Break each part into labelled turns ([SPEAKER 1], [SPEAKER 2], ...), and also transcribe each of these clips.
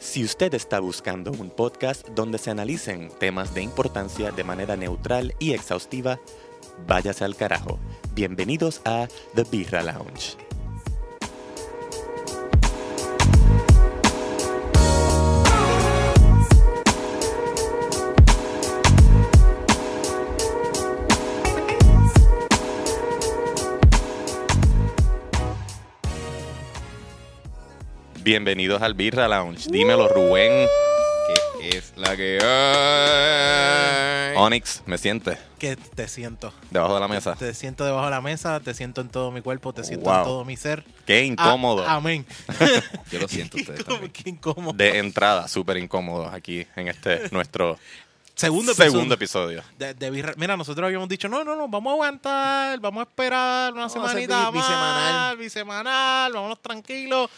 [SPEAKER 1] Si usted está buscando un podcast donde se analicen temas de importancia de manera neutral y exhaustiva, váyase al carajo. Bienvenidos a The Birra Lounge. Bienvenidos al Birra Lounge. Dímelo, Rubén.
[SPEAKER 2] que es la que hay.
[SPEAKER 1] Onyx, me siente
[SPEAKER 3] que te siento.
[SPEAKER 1] debajo de la mesa.
[SPEAKER 3] Te siento debajo de la mesa, te siento en todo mi cuerpo, te siento
[SPEAKER 1] Wow.
[SPEAKER 3] en todo mi ser.
[SPEAKER 1] Qué incómodo.
[SPEAKER 3] Ah, amén.
[SPEAKER 2] Yo lo siento ustedes
[SPEAKER 3] Como
[SPEAKER 2] también.
[SPEAKER 3] que incómodo.
[SPEAKER 1] De entrada, súper incómodo aquí en este nuestro
[SPEAKER 3] Segundo episodio.
[SPEAKER 1] segundo episodio.
[SPEAKER 3] De- de birra- Mira, nosotros habíamos dicho, no, no, no, vamos a aguantar, vamos a esperar una
[SPEAKER 2] Vamos a hacer
[SPEAKER 3] semanita
[SPEAKER 2] bi-
[SPEAKER 3] más,
[SPEAKER 2] bisemanal.
[SPEAKER 3] bisemanal. vámonos tranquilos,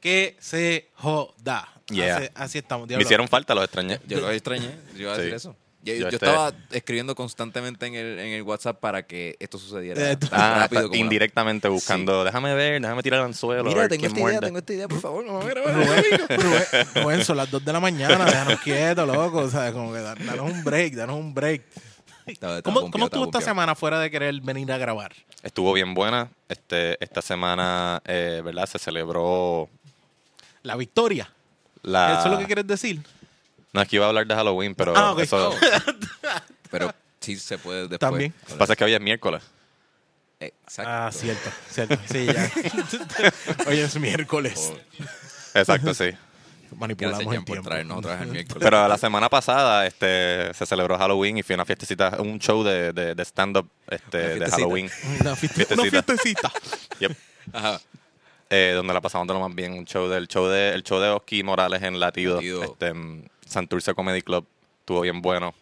[SPEAKER 3] que se joda.
[SPEAKER 1] Yeah.
[SPEAKER 3] Así, así estamos.
[SPEAKER 1] Me
[SPEAKER 3] diablo.
[SPEAKER 1] hicieron falta, los extrañé.
[SPEAKER 2] Yo lo extrañé. Yo iba a
[SPEAKER 1] Sí.
[SPEAKER 2] decir eso. Yo,
[SPEAKER 1] Yo
[SPEAKER 2] yo
[SPEAKER 1] este-
[SPEAKER 2] estaba escribiendo constantemente en el, en el WhatsApp para que esto sucediera
[SPEAKER 3] Eh, tú-
[SPEAKER 2] tan
[SPEAKER 1] Ah,
[SPEAKER 2] rápido
[SPEAKER 1] está
[SPEAKER 2] como la-
[SPEAKER 1] indirectamente buscando, déjame ver, déjame tirar el anzuelo. a
[SPEAKER 2] Mira,
[SPEAKER 1] ver
[SPEAKER 2] tengo
[SPEAKER 1] quién
[SPEAKER 2] esta idea,
[SPEAKER 1] muerde".
[SPEAKER 2] tengo esta idea, por favor, no me
[SPEAKER 3] Rubén, Rubén, Rubén, son las 2 de la mañana, déjanos quietos, loco. O sea, como que da- danos un break, danos un break. ¿Cómo, cómo estuvo esta semana fuera de querer venir a grabar?
[SPEAKER 1] Estuvo bien buena. Este, esta semana, eh, ¿verdad? Se celebró
[SPEAKER 3] La victoria.
[SPEAKER 2] Ah.
[SPEAKER 1] la...
[SPEAKER 3] ¿Eso es lo que quieres decir?
[SPEAKER 1] No, es que iba a hablar de Halloween, pero
[SPEAKER 3] Ah, ok.
[SPEAKER 1] eso...
[SPEAKER 2] Oh. Pero sí se puede después.
[SPEAKER 3] También.
[SPEAKER 1] Lo que pasa es que hoy es miércoles.
[SPEAKER 2] Exacto.
[SPEAKER 3] Ah, cierto, cierto. Sí, ya. Hoy es miércoles.
[SPEAKER 1] Exacto, sí.
[SPEAKER 3] Manipulamos
[SPEAKER 2] Oh, Gracias,
[SPEAKER 3] el
[SPEAKER 2] Jan, por
[SPEAKER 3] tiempo.
[SPEAKER 2] traernos otra vez el miércoles.
[SPEAKER 1] Pero la semana pasada este, se celebró Halloween y fui a una fiestecita, un show de, de- de stand-up este,
[SPEAKER 2] Una
[SPEAKER 1] de
[SPEAKER 2] fiestecita.
[SPEAKER 1] Halloween.
[SPEAKER 3] Una, fiesta, una
[SPEAKER 1] Fiestecita.
[SPEAKER 3] fiestecita.
[SPEAKER 1] Yep.
[SPEAKER 2] Ajá.
[SPEAKER 1] Eh, donde la pasamos de lo más bien. Un show del show de, el show de Oski Morales en Latido.
[SPEAKER 2] Latido.
[SPEAKER 1] Este, en Santurce Comedy Club. Estuvo bien bueno.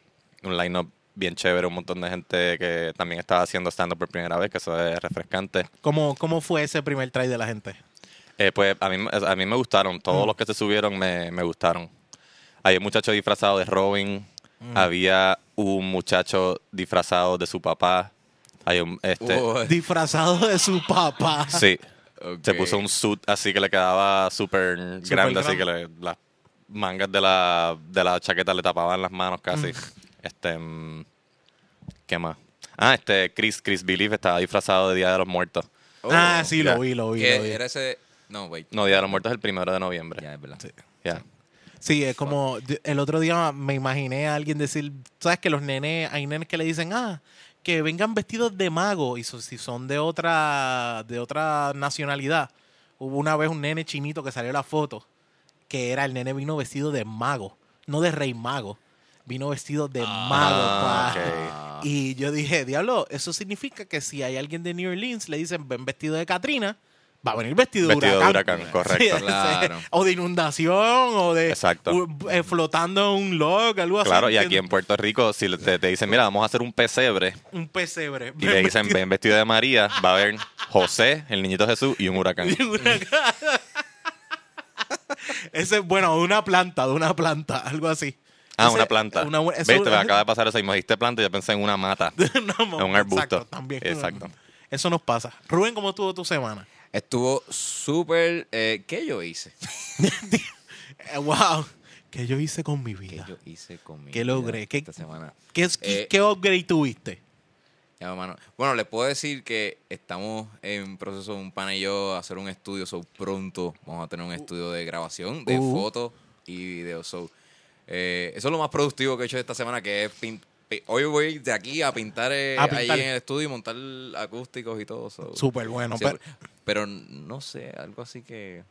[SPEAKER 1] Un line-up bien chévere. Un montón de gente que también estaba haciendo stand-up por primera vez, que eso es refrescante.
[SPEAKER 3] ¿Cómo, ¿Cómo fue ese primer try de la gente?
[SPEAKER 1] Eh, pues a mí, a mí me gustaron.
[SPEAKER 2] Mm.
[SPEAKER 1] Todos los que se subieron me, me gustaron. Había un muchacho disfrazado de Robin.
[SPEAKER 2] Mm.
[SPEAKER 1] Había un muchacho disfrazado de su papá. Hay un, este,
[SPEAKER 2] Oh,
[SPEAKER 3] Disfrazado de su papá.
[SPEAKER 1] Sí. Se
[SPEAKER 2] ok.
[SPEAKER 1] puso un suit así que le quedaba súper grande, así
[SPEAKER 3] grande.
[SPEAKER 1] que le- las mangas de la, de la chaqueta le tapaban las manos casi. Este, mm, ¿qué más? Ah, este, Chris, Chris Belief estaba disfrazado de Día de los Muertos.
[SPEAKER 2] Oh,
[SPEAKER 3] ah, sí,
[SPEAKER 1] ya.
[SPEAKER 3] lo vi, lo vi.
[SPEAKER 2] que
[SPEAKER 3] lo vi.
[SPEAKER 2] Era ese. No, wait.
[SPEAKER 1] No, Día de los Muertos es el primero de noviembre.
[SPEAKER 2] Ya, es verdad.
[SPEAKER 1] Ya.
[SPEAKER 3] Sí, es como d- el otro día me imaginé a alguien decir, ¿sabes que los nenes, hay nenes que le dicen, ah, que vengan vestidos de mago y so- si son de otra, de otra nacionalidad? Hubo una vez un nene chinito que salió en la foto, que era el nene vino vestido de mago, no de rey mago, vino vestido de
[SPEAKER 1] Ah,
[SPEAKER 3] mago. pa.
[SPEAKER 1] ok.
[SPEAKER 3] Y yo dije, diablo, eso significa que si hay alguien de New Orleans, le dicen, ven vestido de Katrina, va a venir vestido de
[SPEAKER 1] Vestido de
[SPEAKER 3] huracán.
[SPEAKER 1] huracán, correcto.
[SPEAKER 3] Sí,
[SPEAKER 2] Claro.
[SPEAKER 3] sí. O de inundación, o de
[SPEAKER 1] Exacto.
[SPEAKER 3] u- eh, flotando en un log, algo así.
[SPEAKER 1] Claro, y aquí en
[SPEAKER 3] ¿entiendes?
[SPEAKER 1] Puerto Rico, si le- te, te dicen, mira, vamos a hacer un pesebre,
[SPEAKER 3] Un pesebre.
[SPEAKER 1] y le dicen, ven vestido de María, va a haber José, el niñito Jesús y un huracán.
[SPEAKER 3] De huracán. Ese es, bueno, de una planta, de una planta, algo así.
[SPEAKER 1] Ah,
[SPEAKER 3] Ese-
[SPEAKER 1] una planta.
[SPEAKER 3] Una,
[SPEAKER 1] ¿Viste?
[SPEAKER 3] eso-
[SPEAKER 1] Me acaba de pasar eso y me dijiste planta y yo pensé en una mata.
[SPEAKER 3] una mo-
[SPEAKER 1] un arbusto.
[SPEAKER 3] Exacto, también.
[SPEAKER 1] Exacto.
[SPEAKER 3] Eso nos pasa. Rubén, ¿cómo estuvo tu semana?
[SPEAKER 2] Estuvo súper. eh, ¿Qué yo hice?
[SPEAKER 3] Eh, wow. ¿Qué yo hice con mi vida?
[SPEAKER 2] ¿Qué yo hice conmigo?
[SPEAKER 3] ¿Qué logré? ¿Qué-
[SPEAKER 2] Esta semana.
[SPEAKER 3] ¿Qué, es- qué-
[SPEAKER 2] Eh,
[SPEAKER 3] qué upgrade tuviste?
[SPEAKER 2] Ya, mano. Bueno, les puedo decir que estamos en proceso, un pana y yo, a hacer un estudio. So, pronto vamos a tener un estudio de grabación, de
[SPEAKER 3] Uh.
[SPEAKER 2] fotos y videos. So, eh, eso es lo más productivo que he hecho esta semana, que es pin- pi- Hoy voy de aquí a pintar, eh,
[SPEAKER 3] A pintar.
[SPEAKER 2] ahí en el estudio y montar acústicos y todo.
[SPEAKER 1] uh,
[SPEAKER 2] so.
[SPEAKER 3] Súper bueno.
[SPEAKER 2] Sí,
[SPEAKER 3] pero-
[SPEAKER 2] pero no sé, algo así que,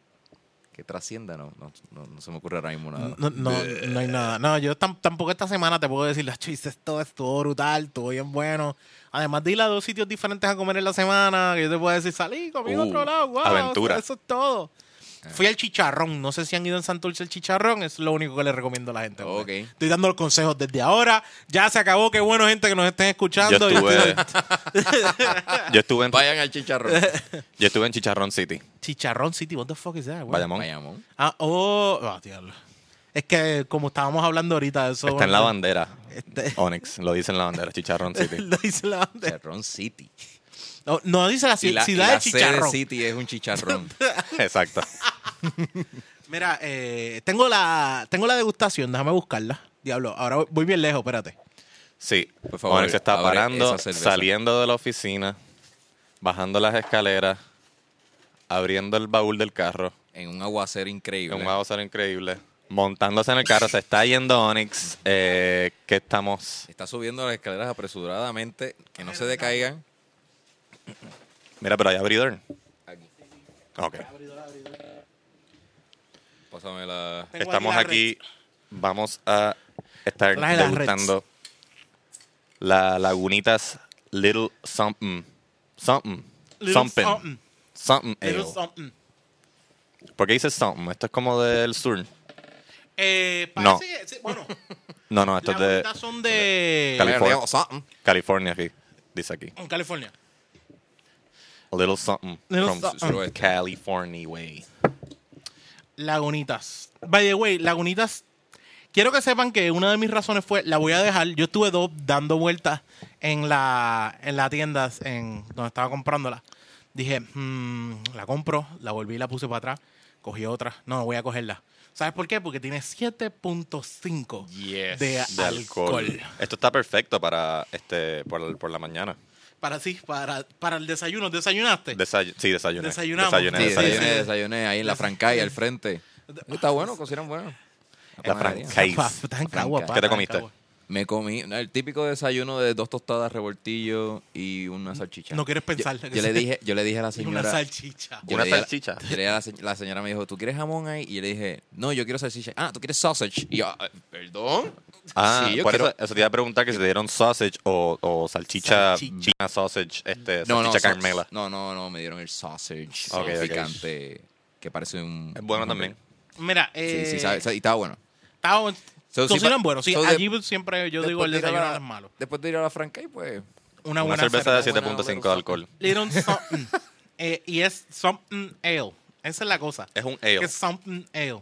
[SPEAKER 2] que trascienda, no, no, no, no se me ocurre ahora mismo nada.
[SPEAKER 3] No, no, no hay nada. No, yo tam- tampoco esta semana te puedo decir, la hice esto, estuvo brutal, estuvo bien bueno. Además, dile a dos sitios diferentes a comer en la semana, que yo te puedo decir, salí, comí en
[SPEAKER 1] Uh,
[SPEAKER 3] otro lado, wow,
[SPEAKER 1] aventura. Ah.
[SPEAKER 3] Eso, es todo. Fui al chicharrón, no sé si han ido en Santurce el chicharrón, es lo único que le recomiendo a la gente.
[SPEAKER 2] Ok.
[SPEAKER 3] porque Estoy dando los consejos desde ahora, ya se acabó, qué bueno gente que nos estén
[SPEAKER 1] Yo
[SPEAKER 3] escuchando. y
[SPEAKER 1] estuve,
[SPEAKER 3] estoy-
[SPEAKER 1] yo, estuve en,
[SPEAKER 2] Vayan al chicharrón.
[SPEAKER 1] yo estuve en Chicharrón City,
[SPEAKER 3] Chicharrón City, what the fuck is that? güey?
[SPEAKER 1] Bayamón.
[SPEAKER 2] Vayamos.
[SPEAKER 3] Ah, oh, ah, diablo. Es que como estábamos hablando ahorita de eso...
[SPEAKER 1] Está en la
[SPEAKER 3] bueno,
[SPEAKER 1] bandera.
[SPEAKER 3] este-
[SPEAKER 1] Onyx, lo dice en la bandera, Chicharrón City.
[SPEAKER 3] lo dice la bandera.
[SPEAKER 2] Chicharrón City.
[SPEAKER 3] No, no dice la ci-
[SPEAKER 2] Y la, y
[SPEAKER 3] ciudad
[SPEAKER 2] la
[SPEAKER 3] de
[SPEAKER 2] sede
[SPEAKER 3] Chicharrón.
[SPEAKER 2] City es un chicharrón.
[SPEAKER 1] Exacto.
[SPEAKER 3] Mira, eh, tengo, la, tengo la degustación, déjame buscarla. Diablo, ahora voy- voy bien lejos, espérate.
[SPEAKER 1] Sí,
[SPEAKER 2] Por favor,
[SPEAKER 1] Onyx se está
[SPEAKER 2] abre
[SPEAKER 1] parando,
[SPEAKER 2] esa cerveza.
[SPEAKER 1] saliendo de la oficina, bajando las escaleras, abriendo el baúl del carro.
[SPEAKER 2] En un aguacero increíble.
[SPEAKER 1] Un ser increíble. Montándose en el carro, se está yendo Onyx. Eh, ¿Qué estamos?
[SPEAKER 2] Está subiendo las escaleras apresuradamente, que no se decaigan.
[SPEAKER 1] Mira, pero hay abridor.
[SPEAKER 2] Aquí.
[SPEAKER 1] Ok.
[SPEAKER 2] Pásame la...
[SPEAKER 3] Tengo
[SPEAKER 1] Estamos
[SPEAKER 3] aquí
[SPEAKER 1] aquí. Vamos a estar
[SPEAKER 3] Traje las
[SPEAKER 1] degustando la Lagunitas Little Something. Something.
[SPEAKER 3] Little
[SPEAKER 1] Something.
[SPEAKER 3] something.
[SPEAKER 1] Something.
[SPEAKER 3] Little
[SPEAKER 1] ale.
[SPEAKER 3] something.
[SPEAKER 1] ¿Por qué dice something? Esto es como del sur.
[SPEAKER 3] Eh,
[SPEAKER 1] No.
[SPEAKER 3] parece que- sí, bueno,
[SPEAKER 1] No, no, esto
[SPEAKER 3] las
[SPEAKER 1] es de
[SPEAKER 3] bolitas son de
[SPEAKER 1] Cali-
[SPEAKER 2] Mira, digamos, something.
[SPEAKER 1] California aquí. Dice aquí.
[SPEAKER 3] en California.
[SPEAKER 1] A little something
[SPEAKER 3] Little
[SPEAKER 1] from
[SPEAKER 3] something.
[SPEAKER 1] suroeste. California way.
[SPEAKER 3] Lagunitas. By the way, Lagunitas. Quiero que sepan que una de mis razones fue, la voy a dejar. Yo estuve dos dando vueltas en la, en la tienda en donde estaba comprándola. Dije, "Mm, la compro, la volví y la puse para atrás. Cogí otra. No, no voy a cogerla. ¿Sabes por qué? Porque tiene 7.5 de,
[SPEAKER 1] de alcohol.
[SPEAKER 3] alcohol.
[SPEAKER 1] Esto está perfecto para este por, por la mañana.
[SPEAKER 3] Para sí, para, para el desayuno. ¿Desayunaste?
[SPEAKER 1] Desay- sí, desayuné.
[SPEAKER 3] Desayunamos.
[SPEAKER 1] Desayuné,
[SPEAKER 2] Sí,
[SPEAKER 1] desayuné.
[SPEAKER 2] desayuné, desayuné ahí en la francaya al frente. Está bueno, cocinan bueno.
[SPEAKER 1] La
[SPEAKER 2] María.
[SPEAKER 1] Francay.
[SPEAKER 3] Pa- estás en Cagua,
[SPEAKER 1] ¿Qué
[SPEAKER 3] pa,
[SPEAKER 1] te
[SPEAKER 3] estás en
[SPEAKER 1] comiste?
[SPEAKER 3] Cagua.
[SPEAKER 2] Me comí no, el típico desayuno de dos tostadas, revoltillo y una salchicha.
[SPEAKER 3] Mm, No quieres pensar.
[SPEAKER 2] Yo, yo le dije, yo le dije a la
[SPEAKER 3] Y una
[SPEAKER 2] señora.
[SPEAKER 3] salchicha.
[SPEAKER 2] yo
[SPEAKER 1] Una
[SPEAKER 2] le dije a la-
[SPEAKER 1] salchicha.
[SPEAKER 2] yo le dije a la, se- la señora me dijo, ¿tú quieres jamón ahí? Y yo le dije, no, yo quiero salchicha. Ah, ¿tú quieres sausage? Y yo, "Ah, perdón.
[SPEAKER 1] Ah,
[SPEAKER 2] Sí, yo
[SPEAKER 1] por
[SPEAKER 2] quiero-
[SPEAKER 1] eso, eso te iba a preguntar que si te dieron sausage o, o salchicha,
[SPEAKER 3] Salchicha.
[SPEAKER 1] vina sausage, este,
[SPEAKER 2] No, no,
[SPEAKER 1] salchicha
[SPEAKER 2] sa-
[SPEAKER 1] carmela.
[SPEAKER 2] No, no, no, me dieron el sausage
[SPEAKER 1] Ok, ok.
[SPEAKER 2] picante que parece un.
[SPEAKER 1] Es bueno
[SPEAKER 2] un-
[SPEAKER 1] también.
[SPEAKER 3] Mira,
[SPEAKER 2] Sí,
[SPEAKER 3] eh,
[SPEAKER 2] sí, sabe- sabe- y estaba bueno.
[SPEAKER 3] Estaban,
[SPEAKER 2] So, sí,
[SPEAKER 3] cocinan
[SPEAKER 2] pa-
[SPEAKER 3] bueno, sí.
[SPEAKER 2] so de-
[SPEAKER 3] allí siempre yo digo el
[SPEAKER 2] de ir a
[SPEAKER 3] desayuno
[SPEAKER 2] la-
[SPEAKER 3] es malo.
[SPEAKER 2] Después de ir a la franca y pues.
[SPEAKER 1] Una
[SPEAKER 3] Una buena
[SPEAKER 1] cerveza de
[SPEAKER 2] cerveza, buena,
[SPEAKER 1] 7.5 de
[SPEAKER 2] buena
[SPEAKER 1] alcohol.
[SPEAKER 3] Little something. Eh, y es something ale. Esa es la cosa.
[SPEAKER 1] Es un ale.
[SPEAKER 3] Es something ale.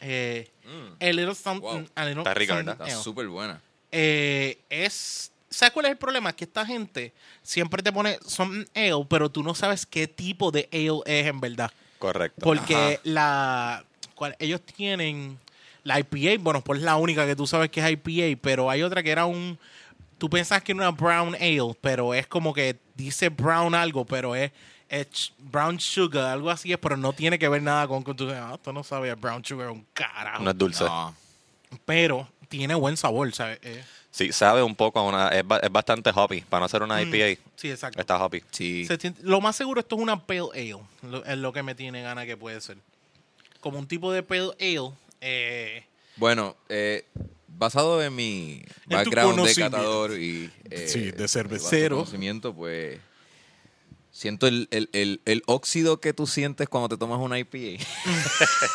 [SPEAKER 3] Eh, a little something,
[SPEAKER 2] Wow.
[SPEAKER 3] a little
[SPEAKER 1] Está rica,
[SPEAKER 3] something
[SPEAKER 1] ¿verdad?
[SPEAKER 2] Está
[SPEAKER 3] ale.
[SPEAKER 2] súper buena.
[SPEAKER 3] Eh, es... ¿Sabes cuál es el problema? Que esta gente siempre te pone something ale, pero tú no sabes qué tipo de ale es en verdad.
[SPEAKER 1] Correcto.
[SPEAKER 3] Porque la. cual- ellos tienen. La IPA, bueno, pues es la única que tú sabes que es IPA, pero hay otra que era un. Tú pensás que era una brown ale, pero es como que dice brown algo, pero es, es ch- brown sugar, algo así es, pero no tiene que ver nada con que tú digas, "Ah, esto no sabía brown sugar, un carajo.
[SPEAKER 1] Ah, No es dulce.
[SPEAKER 2] No.
[SPEAKER 3] Pero tiene buen sabor, ¿sabes? Eh,
[SPEAKER 1] Sí, sabe un poco a una... Es, ba- es bastante hoppy. Para no ser
[SPEAKER 3] Mm.
[SPEAKER 1] una IPA,
[SPEAKER 3] sí, exacto.
[SPEAKER 1] está hoppy.
[SPEAKER 2] Sí.
[SPEAKER 3] Se siente- lo más seguro esto es una pale ale, lo- es lo que me tiene gana que puede ser. Como un tipo de pale ale, eh,
[SPEAKER 2] Bueno, eh, basado en mi
[SPEAKER 3] tu
[SPEAKER 2] background de
[SPEAKER 3] conocimiento.
[SPEAKER 2] catador y. eh,
[SPEAKER 3] Sí, de
[SPEAKER 2] bajo
[SPEAKER 3] cervecero.
[SPEAKER 2] conocimiento, pues. Siento el, el, el, el óxido que tú sientes cuando te tomas una IPA.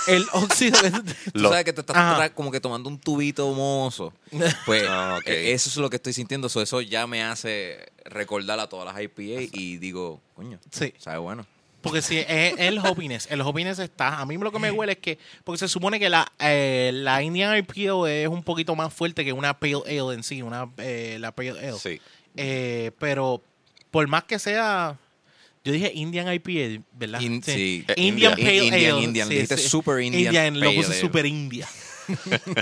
[SPEAKER 3] El óxido que tú te-
[SPEAKER 2] Tú
[SPEAKER 1] Lo-
[SPEAKER 2] sabes que te estás
[SPEAKER 3] Ajá.
[SPEAKER 2] tra- como que tomando un tubito mozo. Pues
[SPEAKER 1] Ah, ok.
[SPEAKER 2] eh, eso es lo que estoy sintiendo. So, eso ya me hace recordar a todas las IPA y digo, coño,
[SPEAKER 3] Sí.
[SPEAKER 2] sabe bueno.
[SPEAKER 3] Porque si es el Hopiness, el Hopiness está. A mí lo que me huele es que. Porque se supone que la, eh, la Indian IPO es un poquito más fuerte que una Pale Ale en sí, una, eh, la Pale Ale.
[SPEAKER 1] Sí.
[SPEAKER 3] Eh, pero por más que sea. Yo dije Indian IPA, ¿verdad?
[SPEAKER 2] In- sí.
[SPEAKER 1] Eh, Indian.
[SPEAKER 3] Indian Pale
[SPEAKER 2] Indian,
[SPEAKER 3] Ale.
[SPEAKER 2] Indian. Dijiste super Indian
[SPEAKER 3] lo
[SPEAKER 2] Pale
[SPEAKER 3] puse
[SPEAKER 2] Ale.
[SPEAKER 3] super India.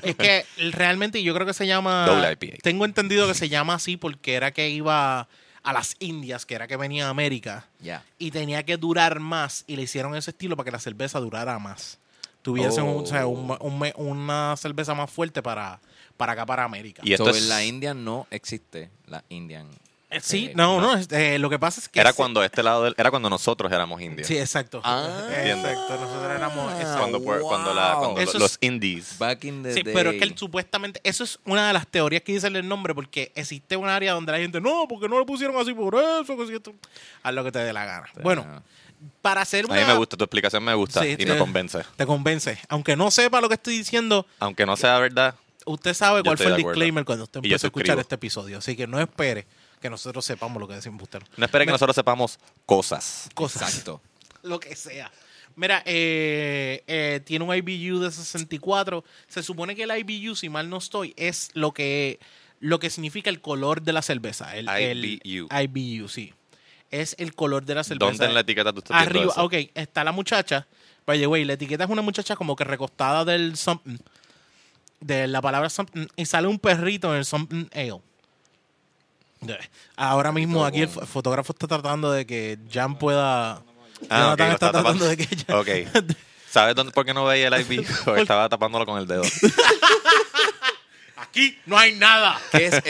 [SPEAKER 3] es que realmente yo creo que se llama.
[SPEAKER 1] Doble IPA.
[SPEAKER 3] Tengo entendido que se llama así porque era que iba a las Indias, que era que venía a América
[SPEAKER 2] Ya.
[SPEAKER 3] y tenía que durar más y le hicieron ese estilo para que la cerveza durara más. Tuviesen un- o sea, un-
[SPEAKER 2] Oh.
[SPEAKER 3] un me- una cerveza más fuerte para, para acá, para América.
[SPEAKER 1] Y esto
[SPEAKER 2] So,
[SPEAKER 1] es-
[SPEAKER 2] en la India no existe la Indian.
[SPEAKER 3] Eh, sí,
[SPEAKER 2] eh,
[SPEAKER 3] no, no, es- eh, lo que pasa es que...
[SPEAKER 1] Era
[SPEAKER 3] ese-
[SPEAKER 1] cuando este lado del- Era cuando nosotros éramos indios.
[SPEAKER 3] Sí, exacto.
[SPEAKER 2] Ah.
[SPEAKER 3] exacto, nosotros éramos... exacto.
[SPEAKER 1] Cuando, por- cuando, la- cuando
[SPEAKER 3] Eso
[SPEAKER 1] lo-
[SPEAKER 3] es-
[SPEAKER 1] los indies...
[SPEAKER 2] Back in the
[SPEAKER 3] Sí,
[SPEAKER 2] day.
[SPEAKER 3] pero es que él supuestamente... Eso es una de las teorías que dice el nombre porque existe un área donde la gente, no, porque no lo pusieron así por eso, que si esto-". Haz lo que te dé la gana. Bueno,
[SPEAKER 2] Ah.
[SPEAKER 3] para hacer
[SPEAKER 1] A
[SPEAKER 3] una...
[SPEAKER 1] mí me gusta, tu explicación me gusta
[SPEAKER 3] Sí,
[SPEAKER 1] y
[SPEAKER 3] te-
[SPEAKER 1] me convence.
[SPEAKER 3] Te convence. Aunque no sepa lo que estoy diciendo,
[SPEAKER 1] Aunque no sea verdad,
[SPEAKER 3] usted sabe
[SPEAKER 1] Yo
[SPEAKER 3] cuál
[SPEAKER 1] estoy
[SPEAKER 3] fue el
[SPEAKER 1] de acuerdo.
[SPEAKER 3] disclaimer cuando usted
[SPEAKER 1] Y yo
[SPEAKER 3] empezó a escuchar
[SPEAKER 1] suscribo.
[SPEAKER 3] este episodio. Así que no espere que nosotros sepamos lo que decimos usted.
[SPEAKER 1] no esperen que nosotros sepamos cosas.
[SPEAKER 3] Cosas.
[SPEAKER 2] Exacto.
[SPEAKER 3] Lo que sea. Mira, eh, eh, tiene un IBU de 64. Se supone que el IBU, si mal no estoy, es lo que, lo que significa el color de la cerveza. El, el
[SPEAKER 1] IBU.
[SPEAKER 3] IBU, sí. Es el color de la cerveza.
[SPEAKER 1] ¿Dónde en la etiqueta tú estás viendo
[SPEAKER 3] Arriba,
[SPEAKER 1] eso?
[SPEAKER 3] ok, está la muchacha, By the way, la etiqueta es una muchacha como que recostada del something, de la palabra something, y sale un perrito en el something ale. De- Ahora mismo aquí el fo- fotógrafo está tratando de que Jan pueda...
[SPEAKER 1] Ah, ok,
[SPEAKER 3] Jonathan
[SPEAKER 1] lo
[SPEAKER 3] está
[SPEAKER 1] estaba
[SPEAKER 3] tratando
[SPEAKER 1] tapando.
[SPEAKER 3] de que Jan-
[SPEAKER 1] Ok. ¿Sabes dónde, por qué no veía el IV? Porque estaba tapándolo con el dedo.
[SPEAKER 3] Aquí no hay nada.
[SPEAKER 2] ¿Qué es el,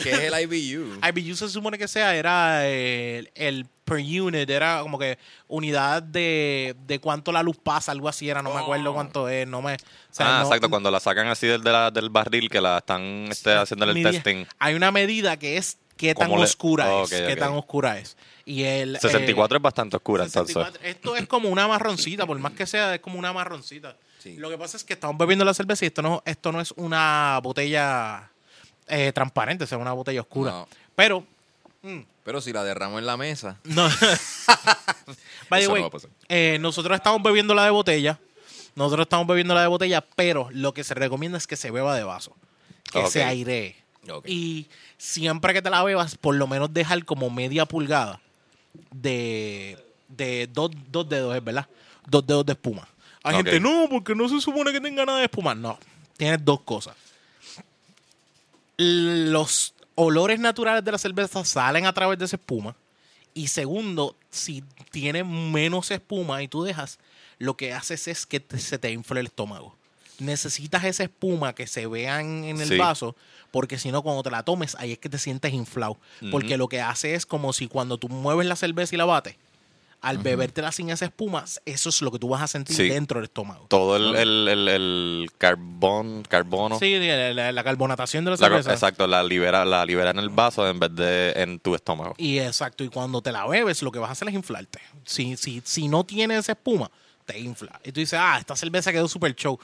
[SPEAKER 2] qué es el IBU?
[SPEAKER 3] IBU se supone que sea, era el, el per unit, era como que unidad de, de cuánto la luz pasa, algo así era, no me acuerdo cuánto es, no me... o sea,
[SPEAKER 1] ah,
[SPEAKER 3] no-
[SPEAKER 1] exacto, cuando la sacan así del, de la- del barril que la están este, haciendo el
[SPEAKER 3] medida-
[SPEAKER 1] testing.
[SPEAKER 3] Hay una medida que es qué tan
[SPEAKER 1] Como le-
[SPEAKER 3] oscura
[SPEAKER 1] Oh,
[SPEAKER 3] es,
[SPEAKER 1] ok,
[SPEAKER 3] qué
[SPEAKER 1] ok.
[SPEAKER 3] tan oscura es. Y el... eh,
[SPEAKER 1] 64 es bastante oscura,
[SPEAKER 3] 64.
[SPEAKER 1] entonces.
[SPEAKER 3] Esto es como una marroncita, por más que sea, es como una marroncita.
[SPEAKER 2] Sí.
[SPEAKER 3] Lo que pasa es que estamos bebiendo la cerveza y esto no, esto no es una botella eh, transparente, o sea, una botella oscura.
[SPEAKER 2] No.
[SPEAKER 3] Pero
[SPEAKER 2] Pero si la derramo en la mesa.
[SPEAKER 3] No. By the
[SPEAKER 2] Eso no
[SPEAKER 3] way,
[SPEAKER 2] va a pasar.
[SPEAKER 3] eh, nosotros estamos bebiendo la de botella. Nosotros estamos bebiendo la de botella, pero lo que se recomienda es que se beba de vaso. Que
[SPEAKER 2] Ah,
[SPEAKER 1] Ok.
[SPEAKER 3] se airee.
[SPEAKER 2] Ok.
[SPEAKER 3] Y siempre que te la bebas, por lo menos dejar como media pulgada de, de dos, dos dedos, es verdad. Dos dedos de espuma. Hay
[SPEAKER 1] Ok.
[SPEAKER 3] gente, no, porque no se supone que tenga nada de espuma. No, tienes dos cosas los olores naturales de la cerveza salen a través de esa espuma. Y segundo, si tiene menos espuma y tú dejas, lo que haces es que te- se te infla el estómago. Necesitas esa espuma que se vean en el
[SPEAKER 1] Sí.
[SPEAKER 3] vaso, porque si no, cuando te la tomes, ahí es que te sientes inflado. Porque lo que hace es como si cuando tú mueves la cerveza y la bates, al bebértela sin esa espuma, eso es lo que tú vas a sentir
[SPEAKER 1] Sí.
[SPEAKER 3] dentro del estómago.
[SPEAKER 1] Todo el, el, el, el carbón, carbono.
[SPEAKER 3] Sí, la, la- la carbonatación de la
[SPEAKER 1] la-
[SPEAKER 3] cerveza.
[SPEAKER 1] exacto, la libera, la libera en el vaso en vez de en tu estómago.
[SPEAKER 3] Y exacto, y cuando te la bebes, lo que vas a hacer es inflarte. Si, si, si no tienes espuma, te infla. Y tú dices, ah, esta cerveza quedó super show.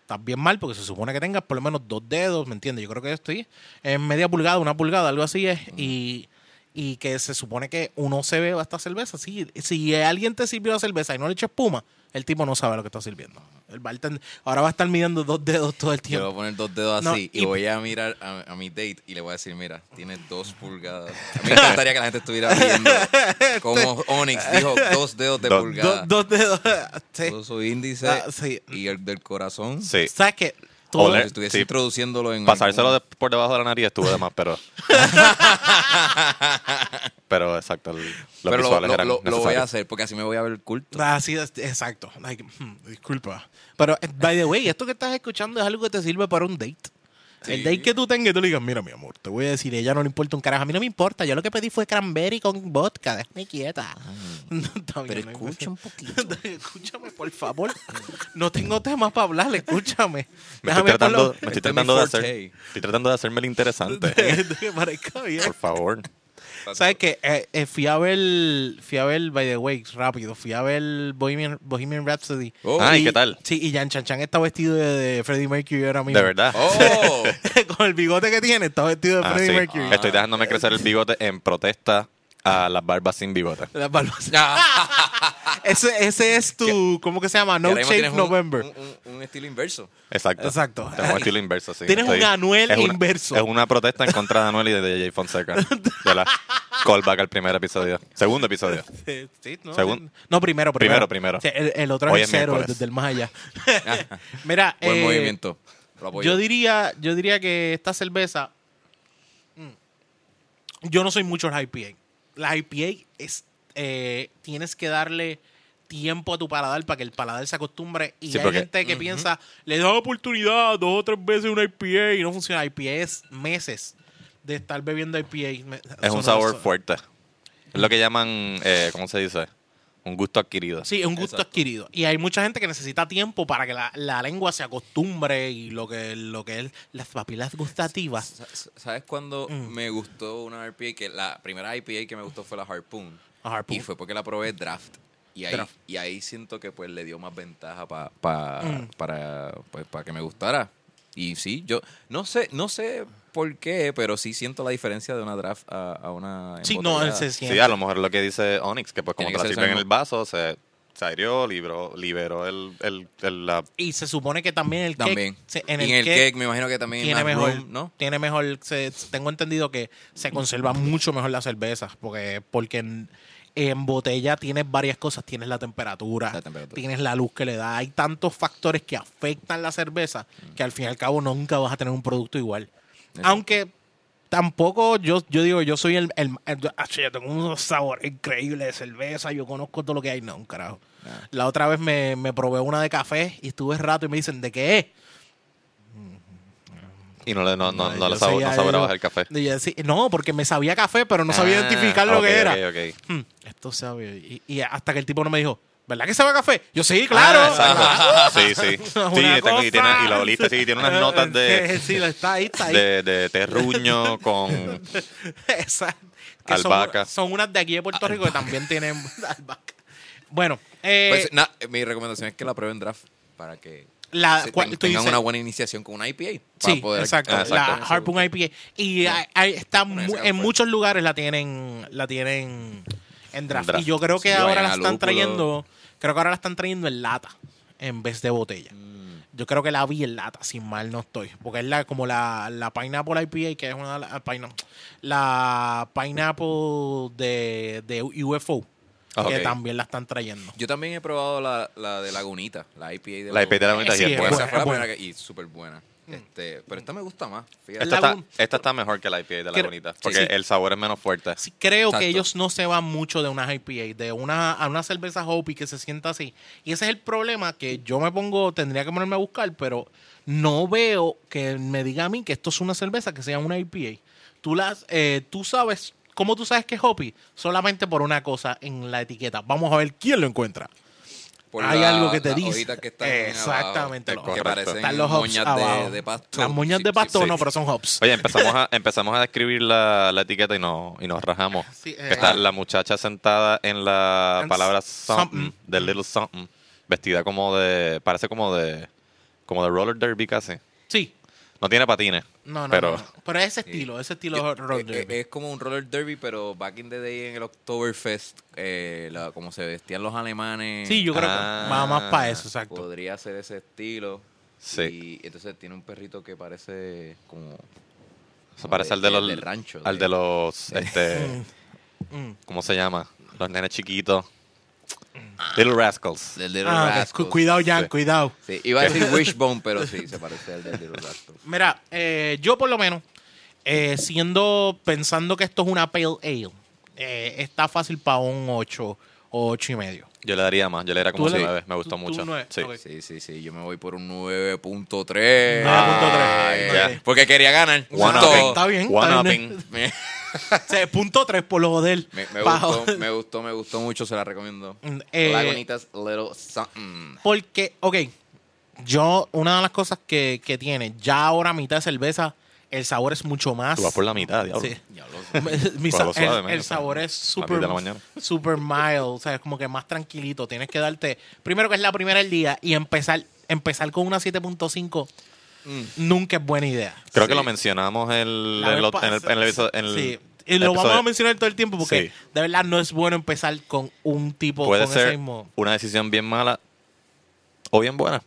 [SPEAKER 3] Estás bien mal porque se supone que tengas por lo menos dos dedos, ¿me entiendes? Yo creo que yo estoy en media pulgada, una pulgada, algo así es. Y, y que se supone que uno se beba esta cerveza. Sí, si alguien te sirvió la cerveza y no le echó espuma, el tipo no sabe lo que está sirviendo. El bartender ahora va a estar midiendo dos dedos todo el
[SPEAKER 2] Yo le voy
[SPEAKER 3] tiempo.
[SPEAKER 2] a poner dos dedos
[SPEAKER 3] No,
[SPEAKER 2] así y,
[SPEAKER 3] y-
[SPEAKER 2] voy a mirar a, a mi date y le voy a decir, mira, tiene dos pulgadas. A mí me encantaría que la gente estuviera viendo cómo Onyx dijo dos dedos de
[SPEAKER 1] Dos-
[SPEAKER 2] pulgada.
[SPEAKER 3] Dos- dos dedos. Sí.
[SPEAKER 2] Puso su índice
[SPEAKER 3] Ah, sí.
[SPEAKER 2] y el del corazón.
[SPEAKER 1] Sí.
[SPEAKER 3] ¿Sabes qué?
[SPEAKER 2] Como
[SPEAKER 1] Oler,
[SPEAKER 2] si estuviese
[SPEAKER 1] sí.
[SPEAKER 2] introduciéndolo en
[SPEAKER 1] Pasárselo
[SPEAKER 2] algún-
[SPEAKER 1] de- por debajo de la nariz estuvo de más, pero. pero exacto, el- los
[SPEAKER 2] Pero lo,
[SPEAKER 1] visuales
[SPEAKER 2] lo-
[SPEAKER 1] eran
[SPEAKER 2] lo- lo voy a
[SPEAKER 1] necesarios.
[SPEAKER 2] hacer porque así me voy a ver culto.
[SPEAKER 3] Así Ah, es, exacto. Like, hmm, disculpa. Pero, eh, by the way, esto que estás escuchando es algo que te sirve para un date. El
[SPEAKER 2] Sí.
[SPEAKER 3] date que tú tengas, y tú le digas, mira, mi amor, te voy a decir, ella no le importa un carajo. A mí no me importa, yo lo que pedí fue cranberry con vodka, déjame quieta. No, está bien,
[SPEAKER 2] Mm. pero
[SPEAKER 3] no hay
[SPEAKER 2] escucha un
[SPEAKER 3] problema. Escúchame, por favor. No tengo temas para hablar, escúchame.
[SPEAKER 1] Me estoy
[SPEAKER 3] Déjame por
[SPEAKER 1] tratando,
[SPEAKER 3] lo-
[SPEAKER 1] me estoy
[SPEAKER 2] Este es mi
[SPEAKER 1] tratando de hacer.
[SPEAKER 2] forte.
[SPEAKER 1] Estoy tratando de hacerme el interesante.
[SPEAKER 3] de- de- parezca bien.
[SPEAKER 1] por favor.
[SPEAKER 3] ¿Sabes qué? Eh, eh, fui a ver, fui a ver, by the way, rápido, fui a ver Bohemian, Bohemian Rhapsody.
[SPEAKER 2] Oh.
[SPEAKER 1] Ah, ¿y
[SPEAKER 3] Y-
[SPEAKER 1] qué tal?
[SPEAKER 3] Sí, y Jan Chan Chan está vestido de, de Freddie Mercury ahora mismo.
[SPEAKER 1] De verdad.
[SPEAKER 2] ¡Oh!
[SPEAKER 3] Con el bigote que tiene, está vestido de
[SPEAKER 1] Ah,
[SPEAKER 3] Freddie
[SPEAKER 1] sí.
[SPEAKER 3] Mercury. Ah,
[SPEAKER 1] Estoy dejándome crecer el bigote en protesta a las barbas sin bigote.
[SPEAKER 3] Las barbas.
[SPEAKER 2] Ah,
[SPEAKER 3] Ese, ese es tu, ¿cómo que se llama?
[SPEAKER 2] que
[SPEAKER 3] No
[SPEAKER 2] ahora mismo
[SPEAKER 3] Shape
[SPEAKER 2] tienes un-
[SPEAKER 3] November.
[SPEAKER 2] Un, un- un estilo inverso.
[SPEAKER 1] Exacto.
[SPEAKER 3] Exacto.
[SPEAKER 1] Tengo un estilo inverso, sí.
[SPEAKER 3] Tienes un Anuel
[SPEAKER 1] es una-
[SPEAKER 3] inverso.
[SPEAKER 1] Es una protesta en contra de Anuel y de Jay Fonseca. De la callback al primer episodio. Segundo episodio.
[SPEAKER 3] Sí, sí, no,
[SPEAKER 1] Según-
[SPEAKER 3] sí. No, primero, primero.
[SPEAKER 1] Primero, primero.
[SPEAKER 3] Sí, el, el otro
[SPEAKER 1] Hoy
[SPEAKER 3] es el
[SPEAKER 1] es
[SPEAKER 3] cero,
[SPEAKER 1] miércoles.
[SPEAKER 3] desde el más allá. Mira,
[SPEAKER 2] Ah, Buen
[SPEAKER 3] eh,
[SPEAKER 2] movimiento. Lo apoyo.
[SPEAKER 3] Yo diría, yo diría que esta cerveza. mm, Yo no soy mucho el IPA. La IPA es, eh, tienes que darle tiempo a tu paladar para que el paladar se acostumbre. Y
[SPEAKER 1] Sí,
[SPEAKER 3] hay
[SPEAKER 1] porque-
[SPEAKER 3] gente que piensa, le da oportunidad dos o tres veces una IPA y no funciona. IPA es meses de estar bebiendo IPA. Me-
[SPEAKER 1] Es
[SPEAKER 3] eso no-
[SPEAKER 1] un sabor
[SPEAKER 3] eso-
[SPEAKER 1] fuerte. Es lo que llaman, eh, ¿cómo se dice? Un gusto adquirido.
[SPEAKER 3] Sí, es un gusto
[SPEAKER 2] Exacto.
[SPEAKER 3] adquirido. Y hay mucha gente que necesita tiempo para que la, la lengua se acostumbre y lo que, lo que es las papilas gustativas.
[SPEAKER 2] Sa- sa- ¿Sabes cuándo
[SPEAKER 3] Mm.
[SPEAKER 2] me gustó una IPA? Que la primera IPA que me gustó fue la Harpoon.
[SPEAKER 3] A Harpoon.
[SPEAKER 2] Y fue porque la probé draft. Y ahí,
[SPEAKER 3] Draft.
[SPEAKER 2] Y ahí siento que pues le dio más ventaja pa- pa-
[SPEAKER 3] Mm.
[SPEAKER 2] para, pues, para que me gustara. Y sí, yo no sé, no sé por qué, pero sí siento la diferencia de una draft a, a una
[SPEAKER 3] Sí, no,
[SPEAKER 2] embotellada.
[SPEAKER 3] se siente.
[SPEAKER 1] Sí, a lo mejor lo que dice Onyx, que pues como
[SPEAKER 2] Tiene
[SPEAKER 1] te la
[SPEAKER 2] que ser
[SPEAKER 1] sirven en
[SPEAKER 2] salmón.
[SPEAKER 1] el vaso, se, se aireó, libró- liberó el, el, el- la...
[SPEAKER 3] Y se supone que también el
[SPEAKER 2] También.
[SPEAKER 3] cake. se-
[SPEAKER 2] Y en el, cake, me imagino que también
[SPEAKER 3] tiene
[SPEAKER 2] más
[SPEAKER 3] mejor.
[SPEAKER 2] room, ¿no?
[SPEAKER 3] Tiene mejor. se- tengo entendido que se conserva mucho mejor la cerveza. Porque, porque en- En botella tienes varias cosas. Tienes la temperatura,
[SPEAKER 2] La temperatura.
[SPEAKER 3] tienes la luz que le da. Hay tantos factores que afectan la cerveza que al fin y al cabo nunca vas a tener un producto igual.
[SPEAKER 2] Mm. Exacto.
[SPEAKER 3] Aunque tampoco yo, yo digo, yo soy el... el, el- ah, sí, yo tengo un sabor increíble de cerveza, yo conozco todo lo que hay. No, un carajo.
[SPEAKER 2] Nah.
[SPEAKER 3] La otra vez me, me probé una de café y estuve rato y me dicen, ¿de qué es?
[SPEAKER 1] Y no, le- no, no,
[SPEAKER 3] Ay,
[SPEAKER 1] no, le
[SPEAKER 3] yo
[SPEAKER 1] sab-
[SPEAKER 3] soy
[SPEAKER 1] no sabrá
[SPEAKER 3] algo-
[SPEAKER 1] bajar el café.
[SPEAKER 3] Y yo decí- no, porque me sabía café, pero no sabía
[SPEAKER 1] Ah,
[SPEAKER 3] identificar lo
[SPEAKER 1] ok,
[SPEAKER 3] que era.
[SPEAKER 1] ok, ok.
[SPEAKER 3] Hmm, esto sabe. Y, y hasta que el tipo no me dijo, ¿verdad que sabe a café? Yo sí, claro.
[SPEAKER 1] Ah, exacto. Sí, sí.
[SPEAKER 3] Una
[SPEAKER 1] Sí, tengo- y,
[SPEAKER 3] cosa.
[SPEAKER 1] tiene, y la oliste, sí, tiene unas notas de,
[SPEAKER 3] Sí, la- está ahí, está ahí.
[SPEAKER 1] de, de terruño con...
[SPEAKER 3] Esa- que son-
[SPEAKER 1] Albahaca. Ah,
[SPEAKER 3] Son, unas de aquí de Puerto Rico que también tienen albahaca. Bueno, eh,
[SPEAKER 2] Pues, nah, mi recomendación es que la prueben draft para que
[SPEAKER 3] la,
[SPEAKER 2] se-
[SPEAKER 3] cual-
[SPEAKER 2] ten-
[SPEAKER 3] Ah, tú
[SPEAKER 2] tengan
[SPEAKER 3] dices-
[SPEAKER 2] una buena iniciación con una IPA. para
[SPEAKER 3] Sí,
[SPEAKER 2] poder-
[SPEAKER 3] exacto,
[SPEAKER 1] Ah,
[SPEAKER 3] La
[SPEAKER 1] exacto.
[SPEAKER 3] Harpoon IPA. Y
[SPEAKER 2] Ya.
[SPEAKER 3] hay- hay- está
[SPEAKER 2] Una
[SPEAKER 3] mu-
[SPEAKER 2] escala
[SPEAKER 3] en
[SPEAKER 2] fuerte.
[SPEAKER 3] muchos lugares la tienen, la tienen en draft.
[SPEAKER 1] draft.
[SPEAKER 3] Y yo creo que
[SPEAKER 2] Sí,
[SPEAKER 3] ahora
[SPEAKER 2] vayan
[SPEAKER 3] la
[SPEAKER 2] a
[SPEAKER 3] están
[SPEAKER 2] lúpulo.
[SPEAKER 3] trayendo, creo que ahora la están trayendo en lata en vez de botella.
[SPEAKER 2] Mm.
[SPEAKER 3] Yo creo que la vi en lata, sin mal no estoy. Porque es la, como la, la Pineapple IPA, que es una de las- ah, pine- la Pineapple de, de UFO,
[SPEAKER 1] Ah,
[SPEAKER 3] que
[SPEAKER 1] ok.
[SPEAKER 3] también la están trayendo.
[SPEAKER 2] Yo también he probobado la, la de Lagunita, la IPA de
[SPEAKER 1] La IPA de la
[SPEAKER 3] Eh,
[SPEAKER 1] bonita
[SPEAKER 3] sí,
[SPEAKER 1] y es
[SPEAKER 3] es
[SPEAKER 1] buena.
[SPEAKER 2] Esa
[SPEAKER 3] buena.
[SPEAKER 2] fue la
[SPEAKER 3] es buena.
[SPEAKER 2] primera que... Y súper buena.
[SPEAKER 3] Mm.
[SPEAKER 2] Este, pero esta me gusta más. Fíjate.
[SPEAKER 1] Esta
[SPEAKER 3] La
[SPEAKER 1] está,
[SPEAKER 3] Gun-
[SPEAKER 1] esta está mejor que la IPA de la
[SPEAKER 3] Creo-
[SPEAKER 1] bonita,
[SPEAKER 3] sí,
[SPEAKER 1] porque
[SPEAKER 3] sí.
[SPEAKER 1] el sabor es menos fuerte.
[SPEAKER 3] Sí, creo
[SPEAKER 2] Exacto.
[SPEAKER 3] que ellos no se van mucho de unas IPA, de una, a una cerveza Hopi que se sienta así. Y ese es el problema que yo me pongo, tendría que ponerme a buscar, pero no veo que me diga a mí que esto es una cerveza que sea una IPA. Tú, las, eh, tú sabes, ¿cómo tú sabes que es Hopi? Solamente por una cosa en la etiqueta. Vamos a ver quién lo encuentra.
[SPEAKER 2] Por
[SPEAKER 3] Hay
[SPEAKER 2] la-
[SPEAKER 3] algo que te
[SPEAKER 2] las
[SPEAKER 3] dice.
[SPEAKER 2] hojitas que están abajo,
[SPEAKER 3] Exactamente,
[SPEAKER 2] que
[SPEAKER 3] los-
[SPEAKER 1] correcto.
[SPEAKER 2] parecen
[SPEAKER 3] Están los hops
[SPEAKER 2] moñas
[SPEAKER 3] abajo.
[SPEAKER 2] de, de pasto.
[SPEAKER 3] Las moñas
[SPEAKER 2] Sí,
[SPEAKER 3] de
[SPEAKER 2] sí,
[SPEAKER 3] pasto
[SPEAKER 2] sí.
[SPEAKER 3] no, pero son hops.
[SPEAKER 1] Oye, empezamos a, empezamos a describir la, la etiqueta y, no, y nos rajamos.
[SPEAKER 3] Sí,
[SPEAKER 1] Que
[SPEAKER 3] eh,
[SPEAKER 1] está
[SPEAKER 3] ah.
[SPEAKER 1] la muchacha sentada en la
[SPEAKER 3] And
[SPEAKER 1] palabra
[SPEAKER 3] something.
[SPEAKER 1] something, del little something, vestida como de, parece como de, como de roller derby casi.
[SPEAKER 3] Sí.
[SPEAKER 1] No tiene patines,
[SPEAKER 3] No, no,
[SPEAKER 1] pero
[SPEAKER 3] no, no. Pero ese estilo, ese estilo
[SPEAKER 2] eh, Yo-
[SPEAKER 3] roller
[SPEAKER 2] eh, eh,
[SPEAKER 3] derby.
[SPEAKER 2] Es como un roller derby, pero back in the day en el Oktoberfest, eh, la- como se vestían los alemanes.
[SPEAKER 3] Sí, yo creo
[SPEAKER 1] Ah.
[SPEAKER 3] que va más para eso, exacto.
[SPEAKER 2] Podría ser ese estilo.
[SPEAKER 1] Sí.
[SPEAKER 2] Y entonces tiene un perrito que parece como.
[SPEAKER 1] se parece al de los,
[SPEAKER 2] del rancho.
[SPEAKER 1] al de los, este,
[SPEAKER 3] Mm.
[SPEAKER 1] ¿cómo se llama? Los nenes chiquitos. Little Rascals.
[SPEAKER 2] Del de los
[SPEAKER 3] Ah, que- cu- cuidado, Jan,
[SPEAKER 1] Sí.
[SPEAKER 3] cuidado.
[SPEAKER 2] Sí, iba a decir Wishbone, pero sí, se parece al del de los Rascals.
[SPEAKER 3] Mira, eh, yo por lo menos, eh, siendo, pensando que esto es una Pale Ale, eh, está fácil para un 8 o 8 y medio.
[SPEAKER 1] Yo le daría más, yo le daría como
[SPEAKER 3] Tú le-
[SPEAKER 1] 9, me gustó
[SPEAKER 3] tú- tú
[SPEAKER 1] mucho.
[SPEAKER 3] nueve,
[SPEAKER 1] Sí.
[SPEAKER 3] ok.
[SPEAKER 2] Sí, sí, sí. Yo me voy por un 9.3.
[SPEAKER 3] 9.3,
[SPEAKER 2] Ay,
[SPEAKER 3] ok.
[SPEAKER 2] ya. Porque quería ganar.
[SPEAKER 1] One
[SPEAKER 2] Punto.
[SPEAKER 1] upping.
[SPEAKER 3] Está bien,
[SPEAKER 1] One
[SPEAKER 3] está bien.
[SPEAKER 1] upping.
[SPEAKER 2] Me,
[SPEAKER 3] O sea, punto 3 por lo del.
[SPEAKER 2] me- me
[SPEAKER 3] pa-
[SPEAKER 2] gustó, me gustó, me gustó mucho. Se la recomiendo.
[SPEAKER 3] Mm, eh,
[SPEAKER 2] Lagunitas Little Something.
[SPEAKER 3] Porque, ok, yo, una de las cosas que, que tiene, ya ahora a mitad de cerveza, el sabor es mucho más.
[SPEAKER 1] Tú vas por la mitad, diablo.
[SPEAKER 3] Sí.
[SPEAKER 2] Diablo.
[SPEAKER 3] Mi sa-
[SPEAKER 1] Cógelo
[SPEAKER 3] el,
[SPEAKER 1] suave, man,
[SPEAKER 3] el
[SPEAKER 1] o sea,
[SPEAKER 3] sabor es
[SPEAKER 1] a las 10 de la
[SPEAKER 3] super,
[SPEAKER 1] mañana.
[SPEAKER 3] super mild, o sea, es como que más tranquilito. Tienes que darte, primero que es la primera del día, y empezar, empezar con una 7.5
[SPEAKER 2] Mm.
[SPEAKER 3] nunca es buena idea.
[SPEAKER 1] Creo
[SPEAKER 2] Sí.
[SPEAKER 1] que lo mencionamos el,
[SPEAKER 3] La
[SPEAKER 1] en
[SPEAKER 3] vez
[SPEAKER 1] lo-
[SPEAKER 3] pas-
[SPEAKER 1] en el, en el episodio- en el
[SPEAKER 3] sí. Y lo vamos
[SPEAKER 1] episodio.
[SPEAKER 3] a mencionar todo el tiempo porque
[SPEAKER 1] Sí.
[SPEAKER 3] de verdad no es bueno empezar con un tipo
[SPEAKER 1] Puede
[SPEAKER 3] con
[SPEAKER 1] ser
[SPEAKER 3] ese mismo.
[SPEAKER 1] una decisión bien mala o bien buena.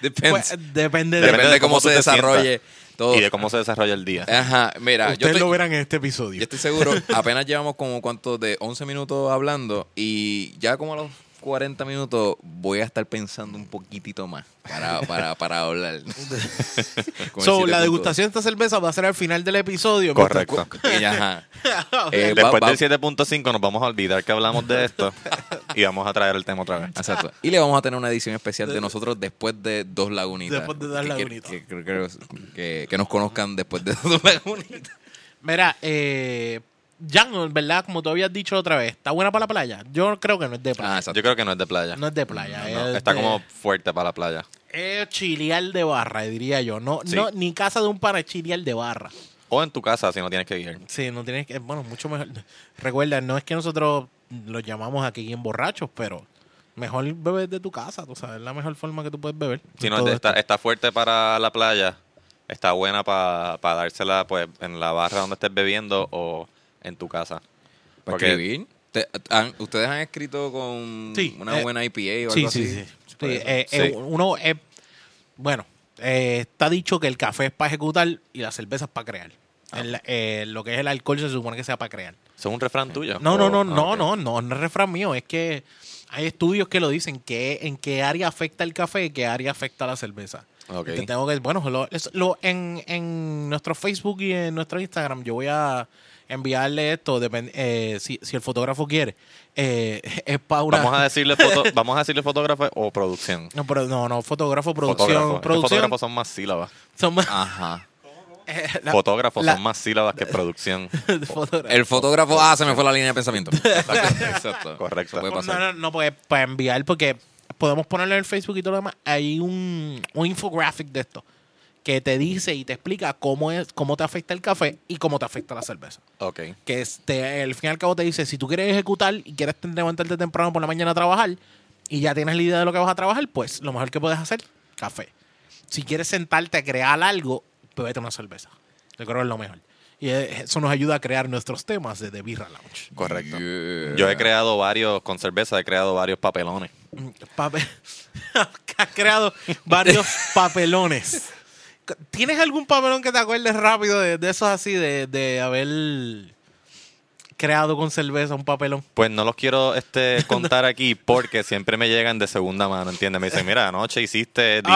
[SPEAKER 2] Depends.
[SPEAKER 3] Pues, depende de.
[SPEAKER 2] Depende de cómo,
[SPEAKER 1] cómo
[SPEAKER 2] se
[SPEAKER 1] tú te
[SPEAKER 2] desarrolle todo. Eh,
[SPEAKER 1] Y de cómo se desarrolla el día.
[SPEAKER 2] Ajá, mira, Ah, yo
[SPEAKER 3] Ustedes
[SPEAKER 2] estoy,
[SPEAKER 3] lo verán en este
[SPEAKER 2] yo
[SPEAKER 3] episodio.
[SPEAKER 2] estoy seguro, apenas llevamos como cuánto de 11 minutos hablando y ya como a los 40 minutos voy a estar pensando un poquitito más para, para, para hablar. Con el
[SPEAKER 3] So, la
[SPEAKER 2] 7.2.
[SPEAKER 3] degustación de esta cerveza va a ser al final del episodio.
[SPEAKER 1] Correcto.
[SPEAKER 2] Y ajá. Eh, va-
[SPEAKER 1] Después
[SPEAKER 2] va-
[SPEAKER 1] del 7.5 nos vamos a olvidar que hablamos de esto y vamos a traer el tema otra vez.
[SPEAKER 2] Exacto. Y le vamos a tener una edición especial de nosotros después de Dos Lagunitas.
[SPEAKER 3] Después de Dos
[SPEAKER 2] Que- que-
[SPEAKER 3] Lagunitas.
[SPEAKER 2] Que, que- que- que- que nos conozcan después de Dos Lagunitas.
[SPEAKER 3] Mira, eh, Jan, en ¿verdad? Como tú habías dicho otra vez, ¿está buena para la playa? Yo creo que no es de
[SPEAKER 2] Ah,
[SPEAKER 3] playa.
[SPEAKER 2] exacto.
[SPEAKER 1] Yo creo que no es de playa.
[SPEAKER 3] no es de playa.
[SPEAKER 1] No,
[SPEAKER 3] es
[SPEAKER 1] está
[SPEAKER 3] de-
[SPEAKER 1] como fuerte para la playa.
[SPEAKER 3] Es chilear de barra, diría yo. No,
[SPEAKER 1] Sí.
[SPEAKER 3] no, ni casa de un para chilear de barra.
[SPEAKER 1] O en tu casa si no tienes que guiar.
[SPEAKER 3] Sí, no tienes que. Bueno, mucho mejor. Recuerda, no es que nosotros los llamamos aquí en borrachos, pero mejor beber de tu casa, tú sabes, es la mejor forma que tú puedes beber.
[SPEAKER 1] Si
[SPEAKER 3] Todo
[SPEAKER 1] no, está,
[SPEAKER 3] esto.
[SPEAKER 1] está fuerte para la playa, está buena para dársela pues en la barra donde estés bebiendo o en tu casa.
[SPEAKER 2] Para
[SPEAKER 1] Porque-
[SPEAKER 2] escribir. Te- han- ¿Ustedes han escrito con
[SPEAKER 3] Sí,
[SPEAKER 2] una
[SPEAKER 3] eh,
[SPEAKER 2] buena IPA o
[SPEAKER 3] Sí,
[SPEAKER 2] algo
[SPEAKER 3] sí,
[SPEAKER 2] así?
[SPEAKER 3] sí. Sí,
[SPEAKER 2] Por eso.
[SPEAKER 3] eh,
[SPEAKER 1] Sí.
[SPEAKER 3] eh, uno es. bueno, eh, está dicho que el café es para ejecutar y la cerveza es para crear.
[SPEAKER 1] Ah,
[SPEAKER 3] El- eh, lo que es el alcohol se supone que sea para crear.
[SPEAKER 1] ¿Eso es un refrán tuyo?
[SPEAKER 3] No, no,
[SPEAKER 1] O-
[SPEAKER 3] no,
[SPEAKER 1] ah,
[SPEAKER 3] no,
[SPEAKER 1] ok.
[SPEAKER 3] no, no, no es refrán mío. Es que hay estudios que lo dicen, que en qué área afecta el café y qué área afecta la cerveza.
[SPEAKER 1] Ok.
[SPEAKER 3] Te tengo que, bueno, lo- es- lo- en, en nuestro Facebook y en nuestro Instagram yo voy a enviarle esto, depen- eh, si, si el fotógrafo quiere. Eh, es para una...
[SPEAKER 1] Vamos a decirle foto, vamos a decirle fotógrafo o producción.
[SPEAKER 3] no, pero, no, no, fotógrafo, producción.
[SPEAKER 1] Fotógrafo. Es que
[SPEAKER 3] producción
[SPEAKER 1] fotógrafos son más sílabas.
[SPEAKER 3] son más-
[SPEAKER 2] Ajá.
[SPEAKER 3] eh, la-
[SPEAKER 1] fotógrafos
[SPEAKER 3] la-
[SPEAKER 1] son más sílabas que producción. Eh,
[SPEAKER 3] fotógrafo.
[SPEAKER 2] El fotógrafo, ah, se me fue la línea de pensamiento. Exacto. Exacto.
[SPEAKER 1] Correcto.
[SPEAKER 2] Eso puede pasar.
[SPEAKER 3] No, no, no, pues para enviar, porque podemos ponerlo en el Facebook y todo lo demás. Hay un, un infographic de esto que te dice y te explica cómo es, cómo te afecta el café y cómo te afecta la cerveza.
[SPEAKER 1] Ok.
[SPEAKER 3] Que este, al fin y al cabo te dice, si tú quieres ejecutar y quieres te- levantarte temprano por la mañana a trabajar y ya tienes la idea de lo que vas a trabajar, pues lo mejor que puedes hacer, café. Si quieres sentarte a crear algo, bebete una cerveza. Yo creo que es lo mejor. Y eh, eso nos ayuda a crear nuestros temas de The Birra Lounge.
[SPEAKER 1] Correcto.
[SPEAKER 2] Yeah.
[SPEAKER 1] Yo he creado varios, con cerveza he creado varios papelones.
[SPEAKER 3] papel ha Mm, creado varios papelones. ¿Tienes algún papelón que te acuerdes rápido de, de esos así, de, de haber creado con cerveza un papelón?
[SPEAKER 1] Pues no los quiero este, contar aquí porque siempre me llegan de segunda mano, ¿entiendes? Me dicen, mira, anoche hiciste, dijiste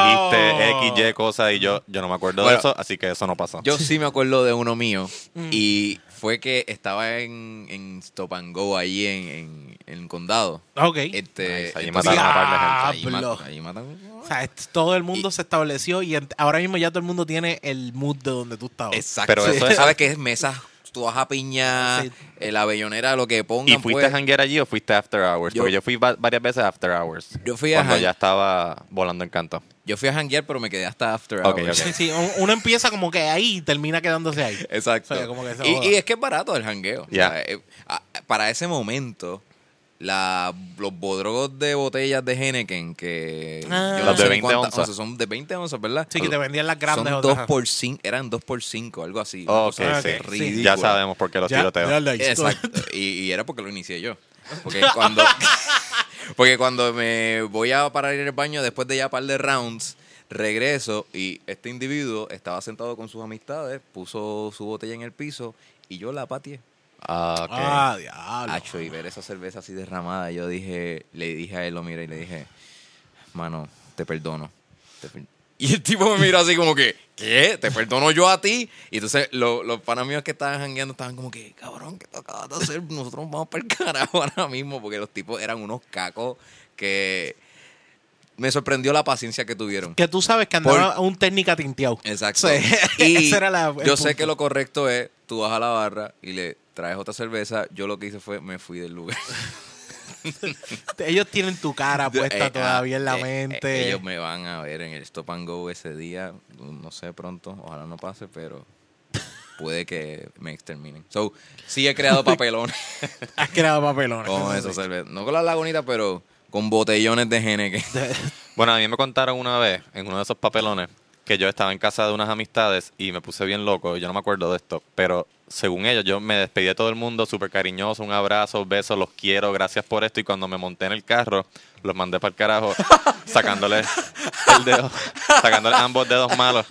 [SPEAKER 3] Oh.
[SPEAKER 1] X, Y cosas y yo, yo no me acuerdo
[SPEAKER 2] Bueno,
[SPEAKER 1] de eso, así que eso no pasó.
[SPEAKER 2] Yo sí me acuerdo de uno mío
[SPEAKER 3] Mm.
[SPEAKER 2] y fue que estaba en, en Stop and Go ahí en, en, en el condado.
[SPEAKER 3] Ok.
[SPEAKER 2] Este,
[SPEAKER 1] Nice, ahí
[SPEAKER 2] entonces-
[SPEAKER 1] mataron a par de gente.
[SPEAKER 2] Ahí mat-
[SPEAKER 3] Diablo.
[SPEAKER 2] ahí mataron-
[SPEAKER 3] O sea, es- todo el mundo se estableció y ent- ahora mismo ya todo el mundo tiene el mood de donde tú estabas.
[SPEAKER 2] Exacto.
[SPEAKER 1] Pero eso es-
[SPEAKER 2] ¿Sabes qué es? Mesas, tú vas a piña,
[SPEAKER 3] Sí.
[SPEAKER 2] eh, la bellonera, lo que pongan.
[SPEAKER 1] ¿Y fuiste
[SPEAKER 2] pues.
[SPEAKER 1] a hanguear allí o fuiste a After Hours?
[SPEAKER 2] Yo-
[SPEAKER 1] Porque yo fui va- varias veces a After Hours.
[SPEAKER 2] Yo fui a
[SPEAKER 1] Cuando
[SPEAKER 2] hang-
[SPEAKER 1] ya estaba volando en canto.
[SPEAKER 2] Yo fui a janguear, pero me quedé hasta after
[SPEAKER 1] Ok,
[SPEAKER 2] hours.
[SPEAKER 1] ok.
[SPEAKER 3] Sí, sí, un- uno empieza como que ahí y termina quedándose ahí.
[SPEAKER 2] Exacto.
[SPEAKER 3] O sea, como que se joda.
[SPEAKER 2] y, y es que es barato el jangueo.
[SPEAKER 1] Ya.
[SPEAKER 2] O sea, eh, a- para ese momento, la, los bodrogos de botellas de Henneken, que
[SPEAKER 3] Ah.
[SPEAKER 2] yo
[SPEAKER 3] Las de
[SPEAKER 2] sé
[SPEAKER 1] 20
[SPEAKER 2] cuántas
[SPEAKER 1] onzas.
[SPEAKER 2] son de 20 onzas, ¿verdad?
[SPEAKER 3] Sí, que te vendían las grandes.
[SPEAKER 2] Son
[SPEAKER 3] o
[SPEAKER 2] dos
[SPEAKER 3] sea,
[SPEAKER 2] por cin- eran 2 por 5, algo así. una
[SPEAKER 1] Ok,
[SPEAKER 2] cosa
[SPEAKER 3] sí.
[SPEAKER 1] sí.
[SPEAKER 2] ridícula.
[SPEAKER 1] Ya sabemos por qué los
[SPEAKER 3] ya-
[SPEAKER 1] tiroteos.
[SPEAKER 3] ya la historia.
[SPEAKER 2] Exacto. Y, y era porque lo inicié yo. Porque cuando, porque cuando me voy a parar en el baño después de ya par de rounds, regreso y este individuo estaba sentado con sus amistades, puso su botella en el piso y yo la pateé.
[SPEAKER 1] Ah, ok.
[SPEAKER 3] Ah, diablo.
[SPEAKER 2] Hacho, y ver esa cerveza así derramada, yo dije, le dije a él, lo mira y le dije, mano, te perdono. te per-". y el tipo me mira así como que, ¿qué? ¿Te perdono yo a ti? Y entonces lo- los panas míos que estaban jangueando estaban como que, cabrón, ¿qué tú acabas de hacer? Nosotros vamos para el carajo ahora mismo, porque los tipos eran unos cacos que me sorprendió la paciencia que tuvieron.
[SPEAKER 3] Que tú sabes que andaba un técnica tinteado.
[SPEAKER 2] Exacto.
[SPEAKER 3] Sí.
[SPEAKER 2] Y
[SPEAKER 3] Esa era la- el
[SPEAKER 2] yo sé
[SPEAKER 3] punto.
[SPEAKER 2] que lo correcto es, tú vas a la barra y le traes otra cerveza. Yo lo que hice fue, me fui del lugar.
[SPEAKER 3] Ellos tienen tu cara puesta
[SPEAKER 2] Eh,
[SPEAKER 3] todavía en la
[SPEAKER 2] eh, eh,
[SPEAKER 3] mente.
[SPEAKER 2] ellos me van a ver en el stop and go ese día. No sé pronto, ojalá no pase, pero puede que me exterminen. So, sí he creado papelones
[SPEAKER 3] Has creado papelones.
[SPEAKER 2] con esos cervezas. No con las lagunitas, pero con botellones de Henneken.
[SPEAKER 1] Bueno, a mí me contaron una vez en uno de esos papelones que yo estaba en casa de unas amistades y me puse bien loco. Yo no me acuerdo de esto, pero según ellos, yo me despedí de todo el mundo súper cariñoso, un abrazo, besos, los quiero, gracias por esto. Y cuando me monté en el carro, los mandé para el carajo, sacándole el dedo, sacándole ambos dedos malos.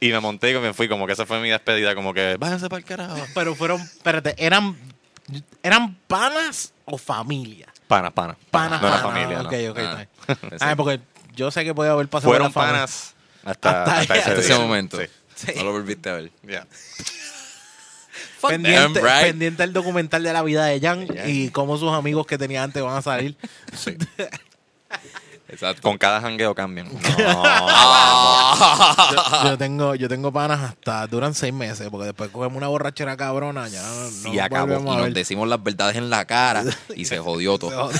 [SPEAKER 1] Y me monté y me fui, como que esa fue mi despedida, como que váyanse para el carajo.
[SPEAKER 3] Pero fueron, espérate, eran, eran panas o familia.
[SPEAKER 1] Panas, panas.
[SPEAKER 3] Panas,
[SPEAKER 1] No era
[SPEAKER 3] panas.
[SPEAKER 1] familia. no.
[SPEAKER 3] Ok, ok,
[SPEAKER 2] Ah,
[SPEAKER 3] está bien.
[SPEAKER 2] exacto.
[SPEAKER 3] Ah, porque yo sé que puede haber pasado.
[SPEAKER 1] Fueron
[SPEAKER 3] por la familia.
[SPEAKER 1] panas hasta,
[SPEAKER 3] Hasta-
[SPEAKER 1] hasta ese,
[SPEAKER 2] Hasta ese
[SPEAKER 1] día.
[SPEAKER 2] momento.
[SPEAKER 1] Sí.
[SPEAKER 3] Sí.
[SPEAKER 2] No lo volviste a ver.
[SPEAKER 1] Yeah.
[SPEAKER 3] Pendiente,
[SPEAKER 2] them, right?
[SPEAKER 3] pendiente el documental de la vida de Jan y cómo sus amigos que tenía antes van a salir.
[SPEAKER 2] Exacto.
[SPEAKER 1] Con cada jangueo cambian. No,
[SPEAKER 3] yo, tengo, yo tengo panas hasta duran seis meses, porque después cogemos una borrachera cabrona. Ya no, no
[SPEAKER 2] y
[SPEAKER 3] nos
[SPEAKER 2] acabó.
[SPEAKER 3] volvemos
[SPEAKER 2] Y
[SPEAKER 3] a
[SPEAKER 2] nos
[SPEAKER 3] ver.
[SPEAKER 2] decimos las verdades en la cara. Y se jodió todo.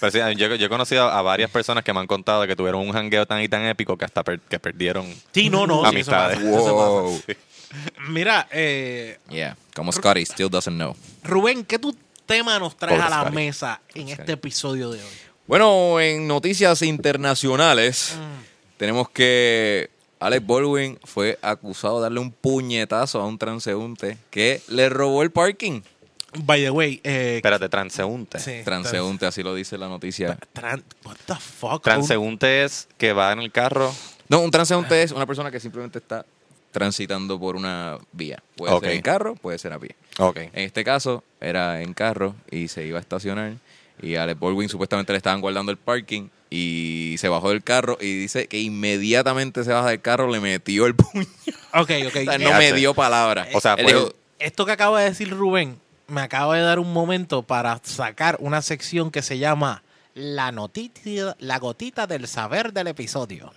[SPEAKER 1] Pero sí, yo, yo he conocido a varias personas que me han contado que tuvieron un jangueo tan y tan épico que hasta per- que perdieron.
[SPEAKER 3] Sí, no, no. sí, eso pasa,
[SPEAKER 1] Amistades.
[SPEAKER 3] eso pasa.
[SPEAKER 2] Wow.
[SPEAKER 3] Mira, eh,
[SPEAKER 2] Yeah. Como Scotty still doesn't know.
[SPEAKER 3] Rubén, ¿qué tu tema nos traes
[SPEAKER 1] Pobre
[SPEAKER 3] a la
[SPEAKER 1] Scotty.
[SPEAKER 3] mesa en este episodio de hoy?
[SPEAKER 2] Bueno, en noticias internacionales tenemos que Alex Baldwin fue acusado de darle un puñetazo a un transeúnte que le robó el parking.
[SPEAKER 3] By the way, eh,
[SPEAKER 1] Espérate, transeúnte.
[SPEAKER 3] sí,
[SPEAKER 2] Transeúnte, así lo dice la noticia.
[SPEAKER 3] tran- what the fuck?
[SPEAKER 1] Transeúnte es que va en el carro.
[SPEAKER 2] No, un transeúnte es una persona que simplemente está transitando por una vía. Puede
[SPEAKER 1] Ok.
[SPEAKER 2] ser en carro, puede ser a pie.
[SPEAKER 1] Ok.
[SPEAKER 2] En este caso, era en carro y se iba a estacionar. Y a Alex Baldwin supuestamente le estaban guardando el parking. Y se bajó del carro y dice que inmediatamente se baja del carro, le metió el puño.
[SPEAKER 3] Ok,
[SPEAKER 2] O
[SPEAKER 3] ok.
[SPEAKER 2] sea, no
[SPEAKER 1] hace?
[SPEAKER 2] me dio palabra.
[SPEAKER 1] O sea,
[SPEAKER 2] Él
[SPEAKER 1] fue-
[SPEAKER 2] dijo,
[SPEAKER 3] Esto que acaba de decir Rubén me acaba de dar un momento para sacar una sección que se llama La notita, la gotita del saber del episodio.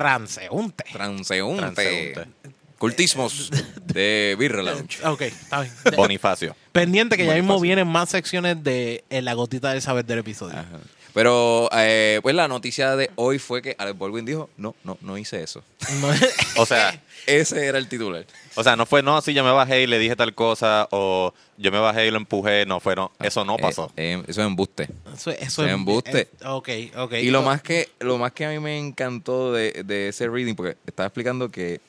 [SPEAKER 3] Transeúnte.
[SPEAKER 2] transeúnte.
[SPEAKER 1] Transeúnte.
[SPEAKER 2] Cultismos de Birra Lounge.
[SPEAKER 3] ok, está bien. De-
[SPEAKER 1] Bonifacio.
[SPEAKER 3] Pendiente que ya
[SPEAKER 2] Bueno,
[SPEAKER 3] mismo
[SPEAKER 2] fácil.
[SPEAKER 3] vienen más secciones de eh, La gotita del saber del episodio.
[SPEAKER 2] Ajá. Pero, eh, pues la noticia de hoy fue que Alex Baldwin dijo: No, no, no hice eso.
[SPEAKER 3] No-
[SPEAKER 1] O sea,
[SPEAKER 2] Ese era el titular.
[SPEAKER 1] o sea, no fue, no, si yo me bajé y le dije tal cosa, o yo me bajé y lo empujé, no fue, no, eso no
[SPEAKER 2] Eh,
[SPEAKER 1] pasó.
[SPEAKER 2] eh, eso es embuste.
[SPEAKER 3] eso, eso
[SPEAKER 2] Se embuste.
[SPEAKER 3] eh, ok, ok.
[SPEAKER 2] Y lo más que lo más que a mí me encantó de, de ese reading, porque estaba explicando que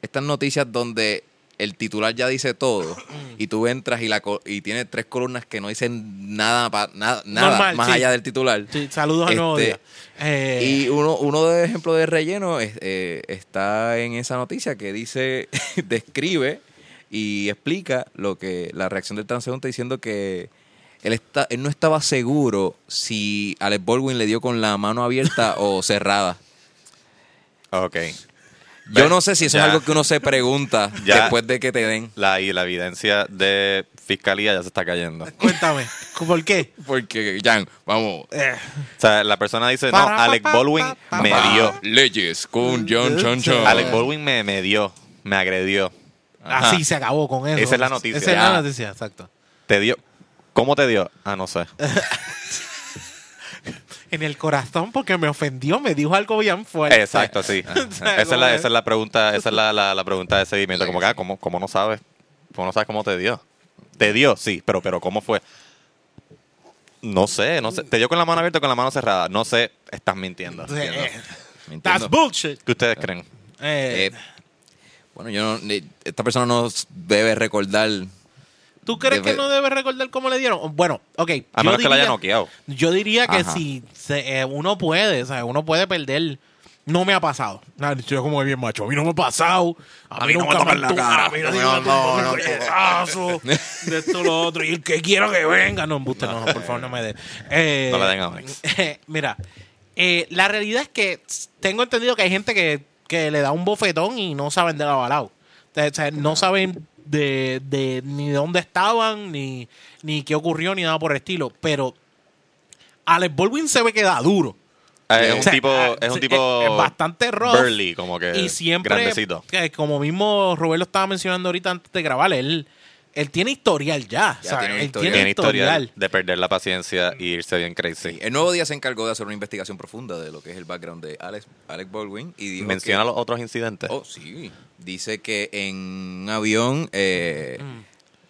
[SPEAKER 2] estas noticias donde el titular ya dice todo y tú entras y la co- y tiene tres columnas que no dicen nada pa- nada, nada
[SPEAKER 3] Normal,
[SPEAKER 2] más
[SPEAKER 3] sí.
[SPEAKER 2] allá del titular.
[SPEAKER 3] Sí, saludos al nuevo
[SPEAKER 2] Este,
[SPEAKER 3] día. Eh,
[SPEAKER 2] Y uno, uno de ejemplo de relleno es, eh, está en esa noticia que dice, describe y explica lo que la reacción del transeúnte diciendo que él, está, él no estaba seguro si Alex Baldwin le dio con la mano abierta o cerrada.
[SPEAKER 1] Ok.
[SPEAKER 2] Yo
[SPEAKER 1] Ve,
[SPEAKER 2] no sé si eso
[SPEAKER 1] ya.
[SPEAKER 2] es algo que uno se pregunta
[SPEAKER 1] Ya.
[SPEAKER 2] después de que te den.
[SPEAKER 1] La, y la evidencia de fiscalía ya se está cayendo.
[SPEAKER 3] Cuéntame, ¿por qué?
[SPEAKER 2] Porque, Jan, vamos.
[SPEAKER 3] Eh,
[SPEAKER 1] O sea, la persona dice, no,
[SPEAKER 3] Para, pa,
[SPEAKER 1] Alec
[SPEAKER 3] pa,
[SPEAKER 1] Baldwin
[SPEAKER 3] pa, pa,
[SPEAKER 1] me
[SPEAKER 3] pa.
[SPEAKER 1] dio.
[SPEAKER 2] Ah. Leyes con John Chon
[SPEAKER 3] Oh.
[SPEAKER 2] Chon.
[SPEAKER 1] Alec Baldwin me, me dio, me agredió. Ajá.
[SPEAKER 3] así se acabó con eso.
[SPEAKER 1] Esa es la noticia.
[SPEAKER 3] Esa es la
[SPEAKER 1] Ya.
[SPEAKER 3] noticia, exacto.
[SPEAKER 1] Te dio. ¿Cómo te dio? Ah, no sé.
[SPEAKER 3] En el corazón porque me ofendió, me dijo algo bien fuerte.
[SPEAKER 1] Exacto, sí.
[SPEAKER 3] O sea,
[SPEAKER 1] Esa es,
[SPEAKER 3] como
[SPEAKER 1] la,
[SPEAKER 3] que-
[SPEAKER 1] esa es la pregunta, esa es la, la- la pregunta de seguimiento. Como que, ah, ¿cómo, cómo no sabes? ¿Cómo no sabes cómo te dio? Te dio, sí, pero, pero ¿cómo fue? No sé, no sé. ¿Te dio con la mano abierta o con la mano cerrada? No sé, estás mintiendo.
[SPEAKER 3] Entonces, eh,
[SPEAKER 2] ¿Me entiendes?
[SPEAKER 3] that's bullshit.
[SPEAKER 1] ¿Qué ustedes creen?
[SPEAKER 3] Eh,
[SPEAKER 2] Eh, bueno, yo no, eh, esta persona no debe recordar.
[SPEAKER 3] ¿Tú crees
[SPEAKER 2] debe-
[SPEAKER 3] que no debes recordar cómo le dieron? Bueno, ok.
[SPEAKER 1] eh, A
[SPEAKER 3] yo
[SPEAKER 1] menos que la haya
[SPEAKER 3] diría-
[SPEAKER 1] noqueado.
[SPEAKER 3] Yo diría que
[SPEAKER 2] Ajá.
[SPEAKER 3] si se- eh, uno puede, o sea, uno puede perder. No me ha pasado. Nah, Yo como bien macho, a mí no me ha pasado. A, mí, nunca me
[SPEAKER 2] tocan
[SPEAKER 3] han
[SPEAKER 2] la
[SPEAKER 3] tocado,
[SPEAKER 2] cara.
[SPEAKER 3] A mí no,
[SPEAKER 2] No,
[SPEAKER 3] me
[SPEAKER 2] no,
[SPEAKER 3] han tocado
[SPEAKER 2] no,
[SPEAKER 3] un puñetazo, De esto lo otro. Y el que quiera que venga. No, embuste, no, no, por favor, no me dé. Eh,
[SPEAKER 1] No la den a Onyx.
[SPEAKER 3] eh, mira, eh, la realidad es que tengo entendido que hay gente que, que le da un bofetón y no saben de la balao. O sea, no saben de, de ni de dónde estaban, ni, ni qué ocurrió, ni nada por el estilo. Pero Alex Baldwin se ve que da duro.
[SPEAKER 1] Eh, es
[SPEAKER 3] O
[SPEAKER 1] un
[SPEAKER 3] sea,
[SPEAKER 1] tipo,
[SPEAKER 3] ah,
[SPEAKER 1] es un
[SPEAKER 3] sí,
[SPEAKER 1] tipo
[SPEAKER 3] es- es bastante rough.
[SPEAKER 1] burly, como que
[SPEAKER 3] y siempre,
[SPEAKER 1] grandecito.
[SPEAKER 3] que como mismo Roberto estaba mencionando ahorita antes de grabar, él, él tiene historial ya.
[SPEAKER 2] Ya
[SPEAKER 3] o sea,
[SPEAKER 2] tiene un
[SPEAKER 3] él
[SPEAKER 2] historial.
[SPEAKER 1] Tiene
[SPEAKER 3] tiene historial.
[SPEAKER 1] historial de perder la paciencia y irse bien crazy.
[SPEAKER 2] El nuevo día se encargó de hacer una investigación profunda de lo que es el background de Alex, Alex Baldwin y dijo
[SPEAKER 1] Menciona
[SPEAKER 2] que,
[SPEAKER 1] los otros incidentes.
[SPEAKER 2] Oh, sí. Dice que en un avión eh,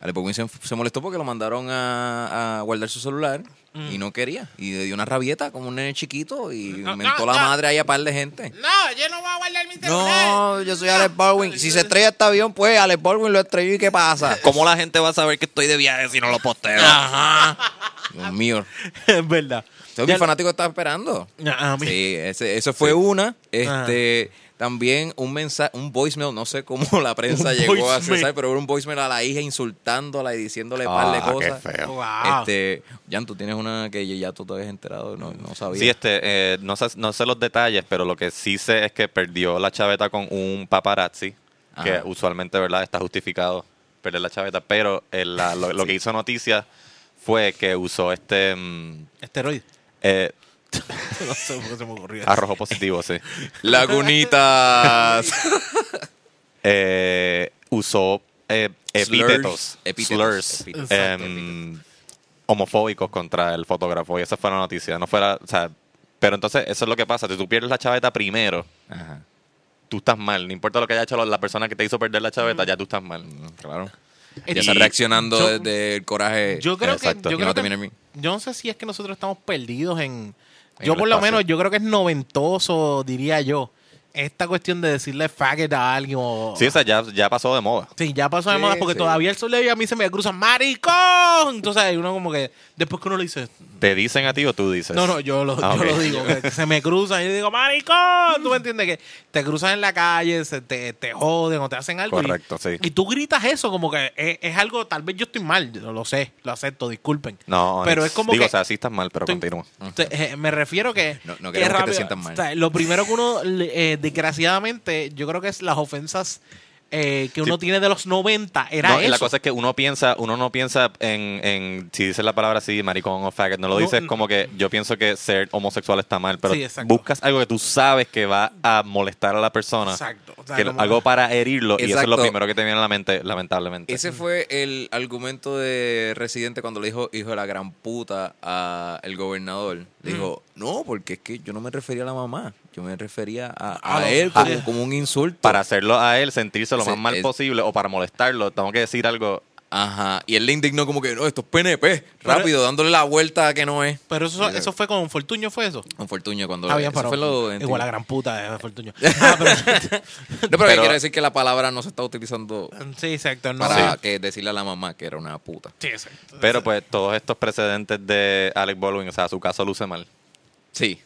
[SPEAKER 2] Alex Baldwin se, se molestó porque lo mandaron a, a guardar su celular y no quería. Y le dio una rabieta como un nene chiquito y
[SPEAKER 3] No, no,
[SPEAKER 2] mentó la
[SPEAKER 3] no.
[SPEAKER 2] madre ahí a par de gente.
[SPEAKER 3] No, yo no voy a guardar mi
[SPEAKER 2] No, yo soy Alex Baldwin. Si se estrella este avión, pues Alex Baldwin lo estrelló y ¿qué pasa? Ah.
[SPEAKER 1] ¿Cómo la gente va a saber que estoy de viaje si no lo posteo?
[SPEAKER 2] Dios mío.
[SPEAKER 3] es verdad.
[SPEAKER 2] Entonces,
[SPEAKER 3] Ya-
[SPEAKER 2] mi fanático estaba esperando.
[SPEAKER 3] Ah, a mí-
[SPEAKER 2] Sí, ese- eso fue una. Este, también un mensaje, un voicemail, no sé cómo la prensa
[SPEAKER 3] Un
[SPEAKER 2] llegó a
[SPEAKER 3] voicemail.
[SPEAKER 2] cesar, pero era un voicemail a la hija insultándola y diciéndole par de
[SPEAKER 1] Ah, qué
[SPEAKER 2] cosas.
[SPEAKER 1] feo.
[SPEAKER 3] Wow.
[SPEAKER 2] Este, Jan, tú tienes una que ya tú te habías enterado, no, no sabía.
[SPEAKER 1] Sí, este, eh, no, sé, no sé los detalles, pero lo que sí sé es que perdió la chaveta con un paparazzi, que
[SPEAKER 2] Ajá.
[SPEAKER 1] usualmente, ¿verdad?, está justificado perder la chaveta, pero el- la- lo, lo que hizo noticia fue que usó este mm,
[SPEAKER 3] Esteroide.
[SPEAKER 1] eh,
[SPEAKER 3] No sé por qué se me ocurrió.
[SPEAKER 1] arrojo positivo, sí.
[SPEAKER 2] Lagunitas.
[SPEAKER 1] Eh, usó eh, epítetos,
[SPEAKER 2] Slurs, epítetos,
[SPEAKER 1] slurs,
[SPEAKER 2] epítetos.
[SPEAKER 1] em,
[SPEAKER 2] Exacto, epítetos.
[SPEAKER 1] homofóbicos contra el fotógrafo, y esa fue la noticia, no fuera, o sea, pero entonces eso es lo que pasa, si tú pierdes la chaveta primero,
[SPEAKER 2] Ajá,
[SPEAKER 1] tú estás mal. No importa lo que haya hecho la persona que te hizo perder la chaveta, ya tú estás mal.
[SPEAKER 2] Mm, claro.
[SPEAKER 3] Eh,
[SPEAKER 2] Ya está
[SPEAKER 1] y-
[SPEAKER 2] reaccionando
[SPEAKER 3] yo-
[SPEAKER 2] desde el coraje.
[SPEAKER 3] Yo creo
[SPEAKER 1] Exacto.
[SPEAKER 3] que. Yo,
[SPEAKER 2] Y no
[SPEAKER 3] creo que-
[SPEAKER 2] te miren a mí.
[SPEAKER 3] yo no sé si es que nosotros estamos perdidos en.
[SPEAKER 2] En
[SPEAKER 3] yo,
[SPEAKER 2] el
[SPEAKER 3] por lo
[SPEAKER 2] espacio.
[SPEAKER 3] menos, yo creo que es noventoso, diría yo. esta cuestión de decirle faggot a alguien o...
[SPEAKER 1] Sí, o sea, ya, ya pasó de moda.
[SPEAKER 3] Sí, ya pasó de
[SPEAKER 2] Sí,
[SPEAKER 3] moda porque
[SPEAKER 2] sí.
[SPEAKER 3] todavía el sol de hoy a mí se me cruza maricón. Entonces hay uno como que después que uno le dice,
[SPEAKER 1] ¿Te dicen a ti o tú dices?
[SPEAKER 3] no, no, yo lo,
[SPEAKER 1] Ah,
[SPEAKER 3] yo
[SPEAKER 1] ok.
[SPEAKER 3] lo digo, que se me cruzan y yo digo, maricón, tú me entiendes que te cruzan en la calle, se te, te joden o te hacen algo. y-
[SPEAKER 1] Correcto, sí.
[SPEAKER 3] Y tú gritas eso como que es, es algo, tal vez yo estoy mal, yo lo sé, lo acepto, disculpen.
[SPEAKER 1] No,
[SPEAKER 3] pero
[SPEAKER 1] Onyx.
[SPEAKER 3] es como
[SPEAKER 1] Digo,
[SPEAKER 3] que-
[SPEAKER 1] o sea, sí estás mal, pero
[SPEAKER 3] Estoy-
[SPEAKER 1] continúa.
[SPEAKER 3] Te- eh, me refiero que.
[SPEAKER 2] No- no queremos que te sientas mal.
[SPEAKER 3] o sea, lo primero que uno, le- eh, desgraciadamente, yo creo que es las ofensas eh, que uno
[SPEAKER 1] Sí.
[SPEAKER 3] tiene de los 90. Era
[SPEAKER 1] No, y
[SPEAKER 3] eso.
[SPEAKER 1] la cosa es que uno piensa, uno no piensa en, en si dices la palabra así, maricón o faggot, no lo
[SPEAKER 3] No,
[SPEAKER 1] dices
[SPEAKER 3] no.
[SPEAKER 1] como que yo pienso que ser homosexual está mal, pero
[SPEAKER 3] Sí, exacto.
[SPEAKER 1] buscas algo que tú sabes que va a molestar a la persona,
[SPEAKER 3] Exacto. O sea,
[SPEAKER 1] que-
[SPEAKER 3] como-
[SPEAKER 1] algo para herirlo y eso es lo
[SPEAKER 2] Exacto.
[SPEAKER 1] primero que te viene a la mente, lamentablemente.
[SPEAKER 2] Ese fue el argumento de Residente cuando le dijo hijo de la gran puta al gobernador. Le dijo, no, porque es que yo no me refería a la mamá. Yo me refería a, a
[SPEAKER 3] A los-
[SPEAKER 2] él
[SPEAKER 3] a-
[SPEAKER 2] como, como un insulto.
[SPEAKER 1] para hacerlo a él sentirse lo
[SPEAKER 2] Sí,
[SPEAKER 1] más mal
[SPEAKER 2] es-
[SPEAKER 1] posible o para molestarlo, tengo que decir algo.
[SPEAKER 2] Ajá. Y él le indignó como que, no, esto es PNP. Rápido, dándole la vuelta a que no es.
[SPEAKER 3] Pero eso, eso fue con Fortuño, ¿fue eso?
[SPEAKER 2] Con Fortuño cuando...
[SPEAKER 3] Ah, bien,
[SPEAKER 2] eso
[SPEAKER 3] pero
[SPEAKER 2] fue lo-
[SPEAKER 3] Igual la gran puta de Fortuño. Ah, pero-
[SPEAKER 2] No, pero, que
[SPEAKER 1] Pero-
[SPEAKER 2] quiero decir que la palabra no se está utilizando
[SPEAKER 3] sí, exacto. No,
[SPEAKER 2] para
[SPEAKER 1] Sí.
[SPEAKER 2] que decirle a la mamá que era una puta.
[SPEAKER 3] Sí, exacto.
[SPEAKER 1] Pero pues todos estos precedentes de Alec Baldwin, o sea, su caso luce mal.
[SPEAKER 2] Sí.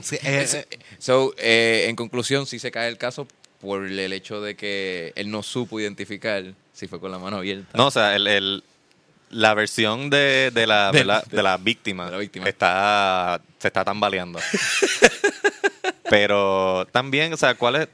[SPEAKER 3] Sí, eh,
[SPEAKER 2] Es-
[SPEAKER 3] eh,
[SPEAKER 2] So, eh, en conclusión, sí se cae el caso por el hecho de que él no supo identificar si fue con la mano abierta.
[SPEAKER 1] No, o sea, el, el- la versión de, de la,
[SPEAKER 3] Del-
[SPEAKER 1] ¿verdad? de la víctima,
[SPEAKER 2] de la víctima.
[SPEAKER 1] Está, se está tambaleando. Pero también, o sea, ¿cuál es?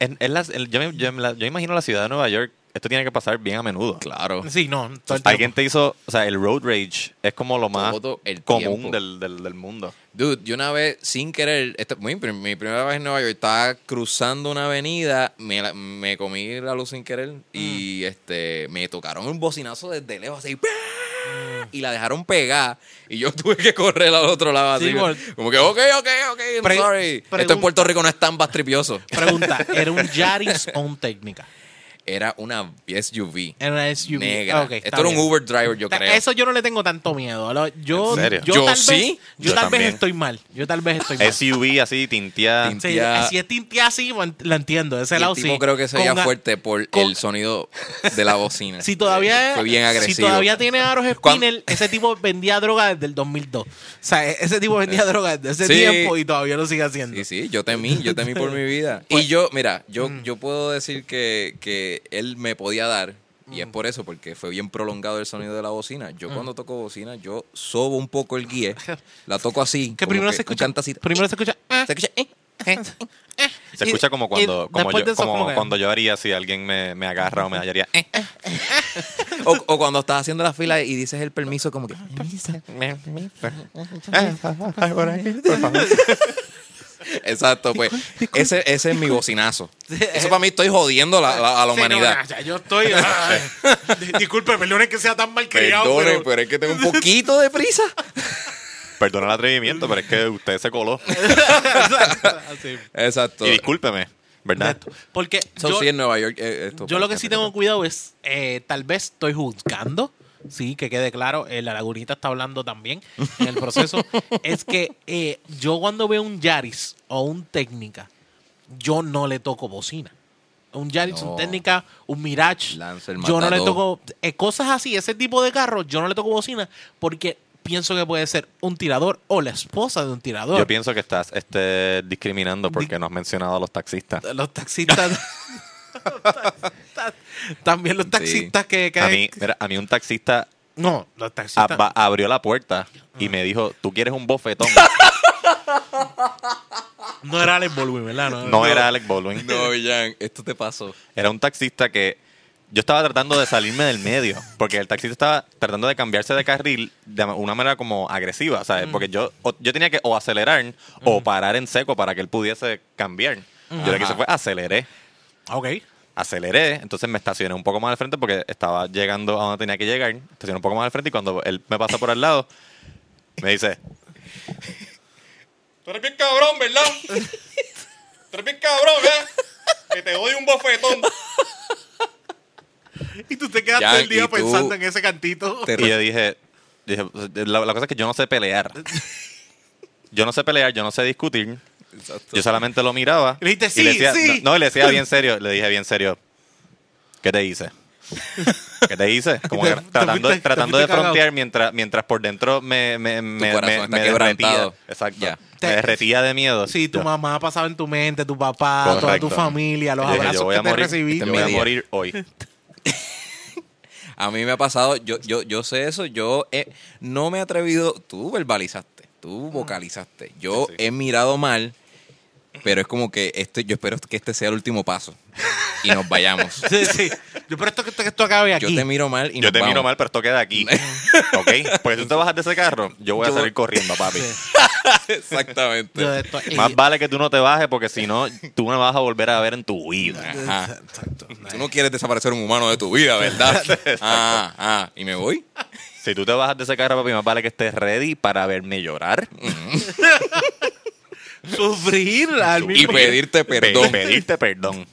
[SPEAKER 1] en- en las- en- yo, me- yo me la- yo imagino la ciudad de Nueva York, esto tiene que pasar bien a menudo.
[SPEAKER 2] Claro.
[SPEAKER 3] eh, sí, no. todo el
[SPEAKER 1] Alguien
[SPEAKER 3] tiempo.
[SPEAKER 1] te hizo, o sea, el road rage es como lo más
[SPEAKER 2] Todo el tiempo.
[SPEAKER 1] común del, del- del mundo.
[SPEAKER 2] Dude, yo una vez, sin querer, esto- muy prim- mi primera vez en Nueva York, estaba cruzando una avenida, me, la- me comí la luz sin querer
[SPEAKER 3] Mm.
[SPEAKER 2] y este me tocaron un bocinazo desde lejos así. ¡pah! Y la dejaron pegar y yo tuve que correr al otro lado así.
[SPEAKER 3] Sí, por-
[SPEAKER 2] Como que, ok, ok, ok, I'm
[SPEAKER 3] Pre-
[SPEAKER 2] sorry. Esto
[SPEAKER 3] pregunta-
[SPEAKER 2] en Puerto Rico no es tan bastripioso.
[SPEAKER 3] Pregunta, ¿era un Yaris o un técnica?
[SPEAKER 2] Era una SUV.
[SPEAKER 3] Era una SUV.
[SPEAKER 2] negra.
[SPEAKER 3] Ok, está
[SPEAKER 2] Esto era un
[SPEAKER 3] bien.
[SPEAKER 2] Uber driver, yo
[SPEAKER 3] Ta-
[SPEAKER 2] creo.
[SPEAKER 3] Eso yo no le tengo tanto miedo. Lo- Yo,
[SPEAKER 1] ¿En serio?
[SPEAKER 3] yo,
[SPEAKER 2] Yo
[SPEAKER 3] tal
[SPEAKER 2] sí.
[SPEAKER 3] Vez, yo,
[SPEAKER 1] Yo
[SPEAKER 3] tal
[SPEAKER 1] también.
[SPEAKER 3] vez estoy mal. Yo tal vez estoy mal.
[SPEAKER 1] SUV así, tintea.
[SPEAKER 2] Tin-
[SPEAKER 3] Sí,
[SPEAKER 2] Tintía-
[SPEAKER 3] si es tintía así, man- la entiendo. Ese
[SPEAKER 2] Y el
[SPEAKER 3] lado
[SPEAKER 2] tipo
[SPEAKER 3] sí.
[SPEAKER 2] creo que se veía
[SPEAKER 3] Con a-
[SPEAKER 2] fuerte por
[SPEAKER 3] con-
[SPEAKER 2] el sonido de la bocina.
[SPEAKER 3] Si todavía,
[SPEAKER 2] Fue bien agresivo.
[SPEAKER 3] si todavía tiene aros
[SPEAKER 2] Cuan-
[SPEAKER 3] spinel, ese tipo vendía droga desde el 2002. O sea, e- ese tipo vendía droga desde ese
[SPEAKER 2] Sí.
[SPEAKER 3] tiempo y todavía lo sigue haciendo.
[SPEAKER 2] Sí, sí, yo temí, yo temí por mi vida.
[SPEAKER 3] Pues-
[SPEAKER 2] Y yo, mira, yo,
[SPEAKER 3] Mm.
[SPEAKER 2] yo puedo decir que, que él me podía dar, y
[SPEAKER 3] Mm.
[SPEAKER 2] es por eso, porque fue bien prolongado el sonido de la bocina. Yo cuando toco bocina, yo sobo un poco el guía, la toco así.
[SPEAKER 3] Que
[SPEAKER 2] como
[SPEAKER 3] primero se
[SPEAKER 2] un
[SPEAKER 3] escucha.
[SPEAKER 2] cantacito.
[SPEAKER 3] Primero se escucha. ah,
[SPEAKER 2] Se escucha, eh,
[SPEAKER 3] eh, eh,
[SPEAKER 1] se
[SPEAKER 3] y-
[SPEAKER 1] escucha como
[SPEAKER 3] y
[SPEAKER 1] cuando, como
[SPEAKER 3] después
[SPEAKER 1] yo,
[SPEAKER 3] de eso,
[SPEAKER 1] como
[SPEAKER 3] ¿cómo que?
[SPEAKER 1] cuando yo haría si alguien me, me agarra o me hallaría. eh.
[SPEAKER 2] O, o cuando estás haciendo la fila y dices el permiso, como que. Exacto, pues. Ese, ese es mi bocinazo. Eso para mí estoy jodiendo la- la- a la
[SPEAKER 3] Sí, no,
[SPEAKER 2] humanidad.
[SPEAKER 3] ya, yo estoy. ah, di- disculpe, perdone que sea tan mal criado.
[SPEAKER 2] Perdone, pues. pero es que tengo un poquito de prisa.
[SPEAKER 1] Perdona el atrevimiento, pero es que usted se coló.
[SPEAKER 3] Así.
[SPEAKER 2] Exacto.
[SPEAKER 1] Y discúlpeme, ¿verdad?
[SPEAKER 3] Ah, Porque
[SPEAKER 2] So,
[SPEAKER 3] yo,
[SPEAKER 2] sí, en Nueva York. eh, esto
[SPEAKER 3] yo lo que
[SPEAKER 2] pasa.
[SPEAKER 3] sí tengo cuidado es, eh, tal vez estoy juzgando, sí, que quede claro, eh, la lagunita está hablando también en el proceso, es que eh, yo cuando veo un Yaris o un Técnica, yo no le toco bocina. Un Yaris,
[SPEAKER 2] No.
[SPEAKER 3] un Técnica, un Mirage,
[SPEAKER 2] Lancer,
[SPEAKER 3] yo no le
[SPEAKER 2] Matador.
[SPEAKER 3] toco, eh, cosas así, ese tipo de carros, yo no le toco bocina porque pienso que puede ser un tirador o la esposa de un tirador.
[SPEAKER 1] Yo pienso que estás este, discriminando porque no has mencionado a los taxistas.
[SPEAKER 3] los taxistas. los taxistas- también los taxistas que, que-
[SPEAKER 1] A mí, mira, a mí un taxista
[SPEAKER 3] No, los taxistas.
[SPEAKER 1] ab- abrió la puerta
[SPEAKER 2] Ah.
[SPEAKER 1] y me dijo, tú quieres un bofetón.
[SPEAKER 3] No era Alex Baldwin, ¿verdad? No,
[SPEAKER 1] No era Alec Baldwin.
[SPEAKER 2] No, Jan, esto te pasó.
[SPEAKER 1] Era un taxista que yo estaba tratando de salirme del medio porque el taxista estaba tratando de cambiarse de carril de una manera como agresiva,
[SPEAKER 2] Mm.
[SPEAKER 1] ¿sabes? Porque yo, o- yo tenía que o acelerar o parar en seco para que él pudiese cambiar. Yo lo que hice
[SPEAKER 2] Ajá.
[SPEAKER 1] fue aceleré.
[SPEAKER 3] Ah, Ok.
[SPEAKER 1] aceleré, entonces me estacioné un poco más al frente porque estaba llegando a donde tenía que llegar, estacioné un poco más al frente y cuando él me pasa por al lado, me dice,
[SPEAKER 4] Tú eres bien cabrón, ¿verdad? Tú eres bien cabrón, ¿verdad? Que te doy un bofetón.
[SPEAKER 3] Y tú te quedas
[SPEAKER 2] Ya,
[SPEAKER 3] todo el
[SPEAKER 2] y
[SPEAKER 3] día
[SPEAKER 2] tú-
[SPEAKER 3] pensando en ese cantito.
[SPEAKER 2] Te-
[SPEAKER 1] y yo dije, dije, la, la cosa es que yo no sé pelear. Yo no sé pelear, yo no sé discutir.
[SPEAKER 2] Exacto.
[SPEAKER 1] Yo solamente lo miraba.
[SPEAKER 3] Le dijiste,
[SPEAKER 1] y le
[SPEAKER 3] "Sí,
[SPEAKER 1] decía-
[SPEAKER 3] sí".
[SPEAKER 1] No, no, y le decía bien serio, le dije bien serio, ¿qué te hice? ¿Qué te hice? Como
[SPEAKER 3] Te-
[SPEAKER 1] que
[SPEAKER 3] te
[SPEAKER 1] tratando,
[SPEAKER 3] fuiste- te
[SPEAKER 1] tratando de
[SPEAKER 3] fuiste cagao.
[SPEAKER 1] frontear mientras, mientras por dentro me, me, me,
[SPEAKER 2] corazón
[SPEAKER 1] me-
[SPEAKER 2] está
[SPEAKER 1] me derretía.
[SPEAKER 2] quebrantado.
[SPEAKER 1] Exacto.
[SPEAKER 2] Ya.
[SPEAKER 1] Me derretía de miedo.
[SPEAKER 3] Sí, tu
[SPEAKER 1] Yo-
[SPEAKER 3] mamá pasaba en tu mente, tu papá, toda tu
[SPEAKER 1] Correcto.
[SPEAKER 3] familia, los
[SPEAKER 1] yo dije,
[SPEAKER 3] abrazos
[SPEAKER 1] yo voy a
[SPEAKER 3] que te
[SPEAKER 1] morir, Este
[SPEAKER 3] recibiste.
[SPEAKER 1] Yo voy a
[SPEAKER 2] mi día.
[SPEAKER 1] morir hoy.
[SPEAKER 2] A mí me ha pasado, yo, yo, yo sé eso, yo he- no me he atrevido, tú verbalizaste, tú vocalizaste, yo
[SPEAKER 1] Mm. Sí, sí.
[SPEAKER 2] he mirado mal, pero es como que este, yo espero que este sea el último paso y nos vayamos.
[SPEAKER 3] Sí, sí. Yo, pero esto que esto, que esto acabe
[SPEAKER 2] Yo
[SPEAKER 3] aquí.
[SPEAKER 2] te miro mal y
[SPEAKER 1] Yo
[SPEAKER 2] nos
[SPEAKER 1] te miro
[SPEAKER 2] vamos.
[SPEAKER 1] mal, pero esto queda aquí. ¿Ok? Porque tú te bajas de ese carro, yo voy a
[SPEAKER 2] Yo-
[SPEAKER 1] salir corriendo, papi.
[SPEAKER 2] Exactamente.
[SPEAKER 3] Yo de esto- eh,
[SPEAKER 1] Más vale que tú no te bajes porque si no, tú me vas a volver a ver en tu vida.
[SPEAKER 2] Ajá.
[SPEAKER 3] Exacto.
[SPEAKER 2] Tú no quieres desaparecer un humano de tu vida, ¿verdad? ah, ah, y me voy.
[SPEAKER 1] Si tú te bajas de ese carro, papi, más vale que estés ready para verme llorar
[SPEAKER 3] Sufrir al
[SPEAKER 2] Y
[SPEAKER 3] mismo
[SPEAKER 1] pues,
[SPEAKER 2] pedirte
[SPEAKER 1] pe-
[SPEAKER 2] perdón.
[SPEAKER 1] pedirte perdón.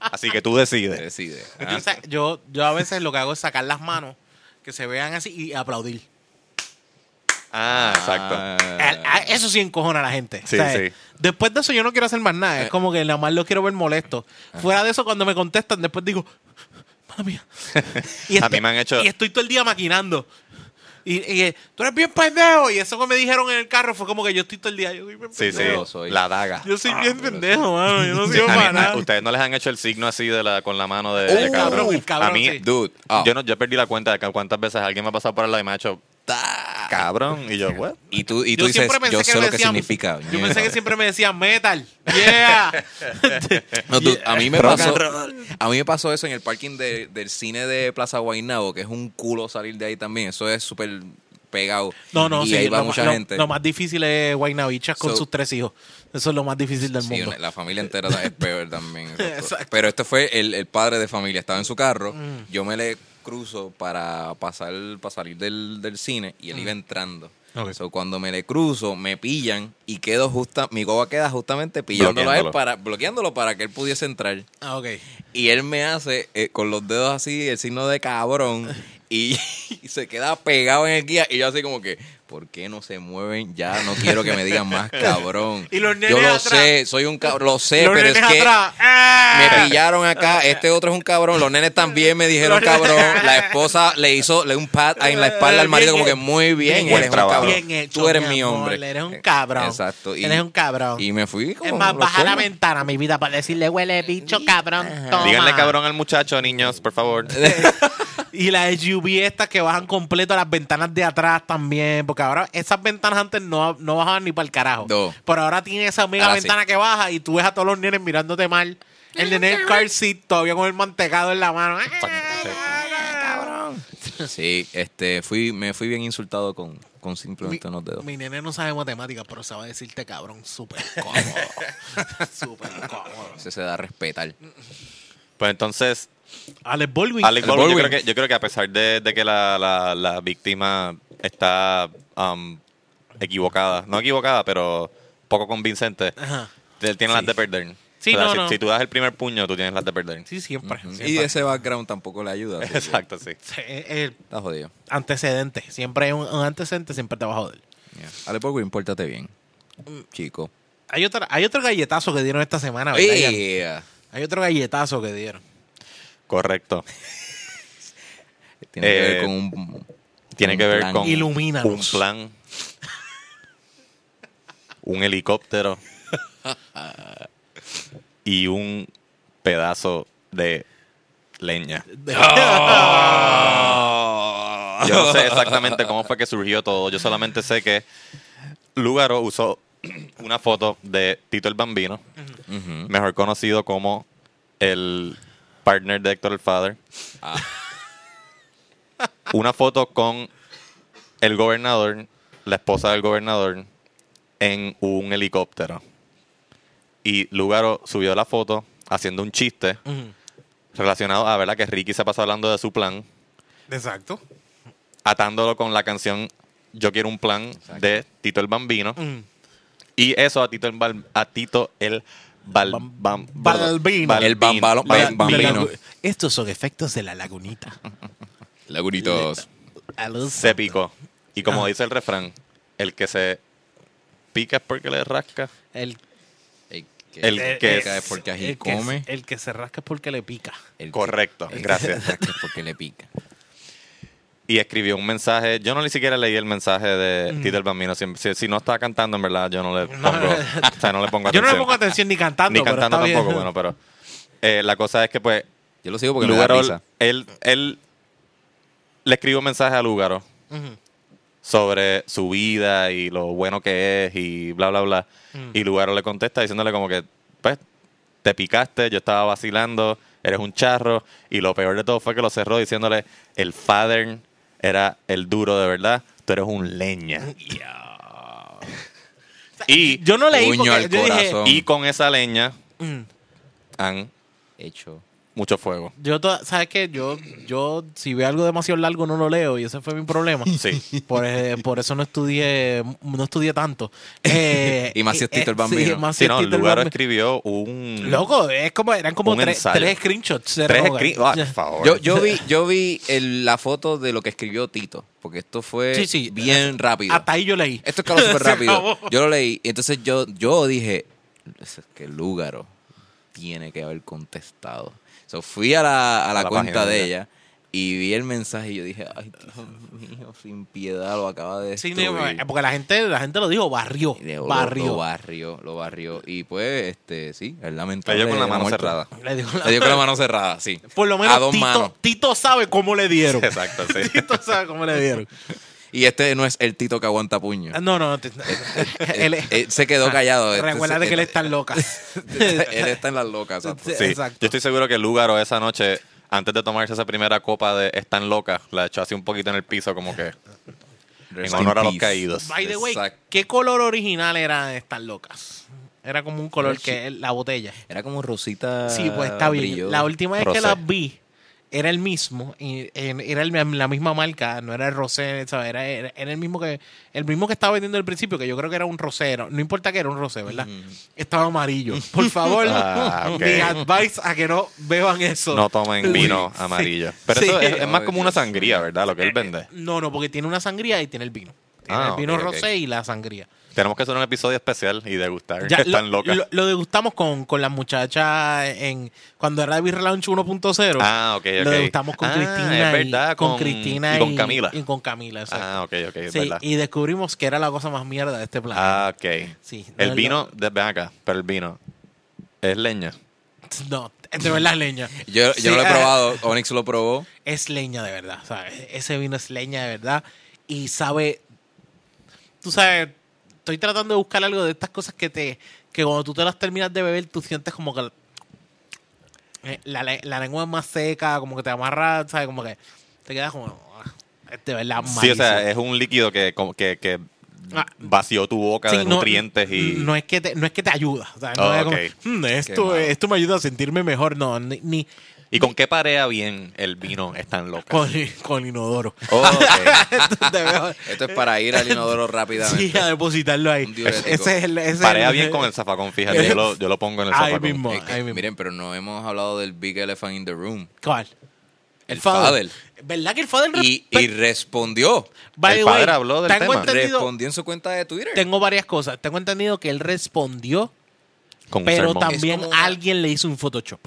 [SPEAKER 1] Así que tú decides.
[SPEAKER 2] Decide.
[SPEAKER 3] Yo,
[SPEAKER 2] Ah,
[SPEAKER 3] sa- yo, yo a veces lo que hago es sacar las manos, que se vean así y aplaudir.
[SPEAKER 1] Ah, exacto.
[SPEAKER 2] Ah.
[SPEAKER 3] Al- a- ah, Eso sí encojona a la gente.
[SPEAKER 1] Sí,
[SPEAKER 3] O sea,
[SPEAKER 1] sí.
[SPEAKER 3] Después de eso yo no quiero hacer más nada.
[SPEAKER 2] Eh.
[SPEAKER 3] Es como que nada más los quiero ver molestos.
[SPEAKER 2] Ah.
[SPEAKER 3] Fuera de eso, cuando me contestan, después digo, mala mía. Y este-
[SPEAKER 1] A mí me han hecho-
[SPEAKER 3] Y estoy todo el día maquinando. Y, y, eh, tú eres bien pendejo. Y eso que me dijeron en el carro fue como que yo estoy todo el día. Yo soy bien
[SPEAKER 1] Sí, sí.
[SPEAKER 3] pendejo.
[SPEAKER 2] soy.
[SPEAKER 1] La daga.
[SPEAKER 3] Yo
[SPEAKER 2] Ah,
[SPEAKER 3] soy bien pendejo, mano. Yo no
[SPEAKER 1] Sí,
[SPEAKER 3] sigo
[SPEAKER 1] a mí-
[SPEAKER 3] para
[SPEAKER 1] a-
[SPEAKER 3] nada.
[SPEAKER 1] ustedes no les han hecho el signo así de la, con la mano de,
[SPEAKER 2] Uh,
[SPEAKER 1] de cabrón.
[SPEAKER 3] cabrón, cabrón,
[SPEAKER 1] a mí,
[SPEAKER 3] sí.
[SPEAKER 2] Dude, ah,
[SPEAKER 1] yo, no, yo perdí la cuenta de ca- cuántas veces alguien me ha pasado por el lado y me ha hecho
[SPEAKER 2] ta.
[SPEAKER 1] cabrón. Y yo, what?
[SPEAKER 2] Y tú, y tú dices, yo sé
[SPEAKER 3] me
[SPEAKER 2] lo que
[SPEAKER 3] decían-
[SPEAKER 2] significa.
[SPEAKER 3] Yo pensé que siempre me decían metal. Yeah.
[SPEAKER 2] No, tú, a, mí me
[SPEAKER 1] Rock
[SPEAKER 2] pasó,
[SPEAKER 1] and
[SPEAKER 2] a mí me pasó eso en el parking de- del cine de Plaza Guaynabo, que es un culo salir de ahí también. Eso es súper pegado.
[SPEAKER 3] No, no,
[SPEAKER 2] y
[SPEAKER 3] sí.
[SPEAKER 2] ahí va
[SPEAKER 3] lo,
[SPEAKER 2] mucha
[SPEAKER 3] lo-
[SPEAKER 2] gente.
[SPEAKER 3] lo más difícil es Guaynabichas con
[SPEAKER 2] So-
[SPEAKER 3] sus tres hijos. Eso es lo más difícil del
[SPEAKER 2] Sí,
[SPEAKER 3] mundo.
[SPEAKER 2] una- la familia entera es peor también. exacto.
[SPEAKER 3] Exacto. Mm.
[SPEAKER 2] Pero este fue el, el padre de familia, estaba en su carro, yo me le cruzo para pasar para salir del, del cine y él iba entrando.
[SPEAKER 3] Mm. Ok.
[SPEAKER 2] So, cuando me le cruzo, me pillan y quedo justa, mi goba queda justamente pillándolo a él
[SPEAKER 1] Bloqueándolo.
[SPEAKER 2] para, bloqueándolo para que él pudiese entrar.
[SPEAKER 3] Ah, ok.
[SPEAKER 2] Y él me hace eh, con los dedos así el signo de cabrón y, y se queda pegado en el guía. Y yo así como que, ¿por qué no se mueven ya? No quiero que me digan más cabrón.
[SPEAKER 3] Y los nenes
[SPEAKER 2] yo lo
[SPEAKER 3] atrás.
[SPEAKER 2] sé, soy un cabrón, lo Eh. sé,
[SPEAKER 3] Los
[SPEAKER 2] pero es
[SPEAKER 3] nenes
[SPEAKER 2] que
[SPEAKER 3] atrás.
[SPEAKER 2] me
[SPEAKER 3] ¡Ah!
[SPEAKER 2] pillaron acá. Este otro es un cabrón. Los nenes también me dijeron
[SPEAKER 3] Los nenes-
[SPEAKER 2] cabrón. La esposa le hizo le dio un pat en la espalda al
[SPEAKER 3] Bien,
[SPEAKER 2] marido como que
[SPEAKER 3] bien.
[SPEAKER 2] muy bien,
[SPEAKER 1] Buen
[SPEAKER 2] eres un
[SPEAKER 1] trabajo.
[SPEAKER 2] cabrón.
[SPEAKER 3] Bien hecho,
[SPEAKER 2] Tú eres
[SPEAKER 3] mi
[SPEAKER 2] mi
[SPEAKER 3] amor,
[SPEAKER 2] hombre. Eh,
[SPEAKER 3] eres un cabrón.
[SPEAKER 2] Exacto. y-
[SPEAKER 3] Eres un cabrón.
[SPEAKER 2] Y me fui como
[SPEAKER 3] Es más,
[SPEAKER 2] los
[SPEAKER 3] baja la
[SPEAKER 2] cuernos.
[SPEAKER 3] ventana, mi vida, para decirle huele bicho, cabrón. Toma.
[SPEAKER 1] Díganle cabrón al muchacho, niños, por favor.
[SPEAKER 3] Y las SUV estas que bajan completo las ventanas de atrás también. Porque ahora esas ventanas antes no, no bajaban ni para el carajo.
[SPEAKER 2] No.
[SPEAKER 3] Pero ahora tiene esa mega
[SPEAKER 2] Ahora sí.
[SPEAKER 3] ventana que baja y tú ves a todos los nenes mirándote mal. El nene en el car seat todavía con el mantecado en la mano.
[SPEAKER 2] Sí, este, fui, me fui bien insultado con, con simplemente unos dedos.
[SPEAKER 3] mi nene no sabe matemáticas, pero sabe decirte cabrón súper cómodo. súper cómodo.
[SPEAKER 2] Ese se da a respetar.
[SPEAKER 3] Mm,
[SPEAKER 1] Pues entonces,
[SPEAKER 3] Alex Baldwin.
[SPEAKER 1] Alex
[SPEAKER 2] El
[SPEAKER 1] Baldwin, Yo,
[SPEAKER 2] Baldwin.
[SPEAKER 1] creo que, yo creo que a pesar de, de que la, la- la víctima está um, equivocada, no equivocada, pero poco convincente,
[SPEAKER 3] Ajá.
[SPEAKER 1] él tiene las de perder.
[SPEAKER 3] Sí,
[SPEAKER 1] O sea,
[SPEAKER 3] no,
[SPEAKER 1] si,
[SPEAKER 3] no.
[SPEAKER 1] si tú das el primer puño, tú tienes las de perder.
[SPEAKER 3] Sí, siempre. siempre.
[SPEAKER 2] Y ese background tampoco le ayuda. así que
[SPEAKER 1] Exacto, sí.
[SPEAKER 3] Eh, eh,
[SPEAKER 2] Está jodido.
[SPEAKER 3] antecedente. Siempre hay un, un antecedente, siempre te va a joder.
[SPEAKER 2] Yeah. Ale Baldwin, pórtate bien.
[SPEAKER 3] Mm.
[SPEAKER 2] Chico.
[SPEAKER 3] Hay, otra, hay otro galletazo que dieron esta semana, ¿verdad? Ian?
[SPEAKER 2] Yeah.
[SPEAKER 3] Hay otro galletazo que dieron.
[SPEAKER 1] Correcto.
[SPEAKER 2] Tiene que ver
[SPEAKER 1] Eh,
[SPEAKER 2] con un.
[SPEAKER 1] Tiene
[SPEAKER 2] un
[SPEAKER 1] que ver
[SPEAKER 2] plan.
[SPEAKER 1] con
[SPEAKER 3] Ilumínanos.
[SPEAKER 1] un plan, un helicóptero y un pedazo de leña. Yo no sé exactamente cómo fue que surgió todo. Yo solamente sé que Lugaro usó una foto de Tito el Bambino,
[SPEAKER 2] Ujú.
[SPEAKER 1] mejor conocido como el partner de Héctor el Father. Una foto con el gobernador, la esposa del gobernador, en un helicóptero. Y Lugaro subió la foto haciendo un chiste
[SPEAKER 3] Ujú.
[SPEAKER 1] relacionado a verdad que Ricky se pasó hablando de su plan
[SPEAKER 3] Exacto.
[SPEAKER 1] atándolo con la canción Yo quiero un plan de Tito el Bambino.
[SPEAKER 3] Mm.
[SPEAKER 1] Y eso a Tito el, Bal- a Tito el Bal-
[SPEAKER 3] Bam-
[SPEAKER 1] Bam-
[SPEAKER 3] Balbino.
[SPEAKER 2] El Bambalo-
[SPEAKER 1] Bal-
[SPEAKER 2] Bam- Bambino.
[SPEAKER 3] La lagu- Estos son efectos de la lagunita.
[SPEAKER 2] Lagunitos.
[SPEAKER 3] A los-
[SPEAKER 1] Se picó. Y como
[SPEAKER 3] Ajá.
[SPEAKER 1] dice el refrán, el que se pica es porque le rasca.
[SPEAKER 3] El eh,
[SPEAKER 2] Que-
[SPEAKER 1] El
[SPEAKER 2] se
[SPEAKER 1] que-
[SPEAKER 2] rasca es porque así
[SPEAKER 3] el que-
[SPEAKER 2] come.
[SPEAKER 3] el que se rasca es porque le pica.
[SPEAKER 2] el-
[SPEAKER 1] Correcto,
[SPEAKER 2] el que
[SPEAKER 1] gracias.
[SPEAKER 2] se rasca es porque le pica.
[SPEAKER 1] Y escribió un mensaje. Yo no ni siquiera leí el mensaje de
[SPEAKER 3] Mm.
[SPEAKER 1] Peter Bambino. Si, si- si no está cantando, en verdad, yo no le
[SPEAKER 3] No.
[SPEAKER 1] pongo, o sea, no le pongo
[SPEAKER 3] Yo no
[SPEAKER 1] atención.
[SPEAKER 3] le pongo atención ni cantando.
[SPEAKER 1] Ni cantando
[SPEAKER 3] pero está
[SPEAKER 1] tampoco,
[SPEAKER 3] bien.
[SPEAKER 1] bueno, pero... eh, la cosa es que, pues,
[SPEAKER 2] Yo lo sigo porque me da
[SPEAKER 1] Lugaro,
[SPEAKER 2] risa.
[SPEAKER 1] él, él le escribió un mensaje a Lugaro
[SPEAKER 3] Ujú.
[SPEAKER 1] sobre su vida y lo bueno que es y bla, bla, bla.
[SPEAKER 3] Mm.
[SPEAKER 1] Y Lugaro le contesta diciéndole como que, pues, te picaste, yo estaba vacilando, eres un charro. Y lo peor de todo fue que lo cerró diciéndole, el father era el duro de verdad, tú eres un leña. y,
[SPEAKER 3] Mm. Yo no leí
[SPEAKER 2] Puño
[SPEAKER 3] porque
[SPEAKER 2] al
[SPEAKER 3] yo dije,
[SPEAKER 2] corazón.
[SPEAKER 1] y con esa leña
[SPEAKER 3] mm,
[SPEAKER 1] han
[SPEAKER 2] Hecho.
[SPEAKER 1] mucho fuego.
[SPEAKER 3] yo to- sabes que yo yo si veo algo demasiado largo no lo leo y ese fue mi problema.
[SPEAKER 1] Sí.
[SPEAKER 3] Por, eh, por eso no estudié no estudié tanto. Eh,
[SPEAKER 2] Y más si es Tito el Bambino.
[SPEAKER 3] sí, más si
[SPEAKER 1] Sí,
[SPEAKER 3] es
[SPEAKER 1] no,
[SPEAKER 3] Tito el
[SPEAKER 1] Lugaro
[SPEAKER 3] Bambino.
[SPEAKER 1] escribió un...
[SPEAKER 3] Loco, es como eran como
[SPEAKER 1] Un
[SPEAKER 3] tres,
[SPEAKER 1] ensayo.
[SPEAKER 3] tres screenshots. era
[SPEAKER 1] Tres
[SPEAKER 3] como
[SPEAKER 1] screen-
[SPEAKER 3] que-
[SPEAKER 1] ah,
[SPEAKER 3] Ya.
[SPEAKER 1] por favor.
[SPEAKER 2] Yo, yo vi, yo vi el- la foto de lo que escribió Tito, porque esto fue
[SPEAKER 3] Sí, sí. Eh,
[SPEAKER 2] bien rápido.
[SPEAKER 3] Hasta ahí yo leí.
[SPEAKER 2] Esto es que súper
[SPEAKER 3] Se
[SPEAKER 2] rápido.
[SPEAKER 3] acabó.
[SPEAKER 2] Yo lo leí. Entonces yo, yo dije, "Es que Lúgaro tiene que haber contestado. So, fui a la, a la
[SPEAKER 1] A la
[SPEAKER 2] cuenta
[SPEAKER 1] página
[SPEAKER 2] de
[SPEAKER 1] de
[SPEAKER 2] ella y vi el mensaje y yo dije, ay, Dios mío, sin piedad lo acaba de
[SPEAKER 3] Sí,
[SPEAKER 2] destruir.
[SPEAKER 3] no, eh, porque la gente, la gente lo dijo, barrió.
[SPEAKER 2] Y luego lo- Lo,
[SPEAKER 3] Barrió.
[SPEAKER 2] barrió, lo barrió. Y pues, este, sí, es
[SPEAKER 1] Le
[SPEAKER 2] lamentable.
[SPEAKER 1] dio con la mano
[SPEAKER 2] muerte.
[SPEAKER 1] cerrada.
[SPEAKER 3] Le dijo la-
[SPEAKER 2] Le dio con la mano cerrada, sí.
[SPEAKER 3] Por lo
[SPEAKER 2] A
[SPEAKER 3] menos
[SPEAKER 2] dos manos.
[SPEAKER 3] Tito, Tito sabe cómo le dieron.
[SPEAKER 1] Exacto, sí.
[SPEAKER 3] Tito sabe cómo le dieron.
[SPEAKER 2] Y este no es el Tito que aguanta puño.
[SPEAKER 3] Ah, No, no, no. te- él,
[SPEAKER 2] Eh, eh, se quedó callado. Este-
[SPEAKER 3] recuerda que él está loca.
[SPEAKER 2] Él está en las locas. exacto.
[SPEAKER 1] Sí,
[SPEAKER 3] Exacto.
[SPEAKER 1] Yo estoy seguro que Lúgaro esa noche, antes de tomarse esa primera copa de Están Loca, la echó así un poquito en el piso, como que en
[SPEAKER 2] Rest in
[SPEAKER 1] honor a los
[SPEAKER 2] peace.
[SPEAKER 1] caídos.
[SPEAKER 3] By the way,
[SPEAKER 2] Exacto.
[SPEAKER 3] ¿qué color original eran estas locas? Era como un color que la botella.
[SPEAKER 2] Era como Rosita.
[SPEAKER 3] Sí, pues está bien.
[SPEAKER 2] Ah, brillo.
[SPEAKER 3] La última vez
[SPEAKER 1] Rosé.
[SPEAKER 3] que las vi era el mismo, y, en- era el- la misma marca, no era el rosé, ¿sabes? Era, era- era el mismo que el mismo que estaba vendiendo al principio, que yo creo que era un rosé, no, no importa que era un rosé, ¿verdad? Estaba amarillo. Por favor,
[SPEAKER 1] Ah, ok.
[SPEAKER 3] mi advice a que no beban eso.
[SPEAKER 1] No tomen
[SPEAKER 3] Sí.
[SPEAKER 1] vino amarillo. Pero
[SPEAKER 3] Sí.
[SPEAKER 1] eso es, es más
[SPEAKER 2] Ay,
[SPEAKER 1] como una
[SPEAKER 2] Dios
[SPEAKER 1] sangría, ¿verdad? Lo que él vende.
[SPEAKER 3] No, no, porque tiene una sangría y tiene el vino. Tiene
[SPEAKER 1] Ah,
[SPEAKER 3] el vino
[SPEAKER 1] ok, ok.
[SPEAKER 3] rosé y la sangría.
[SPEAKER 1] Tenemos que hacer un episodio especial y degustar
[SPEAKER 3] Ya, lo,
[SPEAKER 1] Están Loca.
[SPEAKER 3] lo- lo degustamos con, con las muchachas en cuando era Beer Launch 1.0.
[SPEAKER 1] ah, ok, ok.
[SPEAKER 3] Lo degustamos con
[SPEAKER 1] Ah,
[SPEAKER 3] Cristina.
[SPEAKER 1] es verdad,
[SPEAKER 3] y, con, Cristina
[SPEAKER 1] y con Camila.
[SPEAKER 3] Y con Camila, exacto.
[SPEAKER 1] ah, ok, ok, es
[SPEAKER 3] Sí,
[SPEAKER 1] verdad.
[SPEAKER 3] y descubrimos que era la cosa más mierda de este plan.
[SPEAKER 1] Ah, ok.
[SPEAKER 3] Sí, no
[SPEAKER 1] el
[SPEAKER 3] es
[SPEAKER 1] vino, de- ven acá, pero el vino es leña.
[SPEAKER 3] No, de verdad es leña.
[SPEAKER 2] Yo, yo
[SPEAKER 3] Sí,
[SPEAKER 2] no lo he
[SPEAKER 3] ah,
[SPEAKER 2] probado. Onyx lo probó.
[SPEAKER 3] Es leña de verdad, ¿sabes? Ese vino es leña de verdad. Y sabe. Tú sabes, estoy tratando de buscar algo de estas cosas que te. que cuando tú te las terminas de beber, tú sientes como que. eh, La, le- la lengua es más seca, como que te amarra, ¿sabes? Como que te quedas como. "Ah, es De verdad,
[SPEAKER 1] Sí, o sea,
[SPEAKER 3] malísimo".
[SPEAKER 1] es un líquido que, como que, que
[SPEAKER 3] Ah.
[SPEAKER 1] vació tu boca
[SPEAKER 3] Sí,
[SPEAKER 1] de
[SPEAKER 3] no- mm,
[SPEAKER 1] nutrientes y...
[SPEAKER 3] No es que te, no es que te ayuda. o sea, no
[SPEAKER 1] Oh,
[SPEAKER 3] es como,
[SPEAKER 1] ok.
[SPEAKER 3] "Mm,
[SPEAKER 2] Qué
[SPEAKER 3] esto,
[SPEAKER 2] malo.
[SPEAKER 3] esto me ayuda a sentirme mejor. No, ni, ni
[SPEAKER 1] ¿Y con qué parea bien el vino es tan loca?
[SPEAKER 3] con, con inodoro.
[SPEAKER 1] Oh, ok.
[SPEAKER 3] Te veo-
[SPEAKER 2] Esto es para ir al inodoro
[SPEAKER 3] sí,
[SPEAKER 2] rápidamente.
[SPEAKER 3] a depositarlo ahí.
[SPEAKER 2] Un diurético.
[SPEAKER 3] Ese es el, ese es
[SPEAKER 1] Parea
[SPEAKER 3] el-
[SPEAKER 1] bien con el zafacón, fíjate. Yo lo, yo lo pongo en el
[SPEAKER 3] Ahí
[SPEAKER 1] zafacón.
[SPEAKER 3] mismo.
[SPEAKER 2] Es que,
[SPEAKER 3] ahí mismo.
[SPEAKER 2] Eh, miren, pero no hemos hablado del Big Elephant in the Room.
[SPEAKER 3] ¿Cuál?
[SPEAKER 2] El
[SPEAKER 3] Fadel.
[SPEAKER 2] Fadel.
[SPEAKER 3] ¿Verdad que el Fadel
[SPEAKER 2] Y, y respondió.
[SPEAKER 1] el
[SPEAKER 3] By the way,
[SPEAKER 1] padre habló del
[SPEAKER 3] tengo
[SPEAKER 1] tema.
[SPEAKER 3] Entendido,
[SPEAKER 2] Respondió en su cuenta de Twitter.
[SPEAKER 3] tengo varias cosas. Tengo entendido que él respondió,
[SPEAKER 1] Con un
[SPEAKER 3] pero
[SPEAKER 1] sermón.
[SPEAKER 3] también
[SPEAKER 2] Es como-
[SPEAKER 3] alguien le hizo un Photoshop.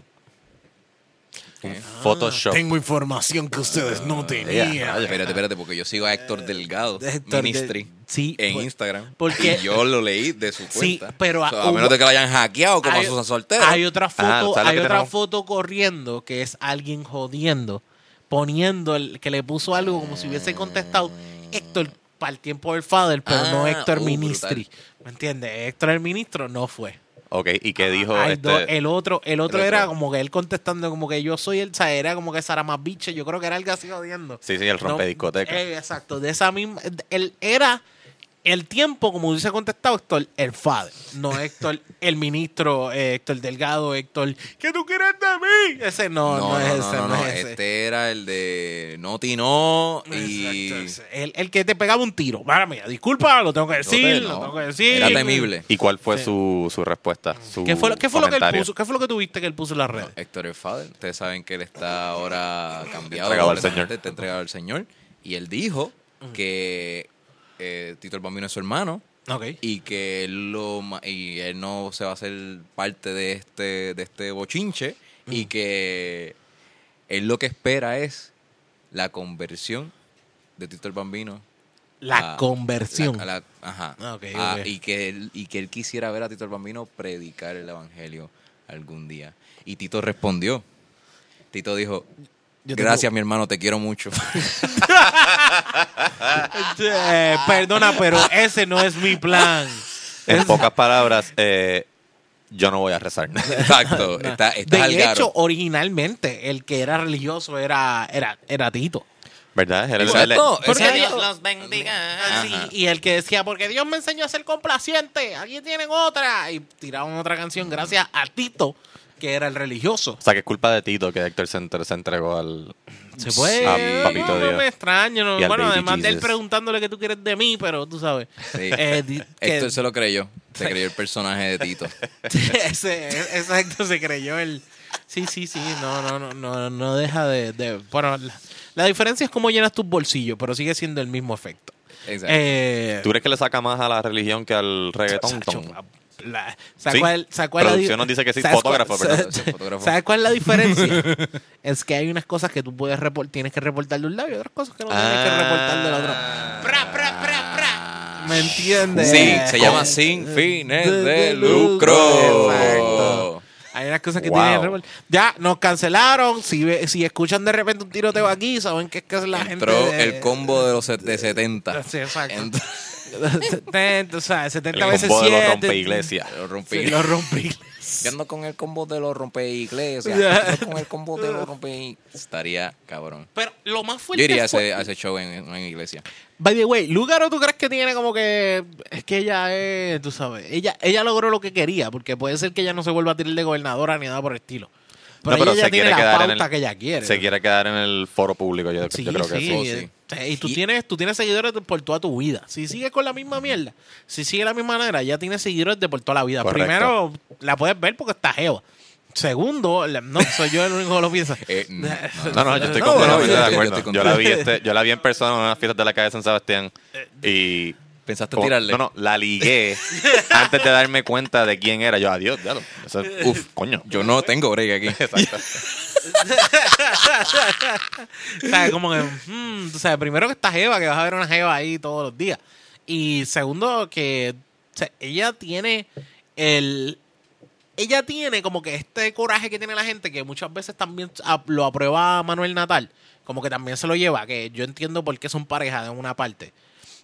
[SPEAKER 2] Eh,
[SPEAKER 1] Un Photoshop.
[SPEAKER 3] Ah, Tengo información que ustedes no
[SPEAKER 2] Ya, espérate, espérate, porque yo sigo a Héctor Delgado,
[SPEAKER 3] Eh, Héctor de-
[SPEAKER 2] Ministry,
[SPEAKER 3] sí,
[SPEAKER 2] en
[SPEAKER 3] pues,
[SPEAKER 2] Instagram.
[SPEAKER 3] porque-
[SPEAKER 2] Y yo lo leí de su
[SPEAKER 3] Sí,
[SPEAKER 2] cuenta.
[SPEAKER 3] pero a-
[SPEAKER 2] O sea, a menos de que lo hayan hackeado como a
[SPEAKER 3] hay,
[SPEAKER 2] Susan Soltero.
[SPEAKER 3] hay otra foto,
[SPEAKER 1] Ah, ¿sabes lo
[SPEAKER 3] hay
[SPEAKER 1] que
[SPEAKER 3] otra
[SPEAKER 1] tenemos?
[SPEAKER 3] foto corriendo que es alguien jodiendo, poniendo el que le puso algo como si hubiese contestado Héctor para el tiempo del Father, pero
[SPEAKER 2] Ah,
[SPEAKER 3] no Héctor
[SPEAKER 2] uh,
[SPEAKER 3] Ministri. ¿Me entiendes? Héctor el ministro no fue.
[SPEAKER 1] Ok, ¿y qué dijo
[SPEAKER 3] Hay
[SPEAKER 1] este?
[SPEAKER 3] dos- Ah, el otro, el otro
[SPEAKER 2] el
[SPEAKER 3] era
[SPEAKER 2] otro.
[SPEAKER 3] como que él contestando como que yo soy el, o sea, era como que Sara más biche, yo creo que era algo así jodiendo.
[SPEAKER 1] Sí, sí, el
[SPEAKER 3] No,
[SPEAKER 1] rompediscoteca.
[SPEAKER 3] eh, exacto, de esa misma. Él era el tiempo, como hubiese contestado Héctor, el padre. No Héctor, el ministro, eh, Héctor Delgado, Héctor, ¿qué tú quieres de mí? Ese no, no, es ese, no, es ese.
[SPEAKER 2] Este era el de Noti No y...
[SPEAKER 3] Exacto, ese. el, el que te pegaba un tiro. Mara mía, disculpa, lo tengo que decir,
[SPEAKER 2] no.
[SPEAKER 3] lo tengo que decir.
[SPEAKER 2] Era temible.
[SPEAKER 1] ¿Y cuál fue
[SPEAKER 3] Sí.
[SPEAKER 1] su, su respuesta? Su
[SPEAKER 3] ¿Qué fue, lo- qué fue lo que él
[SPEAKER 1] comentario?
[SPEAKER 3] puso? ¿Qué fue lo que tuviste que él puso en las redes?
[SPEAKER 2] Héctor el Fader. Ustedes saben que él está ahora cambiado.
[SPEAKER 1] Entregado al
[SPEAKER 2] completamente,
[SPEAKER 1] Señor.
[SPEAKER 2] Está entregado al Señor. Y él dijo que eh, Tito el Bambino es su hermano
[SPEAKER 3] Ok.
[SPEAKER 2] y que él lo ma- y él no se va a hacer parte de este de este bochinche
[SPEAKER 3] Mm.
[SPEAKER 2] y que él lo que espera es la conversión de Tito el Bambino
[SPEAKER 3] La
[SPEAKER 2] a-
[SPEAKER 3] conversión.
[SPEAKER 2] la- a la- ajá.
[SPEAKER 3] Ah, ok,
[SPEAKER 2] A-
[SPEAKER 3] ok.
[SPEAKER 2] y que él y que él quisiera ver a Tito el Bambino predicar el evangelio algún día y Tito respondió Tito dijo
[SPEAKER 3] Yo tengo-
[SPEAKER 2] gracias mi hermano te quiero mucho
[SPEAKER 3] Eh, perdona, pero ese no es mi plan.
[SPEAKER 1] En pocas palabras, eh, yo no voy a rezar.
[SPEAKER 2] exacto está está al
[SPEAKER 3] De
[SPEAKER 2] garo.
[SPEAKER 3] hecho, originalmente, el que era religioso era, era, era Tito.
[SPEAKER 1] ¿Verdad? Era el-
[SPEAKER 2] Exacto.
[SPEAKER 1] el-
[SPEAKER 3] Porque
[SPEAKER 2] Exacto.
[SPEAKER 3] Dios
[SPEAKER 5] los bendiga.
[SPEAKER 3] Así, y el que decía, porque Dios me enseñó a ser complaciente, aquí tienen otra. Y tiraban otra canción gracias a Tito, que era el religioso.
[SPEAKER 1] o sea, que es culpa de Tito que Héctor se, entre- se entregó al...
[SPEAKER 3] Se fue.
[SPEAKER 1] Ah, papito
[SPEAKER 3] no, no
[SPEAKER 1] Dios.
[SPEAKER 3] me extraño. no.
[SPEAKER 1] Y al
[SPEAKER 3] Bueno,
[SPEAKER 1] baby
[SPEAKER 3] además de él
[SPEAKER 1] Jesus.
[SPEAKER 3] preguntándole qué tú quieres de mí, pero tú sabes.
[SPEAKER 2] Sí.
[SPEAKER 3] Eh, di- que-
[SPEAKER 2] Héctor se lo creyó se creyó el personaje de Tito
[SPEAKER 3] ese, ese acto se creyó el. Sí, sí, sí. No, no, no, no, no deja de. de- bueno, la, la diferencia es cómo llenas tus bolsillos, pero sigue siendo el mismo efecto.
[SPEAKER 2] Exacto.
[SPEAKER 3] Eh,
[SPEAKER 1] ¿Tú crees que le saca más a la religión que al reggaetón?
[SPEAKER 3] Sacho,
[SPEAKER 1] Tom?
[SPEAKER 3] ah, la- ¿Sabes
[SPEAKER 1] Sí.
[SPEAKER 3] cuál, sabes cuál es la di-
[SPEAKER 1] Producción nos dice que sí,
[SPEAKER 3] sabes cuál-
[SPEAKER 1] fotógrafo, perdón.
[SPEAKER 3] sa-
[SPEAKER 2] Sí, fotógrafo.
[SPEAKER 3] ¿Sabes cuál es la diferencia? es que hay unas cosas que tú puedes repor- tienes que reportar de un lado y otras cosas que no tienes que reportar del otro.
[SPEAKER 1] Ah.
[SPEAKER 3] Pra, pra, pra, pra. ¿Me entiendes?
[SPEAKER 2] Sí, se llama
[SPEAKER 3] Eh,
[SPEAKER 2] Sin Fines
[SPEAKER 3] de-
[SPEAKER 2] de
[SPEAKER 3] de lucro.
[SPEAKER 2] Lucro.
[SPEAKER 3] Exacto. Hay unas cosas que
[SPEAKER 1] Wow.
[SPEAKER 3] tienen que reportar. Ya, nos cancelaron. Si, ve- si escuchan de repente un tiroteo aquí, saben que es que es la
[SPEAKER 2] Entró
[SPEAKER 3] gente. de-
[SPEAKER 2] el combo de los set- de 70.
[SPEAKER 3] Sí, exacto.
[SPEAKER 2] Entró-
[SPEAKER 3] Setenta, o sea, 70
[SPEAKER 1] El
[SPEAKER 3] veces
[SPEAKER 1] combo de los
[SPEAKER 3] 7.
[SPEAKER 1] rompe iglesia.
[SPEAKER 2] Lo rompí.
[SPEAKER 3] Se lo rompí.
[SPEAKER 2] Yo ando con el combo de los rompe iglesias.
[SPEAKER 3] Ya.
[SPEAKER 2] Ando con el combo de los rompe Estaría cabrón.
[SPEAKER 3] Pero lo más fuerte
[SPEAKER 2] Yo iría a
[SPEAKER 3] fue-
[SPEAKER 2] ese, a ese show en, en una iglesia.
[SPEAKER 3] By the way, Lugaro, ¿tú crees que tiene como que... Es que ella es, tú sabes, ella, ella logró lo que quería, porque puede ser que ella no se vuelva a tirar de gobernadora ni nada por el estilo. Pero,
[SPEAKER 1] No, pero
[SPEAKER 3] ella ya
[SPEAKER 1] se quiere
[SPEAKER 3] tiene la
[SPEAKER 1] quedar en
[SPEAKER 3] pauta
[SPEAKER 1] el-
[SPEAKER 3] que ella quiere.
[SPEAKER 1] Se quiere quedar en el foro público, yo, yo
[SPEAKER 3] Sí,
[SPEAKER 1] creo que sí.
[SPEAKER 3] sí,
[SPEAKER 2] sí.
[SPEAKER 3] eh, Y tú,
[SPEAKER 2] Y-
[SPEAKER 3] tienes, tú tienes seguidores de por toda tu vida. Si sigues con la misma mierda, si sigues la misma manera, ya tienes seguidores de por toda la vida.
[SPEAKER 1] Correcto.
[SPEAKER 3] Primero, la puedes ver porque está jeva. Segundo, la- no, soy yo el único que lo piensa.
[SPEAKER 2] Eh, no, no,
[SPEAKER 1] No, no, yo estoy
[SPEAKER 3] No,
[SPEAKER 1] completamente
[SPEAKER 2] no, yo
[SPEAKER 1] de
[SPEAKER 2] estoy- yo
[SPEAKER 1] acuerdo. Yo,
[SPEAKER 2] estoy
[SPEAKER 1] la vi este, yo la vi en persona en unas fiestas de la calle de San Sebastián
[SPEAKER 3] Eh,
[SPEAKER 1] y...
[SPEAKER 2] Pensaste
[SPEAKER 1] como-
[SPEAKER 2] tirarle.
[SPEAKER 1] No, no, la ligué antes de darme cuenta de quién era. Yo, adiós, ya lo- eso- Uf, coño.
[SPEAKER 2] Yo no tengo break aquí.
[SPEAKER 3] O sea, como que, mm, tú sabes, primero que está Jeva, que vas a ver una Jeva ahí todos los días. Y segundo, que o sea, ella tiene el. Ella tiene como que este coraje que tiene la gente, que muchas veces también a- lo aprueba Manuel Natal, como que también se lo lleva, que yo entiendo por qué son pareja de una parte.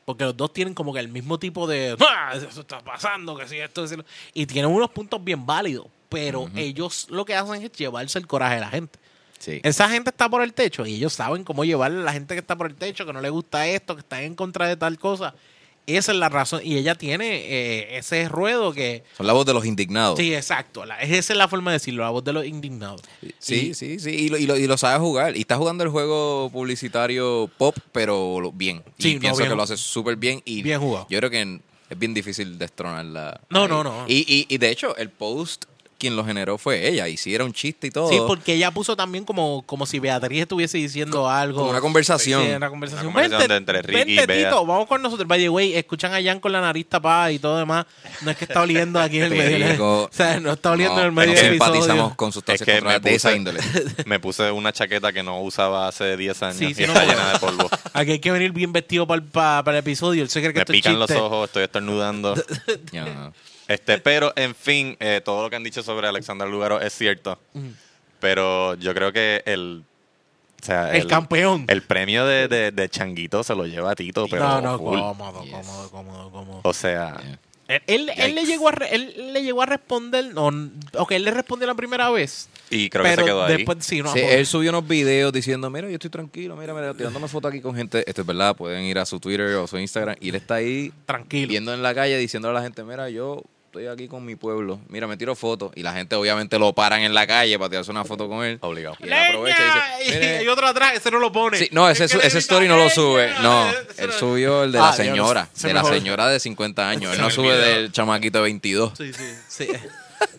[SPEAKER 3] Porque los dos tienen como que el mismo tipo de. "Ah, Eso está pasando, que si esto, que si lo-". Y tienen unos puntos bien válidos. Pero ellos lo que hacen es llevarse el coraje de la gente.
[SPEAKER 2] Sí.
[SPEAKER 3] Esa gente está por el techo y ellos saben cómo llevarle a la gente que está por el techo, que no le gusta esto, que está en contra de tal cosa. Esa es la razón. Y ella tiene eh, ese ruedo que...
[SPEAKER 2] Son la voz de los indignados.
[SPEAKER 3] Sí, exacto. La- esa es la forma de decirlo, la voz de los indignados.
[SPEAKER 2] Sí,
[SPEAKER 3] Y-
[SPEAKER 2] sí, sí. Y lo, y, lo, y lo sabe jugar. Y está jugando el juego publicitario pop, pero lo- bien.
[SPEAKER 3] Sí,
[SPEAKER 2] y
[SPEAKER 3] no,
[SPEAKER 2] pienso
[SPEAKER 3] bien.
[SPEAKER 2] que lo hace súper bien. Y
[SPEAKER 3] Bien jugado.
[SPEAKER 2] Yo creo que en- es bien difícil destronarla.
[SPEAKER 3] No,
[SPEAKER 2] ahí.
[SPEAKER 3] no, no.
[SPEAKER 2] Y, y, y de hecho, el post, quien lo generó fue ella. Y sí, era un chiste y todo.
[SPEAKER 3] Sí, porque ella puso también como, como si Beatriz estuviese diciendo algo.
[SPEAKER 2] como una conversación.
[SPEAKER 3] Sí, una conversación.
[SPEAKER 1] Una conversación
[SPEAKER 3] Vente,
[SPEAKER 1] de entre Ricky y
[SPEAKER 3] vente,
[SPEAKER 1] Bea.
[SPEAKER 3] Tito, vamos con nosotros. By the way, escuchan a Jan con la nariz tapada y todo demás. No es que está oliendo aquí en el medio.
[SPEAKER 2] Perico.
[SPEAKER 3] O sea, no está oliendo
[SPEAKER 2] No,
[SPEAKER 3] en el medio
[SPEAKER 2] no
[SPEAKER 3] del
[SPEAKER 2] simpatizamos
[SPEAKER 3] episodio.
[SPEAKER 2] con sustancias
[SPEAKER 1] Es que
[SPEAKER 2] controladas
[SPEAKER 1] me
[SPEAKER 2] de esa
[SPEAKER 1] puse-
[SPEAKER 2] índole.
[SPEAKER 1] Me puse una chaqueta que no usaba hace 10 años
[SPEAKER 3] Sí, sí,
[SPEAKER 1] y
[SPEAKER 3] no,
[SPEAKER 1] está
[SPEAKER 3] no.
[SPEAKER 1] llena de polvo.
[SPEAKER 3] Aquí hay que venir bien vestido para el, pa- para el episodio. Él se cree que
[SPEAKER 1] Me
[SPEAKER 3] esto es
[SPEAKER 1] pican los
[SPEAKER 3] chiste.
[SPEAKER 1] ojos, estoy estornudando.
[SPEAKER 2] Ya.
[SPEAKER 1] Este, pero, en fin, eh, todo lo que han dicho sobre Alexander Lugaro es cierto. Pero yo creo que el. o sea,
[SPEAKER 3] El campeón.
[SPEAKER 1] El premio de, de- de Changuito se lo lleva a Tito, pero.
[SPEAKER 3] no, no,
[SPEAKER 1] full. Oh,
[SPEAKER 3] cómodo,
[SPEAKER 2] Yes.
[SPEAKER 3] cómodo, cómodo, cómodo.
[SPEAKER 1] O sea,
[SPEAKER 2] Yeah.
[SPEAKER 3] Él, él, él le
[SPEAKER 2] Yikes.
[SPEAKER 3] llegó a re- él le llegó a responder, no, n- ok, él le respondió la primera vez,
[SPEAKER 1] y creo que
[SPEAKER 3] pero
[SPEAKER 1] se quedó ahí.
[SPEAKER 3] después sí, no, pues,
[SPEAKER 2] Sí,
[SPEAKER 3] amor.
[SPEAKER 2] él subió unos videos diciendo, mira, yo estoy tranquilo, mira, mira, tirándome fotos aquí con gente. Esto es verdad, pueden ir a su Twitter o su Instagram. Y él está ahí
[SPEAKER 3] tranquilo.
[SPEAKER 2] viendo en la calle diciéndole a la gente, mira, yo estoy aquí con mi pueblo, mira, me tiro fotos. Y la gente obviamente lo paran en la calle para tirarse una foto con él.
[SPEAKER 1] Obligado.
[SPEAKER 2] Y él aprovecha y
[SPEAKER 3] ¡Leña!
[SPEAKER 2] dice,
[SPEAKER 3] Y hay
[SPEAKER 2] "Mire".
[SPEAKER 3] otro atrás, ese no lo pone.
[SPEAKER 2] Sí, no, ese,
[SPEAKER 3] Es que le
[SPEAKER 2] ese
[SPEAKER 3] grita,
[SPEAKER 2] story no lo
[SPEAKER 3] "Leña". Ah,
[SPEAKER 2] sube. No,
[SPEAKER 3] Ese
[SPEAKER 2] él
[SPEAKER 3] no-
[SPEAKER 2] subió el de
[SPEAKER 3] Ah,
[SPEAKER 2] la
[SPEAKER 3] Dios,
[SPEAKER 2] señora,
[SPEAKER 3] se
[SPEAKER 2] de
[SPEAKER 3] me
[SPEAKER 2] la
[SPEAKER 3] jodió.
[SPEAKER 2] señora de 50 años. Él
[SPEAKER 1] Se
[SPEAKER 2] no
[SPEAKER 1] me
[SPEAKER 2] sube
[SPEAKER 1] olvidó.
[SPEAKER 2] del chamaquito de 22.
[SPEAKER 3] Sí, sí, sí.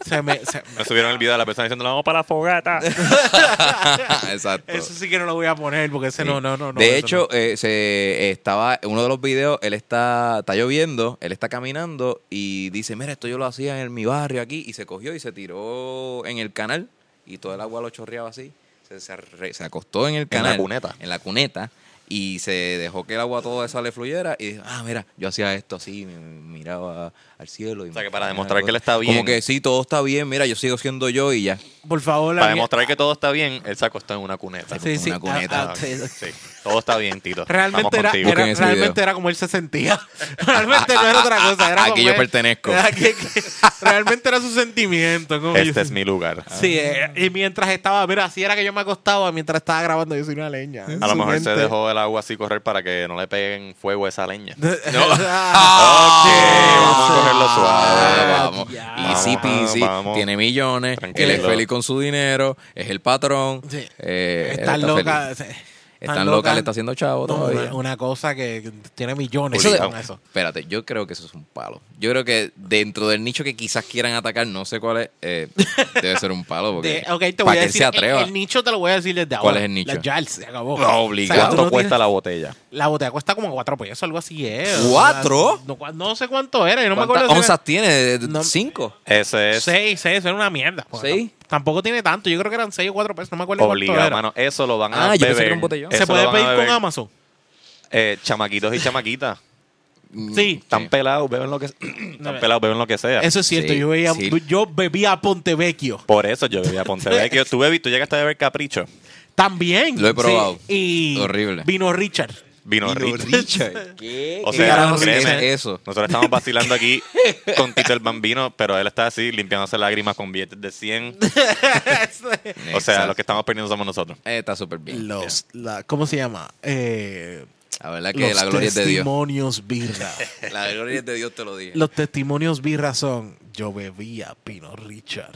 [SPEAKER 3] Se me, se-
[SPEAKER 1] Me subieron el video de la persona diciendo, vamos para la fogata.
[SPEAKER 2] Exacto.
[SPEAKER 3] eso sí que no lo voy a poner porque ese
[SPEAKER 2] Sí.
[SPEAKER 3] no, no, no. no, eso
[SPEAKER 2] de hecho, eh, se eh, estaba uno de los videos, él está, está lloviendo, él está caminando y dice, mira, esto yo lo hacía en el- mi barrio aquí y se cogió y se tiró en el canal y todo el agua lo chorreaba así. Se, se arre- se acostó en el canal.
[SPEAKER 1] cuneta.
[SPEAKER 2] En la cuneta. Y se dejó que el agua toda esa le fluyera y dijo, ah, mira, yo hacía esto así, me- me miraba al cielo. Y
[SPEAKER 1] O sea, que
[SPEAKER 2] me-
[SPEAKER 1] para demostrar que él está bien.
[SPEAKER 2] Como que sí, todo está bien, mira, yo sigo siendo yo y ya.
[SPEAKER 3] no. Por favor,
[SPEAKER 1] Para
[SPEAKER 3] había-
[SPEAKER 1] demostrar que todo está bien, él se acostó en una cuneta.
[SPEAKER 3] Sí, sí.
[SPEAKER 2] Una cuneta.
[SPEAKER 3] Ah, ah, sí.
[SPEAKER 1] Sí. Todo está bien, Tito.
[SPEAKER 3] Realmente,
[SPEAKER 1] Estamos
[SPEAKER 3] era,
[SPEAKER 1] contigo.
[SPEAKER 3] era-
[SPEAKER 2] Busquen ese
[SPEAKER 3] realmente
[SPEAKER 2] video.
[SPEAKER 3] era como él se sentía. Realmente no era otra cosa. Era
[SPEAKER 2] Aquí
[SPEAKER 3] como
[SPEAKER 2] yo
[SPEAKER 3] él-
[SPEAKER 2] pertenezco.
[SPEAKER 3] era que- que- realmente era su sentimiento. como yo-
[SPEAKER 1] Este es mi lugar.
[SPEAKER 3] Sí, eh, y mientras estaba, mira, así era que yo me acostaba mientras estaba grabando Yo soy una leña. en
[SPEAKER 1] A lo
[SPEAKER 3] su
[SPEAKER 1] mejor se
[SPEAKER 3] mente.
[SPEAKER 1] dejó el agua así correr para que no le peguen fuego a esa leña.
[SPEAKER 3] Ah,
[SPEAKER 1] Ok, vamos a cogerlo suave.
[SPEAKER 2] Ah,
[SPEAKER 3] Ah,
[SPEAKER 2] vamos.
[SPEAKER 3] ya.
[SPEAKER 2] Easy
[SPEAKER 1] Vamos,
[SPEAKER 2] peasy.
[SPEAKER 1] vamos.
[SPEAKER 2] Tiene millones.
[SPEAKER 1] Tranquilo.
[SPEAKER 2] Él es feliz con su dinero. Es el patrón.
[SPEAKER 3] Sí.
[SPEAKER 2] eh, él
[SPEAKER 3] Están
[SPEAKER 2] está
[SPEAKER 3] locas.
[SPEAKER 2] feliz.
[SPEAKER 3] sí,
[SPEAKER 2] Están locas. Le está haciendo chavo
[SPEAKER 3] No,
[SPEAKER 2] todavía.
[SPEAKER 3] una, una cosa que tiene millones
[SPEAKER 2] Eso de-
[SPEAKER 3] con eso.
[SPEAKER 2] Espérate, yo creo que eso es un palo. Yo creo que dentro del nicho que quizás quieran atacar, no sé cuál es, eh, debe ser un palo. Porque
[SPEAKER 3] De- ok, te voy
[SPEAKER 2] para
[SPEAKER 3] a
[SPEAKER 2] que él
[SPEAKER 3] decir.
[SPEAKER 2] se atreva.
[SPEAKER 3] El, el nicho te lo voy a decir desde ahora.
[SPEAKER 2] ¿Cuál es el nicho?
[SPEAKER 3] La Jarl se acabó.
[SPEAKER 2] No, obligado.
[SPEAKER 3] O sea, tú
[SPEAKER 1] ¿Cuánto
[SPEAKER 3] no
[SPEAKER 1] cuesta
[SPEAKER 3] tienes-
[SPEAKER 1] la botella?
[SPEAKER 3] La botella cuesta como 4 pesos, algo así es.
[SPEAKER 2] ¿Cuatro?
[SPEAKER 3] O sea, No, cua- no sé cuánto era, yo no me
[SPEAKER 2] ¿Cuántas
[SPEAKER 3] acuerdo.
[SPEAKER 2] onzas tiene?
[SPEAKER 3] No-
[SPEAKER 2] ¿Cinco?
[SPEAKER 1] Ese es
[SPEAKER 3] 6, 6, era una mierda.
[SPEAKER 2] ¿Seis?
[SPEAKER 3] Tam- Tampoco tiene tanto, yo creo que eran 6 o 4 pesos, no me acuerdo cuánto
[SPEAKER 1] obligado,
[SPEAKER 3] era.
[SPEAKER 1] mano. Eso lo van a
[SPEAKER 2] Ah, yo pensé que
[SPEAKER 1] beber.
[SPEAKER 2] era un botellón.
[SPEAKER 1] Eso lo
[SPEAKER 3] ¿Se puede
[SPEAKER 1] van a
[SPEAKER 3] pedir con
[SPEAKER 1] beber,
[SPEAKER 3] Amazon?
[SPEAKER 1] eh, chamaquitos y chamaquitas.
[SPEAKER 3] Sí.
[SPEAKER 1] Están pelados, beben lo que
[SPEAKER 3] No,
[SPEAKER 1] Están pelados, beben lo que sea.
[SPEAKER 3] Eso es cierto,
[SPEAKER 2] Sí,
[SPEAKER 3] yo, veía,
[SPEAKER 2] sí.
[SPEAKER 3] yo bebía Pontevecchio.
[SPEAKER 1] Por eso yo bebía Pontevecchio. Tú bebí, tú llegaste a beber Capricho.
[SPEAKER 3] También.
[SPEAKER 2] Lo he probado.
[SPEAKER 3] Sí, y
[SPEAKER 2] Horrible.
[SPEAKER 3] Vino Richard.
[SPEAKER 1] Vino
[SPEAKER 2] Vino
[SPEAKER 1] Richard.
[SPEAKER 2] Richard. ¿Qué?
[SPEAKER 1] O
[SPEAKER 2] ¿Qué
[SPEAKER 1] sea,
[SPEAKER 2] carajo
[SPEAKER 1] créeme,
[SPEAKER 2] es eso?
[SPEAKER 1] nosotros estamos vacilando aquí con Tito el Bambino, pero él está así limpiándose lágrimas con billetes de 100. O sea,
[SPEAKER 2] Exacto.
[SPEAKER 1] lo que estamos perdiendo somos nosotros.
[SPEAKER 2] Eh, Está súper bien.
[SPEAKER 3] Los, la, ¿Cómo se llama? Eh,
[SPEAKER 2] La verdad que
[SPEAKER 3] los
[SPEAKER 2] la gloria es de Dios.
[SPEAKER 3] testimonios birra.
[SPEAKER 2] La gloria es de Dios, te lo dije.
[SPEAKER 3] Los testimonios birra son yo bebía Pino Richard.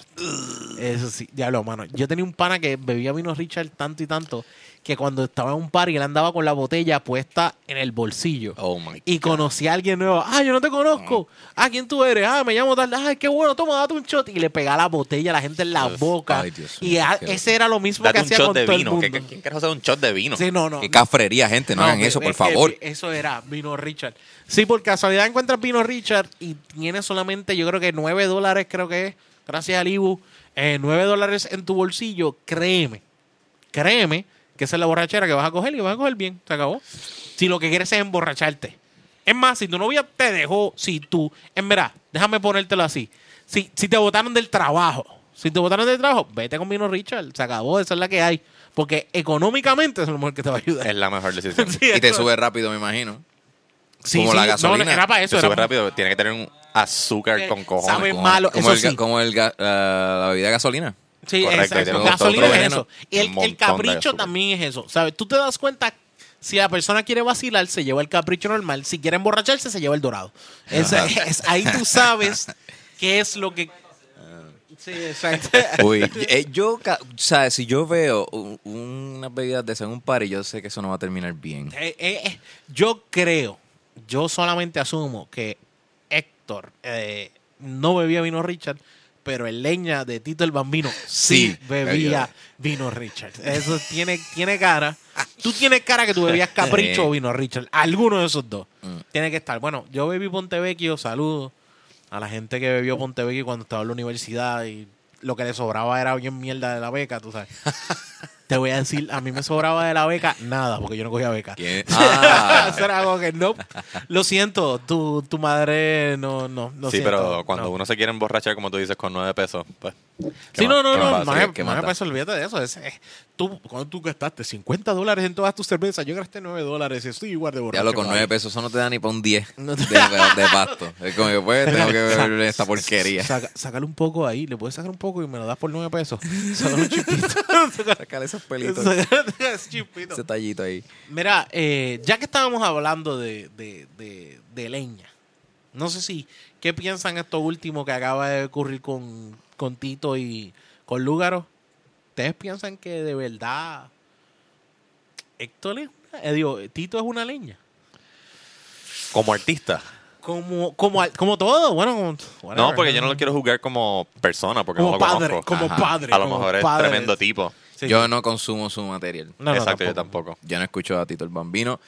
[SPEAKER 3] Eso sí, diablo, mano. Yo tenía un pana que bebía Pino Richard tanto y tanto que cuando estaba en un par y él andaba con la botella puesta en el bolsillo.
[SPEAKER 1] Oh my Oh.
[SPEAKER 3] Y conocí a alguien nuevo. Ah, yo no te conozco. Ah, ¿quién tú eres? Ah, me llamo tal. Ah, qué bueno, toma, date un shot. Y le pegaba la botella a la gente en la
[SPEAKER 1] Uf,
[SPEAKER 3] boca.
[SPEAKER 2] ay, Dios
[SPEAKER 3] y
[SPEAKER 2] mío,
[SPEAKER 3] a-
[SPEAKER 2] qué
[SPEAKER 3] ese era lo mismo
[SPEAKER 1] Date
[SPEAKER 3] que
[SPEAKER 1] un
[SPEAKER 3] hacía
[SPEAKER 1] shot
[SPEAKER 3] con
[SPEAKER 1] de
[SPEAKER 3] todo el
[SPEAKER 1] vino.
[SPEAKER 3] mundo.
[SPEAKER 1] ¿Qué- qué- ¿Quién carajo sabe un shot de vino?
[SPEAKER 3] Sí, no, no.
[SPEAKER 2] Qué cafrería, gente. No, hagan
[SPEAKER 3] ve-
[SPEAKER 2] eso,
[SPEAKER 3] ve
[SPEAKER 2] por
[SPEAKER 3] que
[SPEAKER 2] favor.
[SPEAKER 3] vi- Eso era Vino Richard. Sí, por casualidad encuentras Vino Richard y tiene solamente, yo creo que 9 dólares, creo que es, gracias al Ibu, eh, 9 dólares en tu bolsillo. Créeme, créeme que esa es la borrachera que vas a coger y vas a coger bien. Se acabó. Si lo que quieres es emborracharte. Es más, si tu novia te dejó, si tú, en verdad, déjame ponértelo así. Si, si te botaron del trabajo, si te botaron del trabajo, vete con Vino Richard. Se acabó, esa es la que hay. Porque económicamente es lo mejor que te va a ayudar.
[SPEAKER 1] Es la mejor decisión.
[SPEAKER 3] Sí,
[SPEAKER 2] Y te
[SPEAKER 3] eso-
[SPEAKER 2] sube rápido, me imagino.
[SPEAKER 3] Sí,
[SPEAKER 2] como
[SPEAKER 3] sí,
[SPEAKER 2] la gasolina.
[SPEAKER 3] No, era para eso.
[SPEAKER 1] Eso
[SPEAKER 3] era
[SPEAKER 1] sube
[SPEAKER 3] pa-
[SPEAKER 1] rápido. Tiene que tener un azúcar
[SPEAKER 3] Eh,
[SPEAKER 1] con cojones.
[SPEAKER 3] sabe- Es
[SPEAKER 2] Como-
[SPEAKER 3] malo,
[SPEAKER 2] como
[SPEAKER 3] eso
[SPEAKER 2] el ga-
[SPEAKER 3] sí.
[SPEAKER 2] Como el ga- la la bebida de gasolina.
[SPEAKER 3] Sí,
[SPEAKER 1] Correcto,
[SPEAKER 3] exacto.
[SPEAKER 1] tiene un
[SPEAKER 3] Gasolina
[SPEAKER 2] montón
[SPEAKER 3] es
[SPEAKER 2] de
[SPEAKER 3] eso. Y el,
[SPEAKER 1] Un
[SPEAKER 3] el
[SPEAKER 1] montón de
[SPEAKER 3] capricho
[SPEAKER 1] azúcar.
[SPEAKER 3] también es eso. ¿Sabes? Tú te das cuenta si la persona quiere vacilar, se lleva el capricho normal. Si quiere emborracharse, se lleva el dorado. Es- es- ahí tú sabes qué es lo que. Sí, exacto.
[SPEAKER 2] Uy, eh, yo, ca- o sea, si yo veo u- unas bebidas de esas en un par, yo sé que eso no va a terminar bien.
[SPEAKER 3] Eh, eh, eh, yo creo, yo solamente asumo que Héctor eh, no bebía vino Richard, pero el leña de Tito el Bambino sí,
[SPEAKER 2] Sí,
[SPEAKER 3] bebía
[SPEAKER 2] bebía.
[SPEAKER 3] vino Richard. Eso tiene, tiene cara. Tú tienes cara que tú bebías capricho o vino Richard. Alguno de esos dos. Tiene que estar. Bueno, yo bebí Pontevecchio, saludo a la gente que bebió Pontevecchio cuando estaba en la universidad y lo que le sobraba era bien mierda de la beca, tú sabes. Te voy a decir, a mí me sobraba de la beca nada, porque yo no cogía beca.
[SPEAKER 2] ¿Qué? Ah.
[SPEAKER 3] Eso era como que, nope. Lo siento, tu, tu madre no, no, lo
[SPEAKER 1] sí,
[SPEAKER 3] siento,
[SPEAKER 1] pero cuando
[SPEAKER 3] no.
[SPEAKER 1] uno se quiere emborrachar, como tú dices, con nueve pesos, pues. ¿qué
[SPEAKER 3] Sí,
[SPEAKER 1] más-
[SPEAKER 3] no, no,
[SPEAKER 1] qué más va
[SPEAKER 3] no,
[SPEAKER 1] a
[SPEAKER 3] más em-
[SPEAKER 1] hacer?
[SPEAKER 2] ¿Qué
[SPEAKER 3] más
[SPEAKER 2] más da?
[SPEAKER 3] peso, olvídate de eso. Es, eh, tú, cuando tú gastaste 50 dólares en todas tus cervezas, yo gasté 9 dólares y estoy igual de borracho.
[SPEAKER 2] Ya lo con
[SPEAKER 3] todavía.
[SPEAKER 2] nueve pesos, eso no te da ni para un 10
[SPEAKER 3] No
[SPEAKER 2] de,
[SPEAKER 3] te-
[SPEAKER 2] de pasto. Es como que pues tengo que beber esta porquería.
[SPEAKER 3] Saca- sácale un poco ahí, le puedes sacar un poco y me lo das por 9 pesos. Sácale un chipito.
[SPEAKER 2] Sácale esos pelitos,
[SPEAKER 3] Sácale ese chipito.
[SPEAKER 2] ese tallito ahí.
[SPEAKER 3] Mira, eh, ya que estábamos hablando de, de- de- de leña, no sé si, ¿qué piensan esto último que acaba de ocurrir con, con Tito y con Lúgaro? ¿Ustedes piensan que de verdad Héctor es- eh, digo, Tito es una leña?
[SPEAKER 1] Como artista.
[SPEAKER 3] Como, como, al- como todo, bueno. como-
[SPEAKER 1] No,
[SPEAKER 3] whatever,
[SPEAKER 1] porque yo no lo quiero juzgar como persona, porque no
[SPEAKER 3] Como
[SPEAKER 1] lo
[SPEAKER 3] padre,
[SPEAKER 1] conozco.
[SPEAKER 3] como
[SPEAKER 2] Ajá.
[SPEAKER 3] padre.
[SPEAKER 1] A lo
[SPEAKER 3] como
[SPEAKER 1] mejor es
[SPEAKER 3] padre.
[SPEAKER 1] tremendo tipo.
[SPEAKER 3] Sí.
[SPEAKER 2] Yo no consumo su material.
[SPEAKER 3] No, no,
[SPEAKER 1] Exacto, yo tampoco.
[SPEAKER 2] Yo no escucho a Tito el Bambino.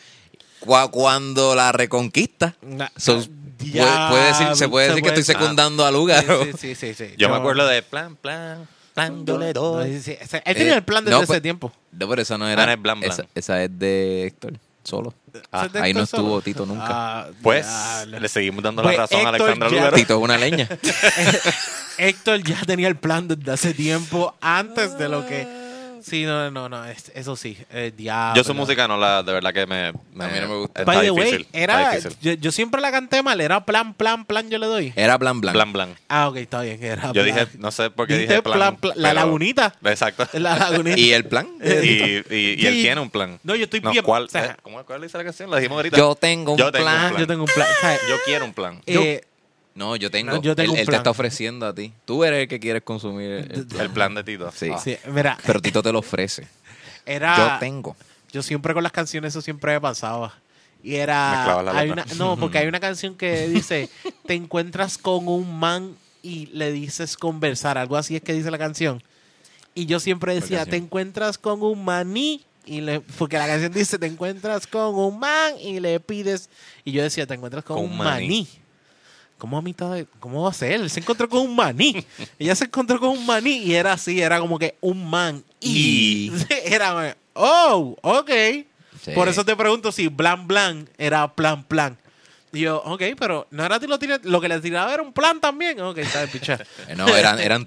[SPEAKER 2] Cu- Cuando la reconquista.
[SPEAKER 3] Na-
[SPEAKER 2] So, puede,
[SPEAKER 3] Diablo,
[SPEAKER 2] puede decir, se puede decir que
[SPEAKER 3] Ah, puede-
[SPEAKER 2] estoy secundando a Lugaro.
[SPEAKER 3] Sí, sí, sí, sí, sí.
[SPEAKER 1] Yo me acuerdo de plan, plan, plan, dole,
[SPEAKER 3] No,
[SPEAKER 1] dole.
[SPEAKER 3] sí, sí. O sea, Él tenía
[SPEAKER 2] Eh,
[SPEAKER 3] el plan desde
[SPEAKER 2] no,
[SPEAKER 3] ese
[SPEAKER 2] pues-
[SPEAKER 3] tiempo.
[SPEAKER 2] No, pero esa no era.
[SPEAKER 1] Ah, no es Blan Blan.
[SPEAKER 2] Esa, esa es de Héctor, solo. Ah,
[SPEAKER 3] O sea,
[SPEAKER 2] ahí no
[SPEAKER 3] Ah, Héctor Soto.
[SPEAKER 2] estuvo Tito nunca.
[SPEAKER 3] Ah,
[SPEAKER 1] Pues
[SPEAKER 3] diablo.
[SPEAKER 1] le seguimos dando
[SPEAKER 3] Pues,
[SPEAKER 1] la razón a
[SPEAKER 3] Héctor
[SPEAKER 1] Alexandra
[SPEAKER 3] ya-
[SPEAKER 1] Lugaro.
[SPEAKER 2] Tito es una leña.
[SPEAKER 3] Héctor ya tenía el plan desde hace tiempo, antes de lo que... Sí, no, no, no, es- eso sí, eh, diablo.
[SPEAKER 1] Yo su música no la, de verdad que me. me
[SPEAKER 2] A mí no me gusta.
[SPEAKER 1] Está
[SPEAKER 3] By the
[SPEAKER 1] difícil.
[SPEAKER 3] way, era,
[SPEAKER 1] está difícil.
[SPEAKER 3] yo, yo siempre la canté mal, era plan, plan, plan, yo le doy.
[SPEAKER 2] Era Blan Blan.
[SPEAKER 1] Plan, plan.
[SPEAKER 3] Ah, ok, está bien, era
[SPEAKER 1] Yo
[SPEAKER 3] plan.
[SPEAKER 1] dije, no sé por qué
[SPEAKER 3] Dijiste
[SPEAKER 1] dije plan.
[SPEAKER 3] plan, plan, la
[SPEAKER 1] pero-
[SPEAKER 3] lagunita.
[SPEAKER 1] Exacto.
[SPEAKER 3] La lagunita.
[SPEAKER 2] ¿Y el plan?
[SPEAKER 1] Y,
[SPEAKER 3] Eh,
[SPEAKER 1] y, y él
[SPEAKER 3] Sí.
[SPEAKER 1] tiene un plan.
[SPEAKER 3] No, yo estoy
[SPEAKER 1] no,
[SPEAKER 3] bien-
[SPEAKER 1] ¿cuál,
[SPEAKER 3] o sea-
[SPEAKER 1] eh, ¿cómo, ¿Cuál dice la canción? La dijimos ahorita.
[SPEAKER 2] Yo tengo un
[SPEAKER 1] Yo tengo un
[SPEAKER 2] plan.
[SPEAKER 1] plan.
[SPEAKER 3] Ah, Yo tengo un plan. ¿sabes?
[SPEAKER 1] Yo quiero un plan.
[SPEAKER 2] Yo-
[SPEAKER 3] Eh,
[SPEAKER 2] No, yo tengo.
[SPEAKER 3] No, yo tengo
[SPEAKER 2] él,
[SPEAKER 3] un
[SPEAKER 2] él te
[SPEAKER 3] plan.
[SPEAKER 2] está ofreciendo a ti. Tú eres el que quieres consumir el, el plan.
[SPEAKER 1] El plan de Tito.
[SPEAKER 2] Sí.
[SPEAKER 1] Ah.
[SPEAKER 3] sí, mira,
[SPEAKER 2] Pero Tito te lo ofrece.
[SPEAKER 3] era...
[SPEAKER 2] Yo tengo.
[SPEAKER 3] Yo siempre con las canciones eso siempre me pasaba. Y era.
[SPEAKER 1] Mezclaba la
[SPEAKER 3] hay
[SPEAKER 1] letra.
[SPEAKER 3] una- no, porque hay una canción que dice: Te encuentras con un man y le dices conversar. Algo así es que dice la canción. Y yo siempre decía:
[SPEAKER 2] canción?
[SPEAKER 3] Te encuentras con un maní. Y le, porque la canción dice: Te encuentras con un man y le pides. Y yo decía: Te encuentras con,
[SPEAKER 1] Con
[SPEAKER 3] un
[SPEAKER 1] un
[SPEAKER 3] maní.
[SPEAKER 1] maní.
[SPEAKER 3] ¿Cómo, a mitad de- ¿Cómo va a ser? Él se encontró con un maní. Ella se encontró con un maní y era así, era como que un man.
[SPEAKER 1] Y-
[SPEAKER 3] Y, era, oh, ok.
[SPEAKER 2] Sí.
[SPEAKER 3] Por eso te pregunto si Blan Blan era plan plan. Y yo, ok, pero no era ti lo tira- lo que le tiraba era un plan también. Ok, está de pichar.
[SPEAKER 2] Eh, No, eran, eran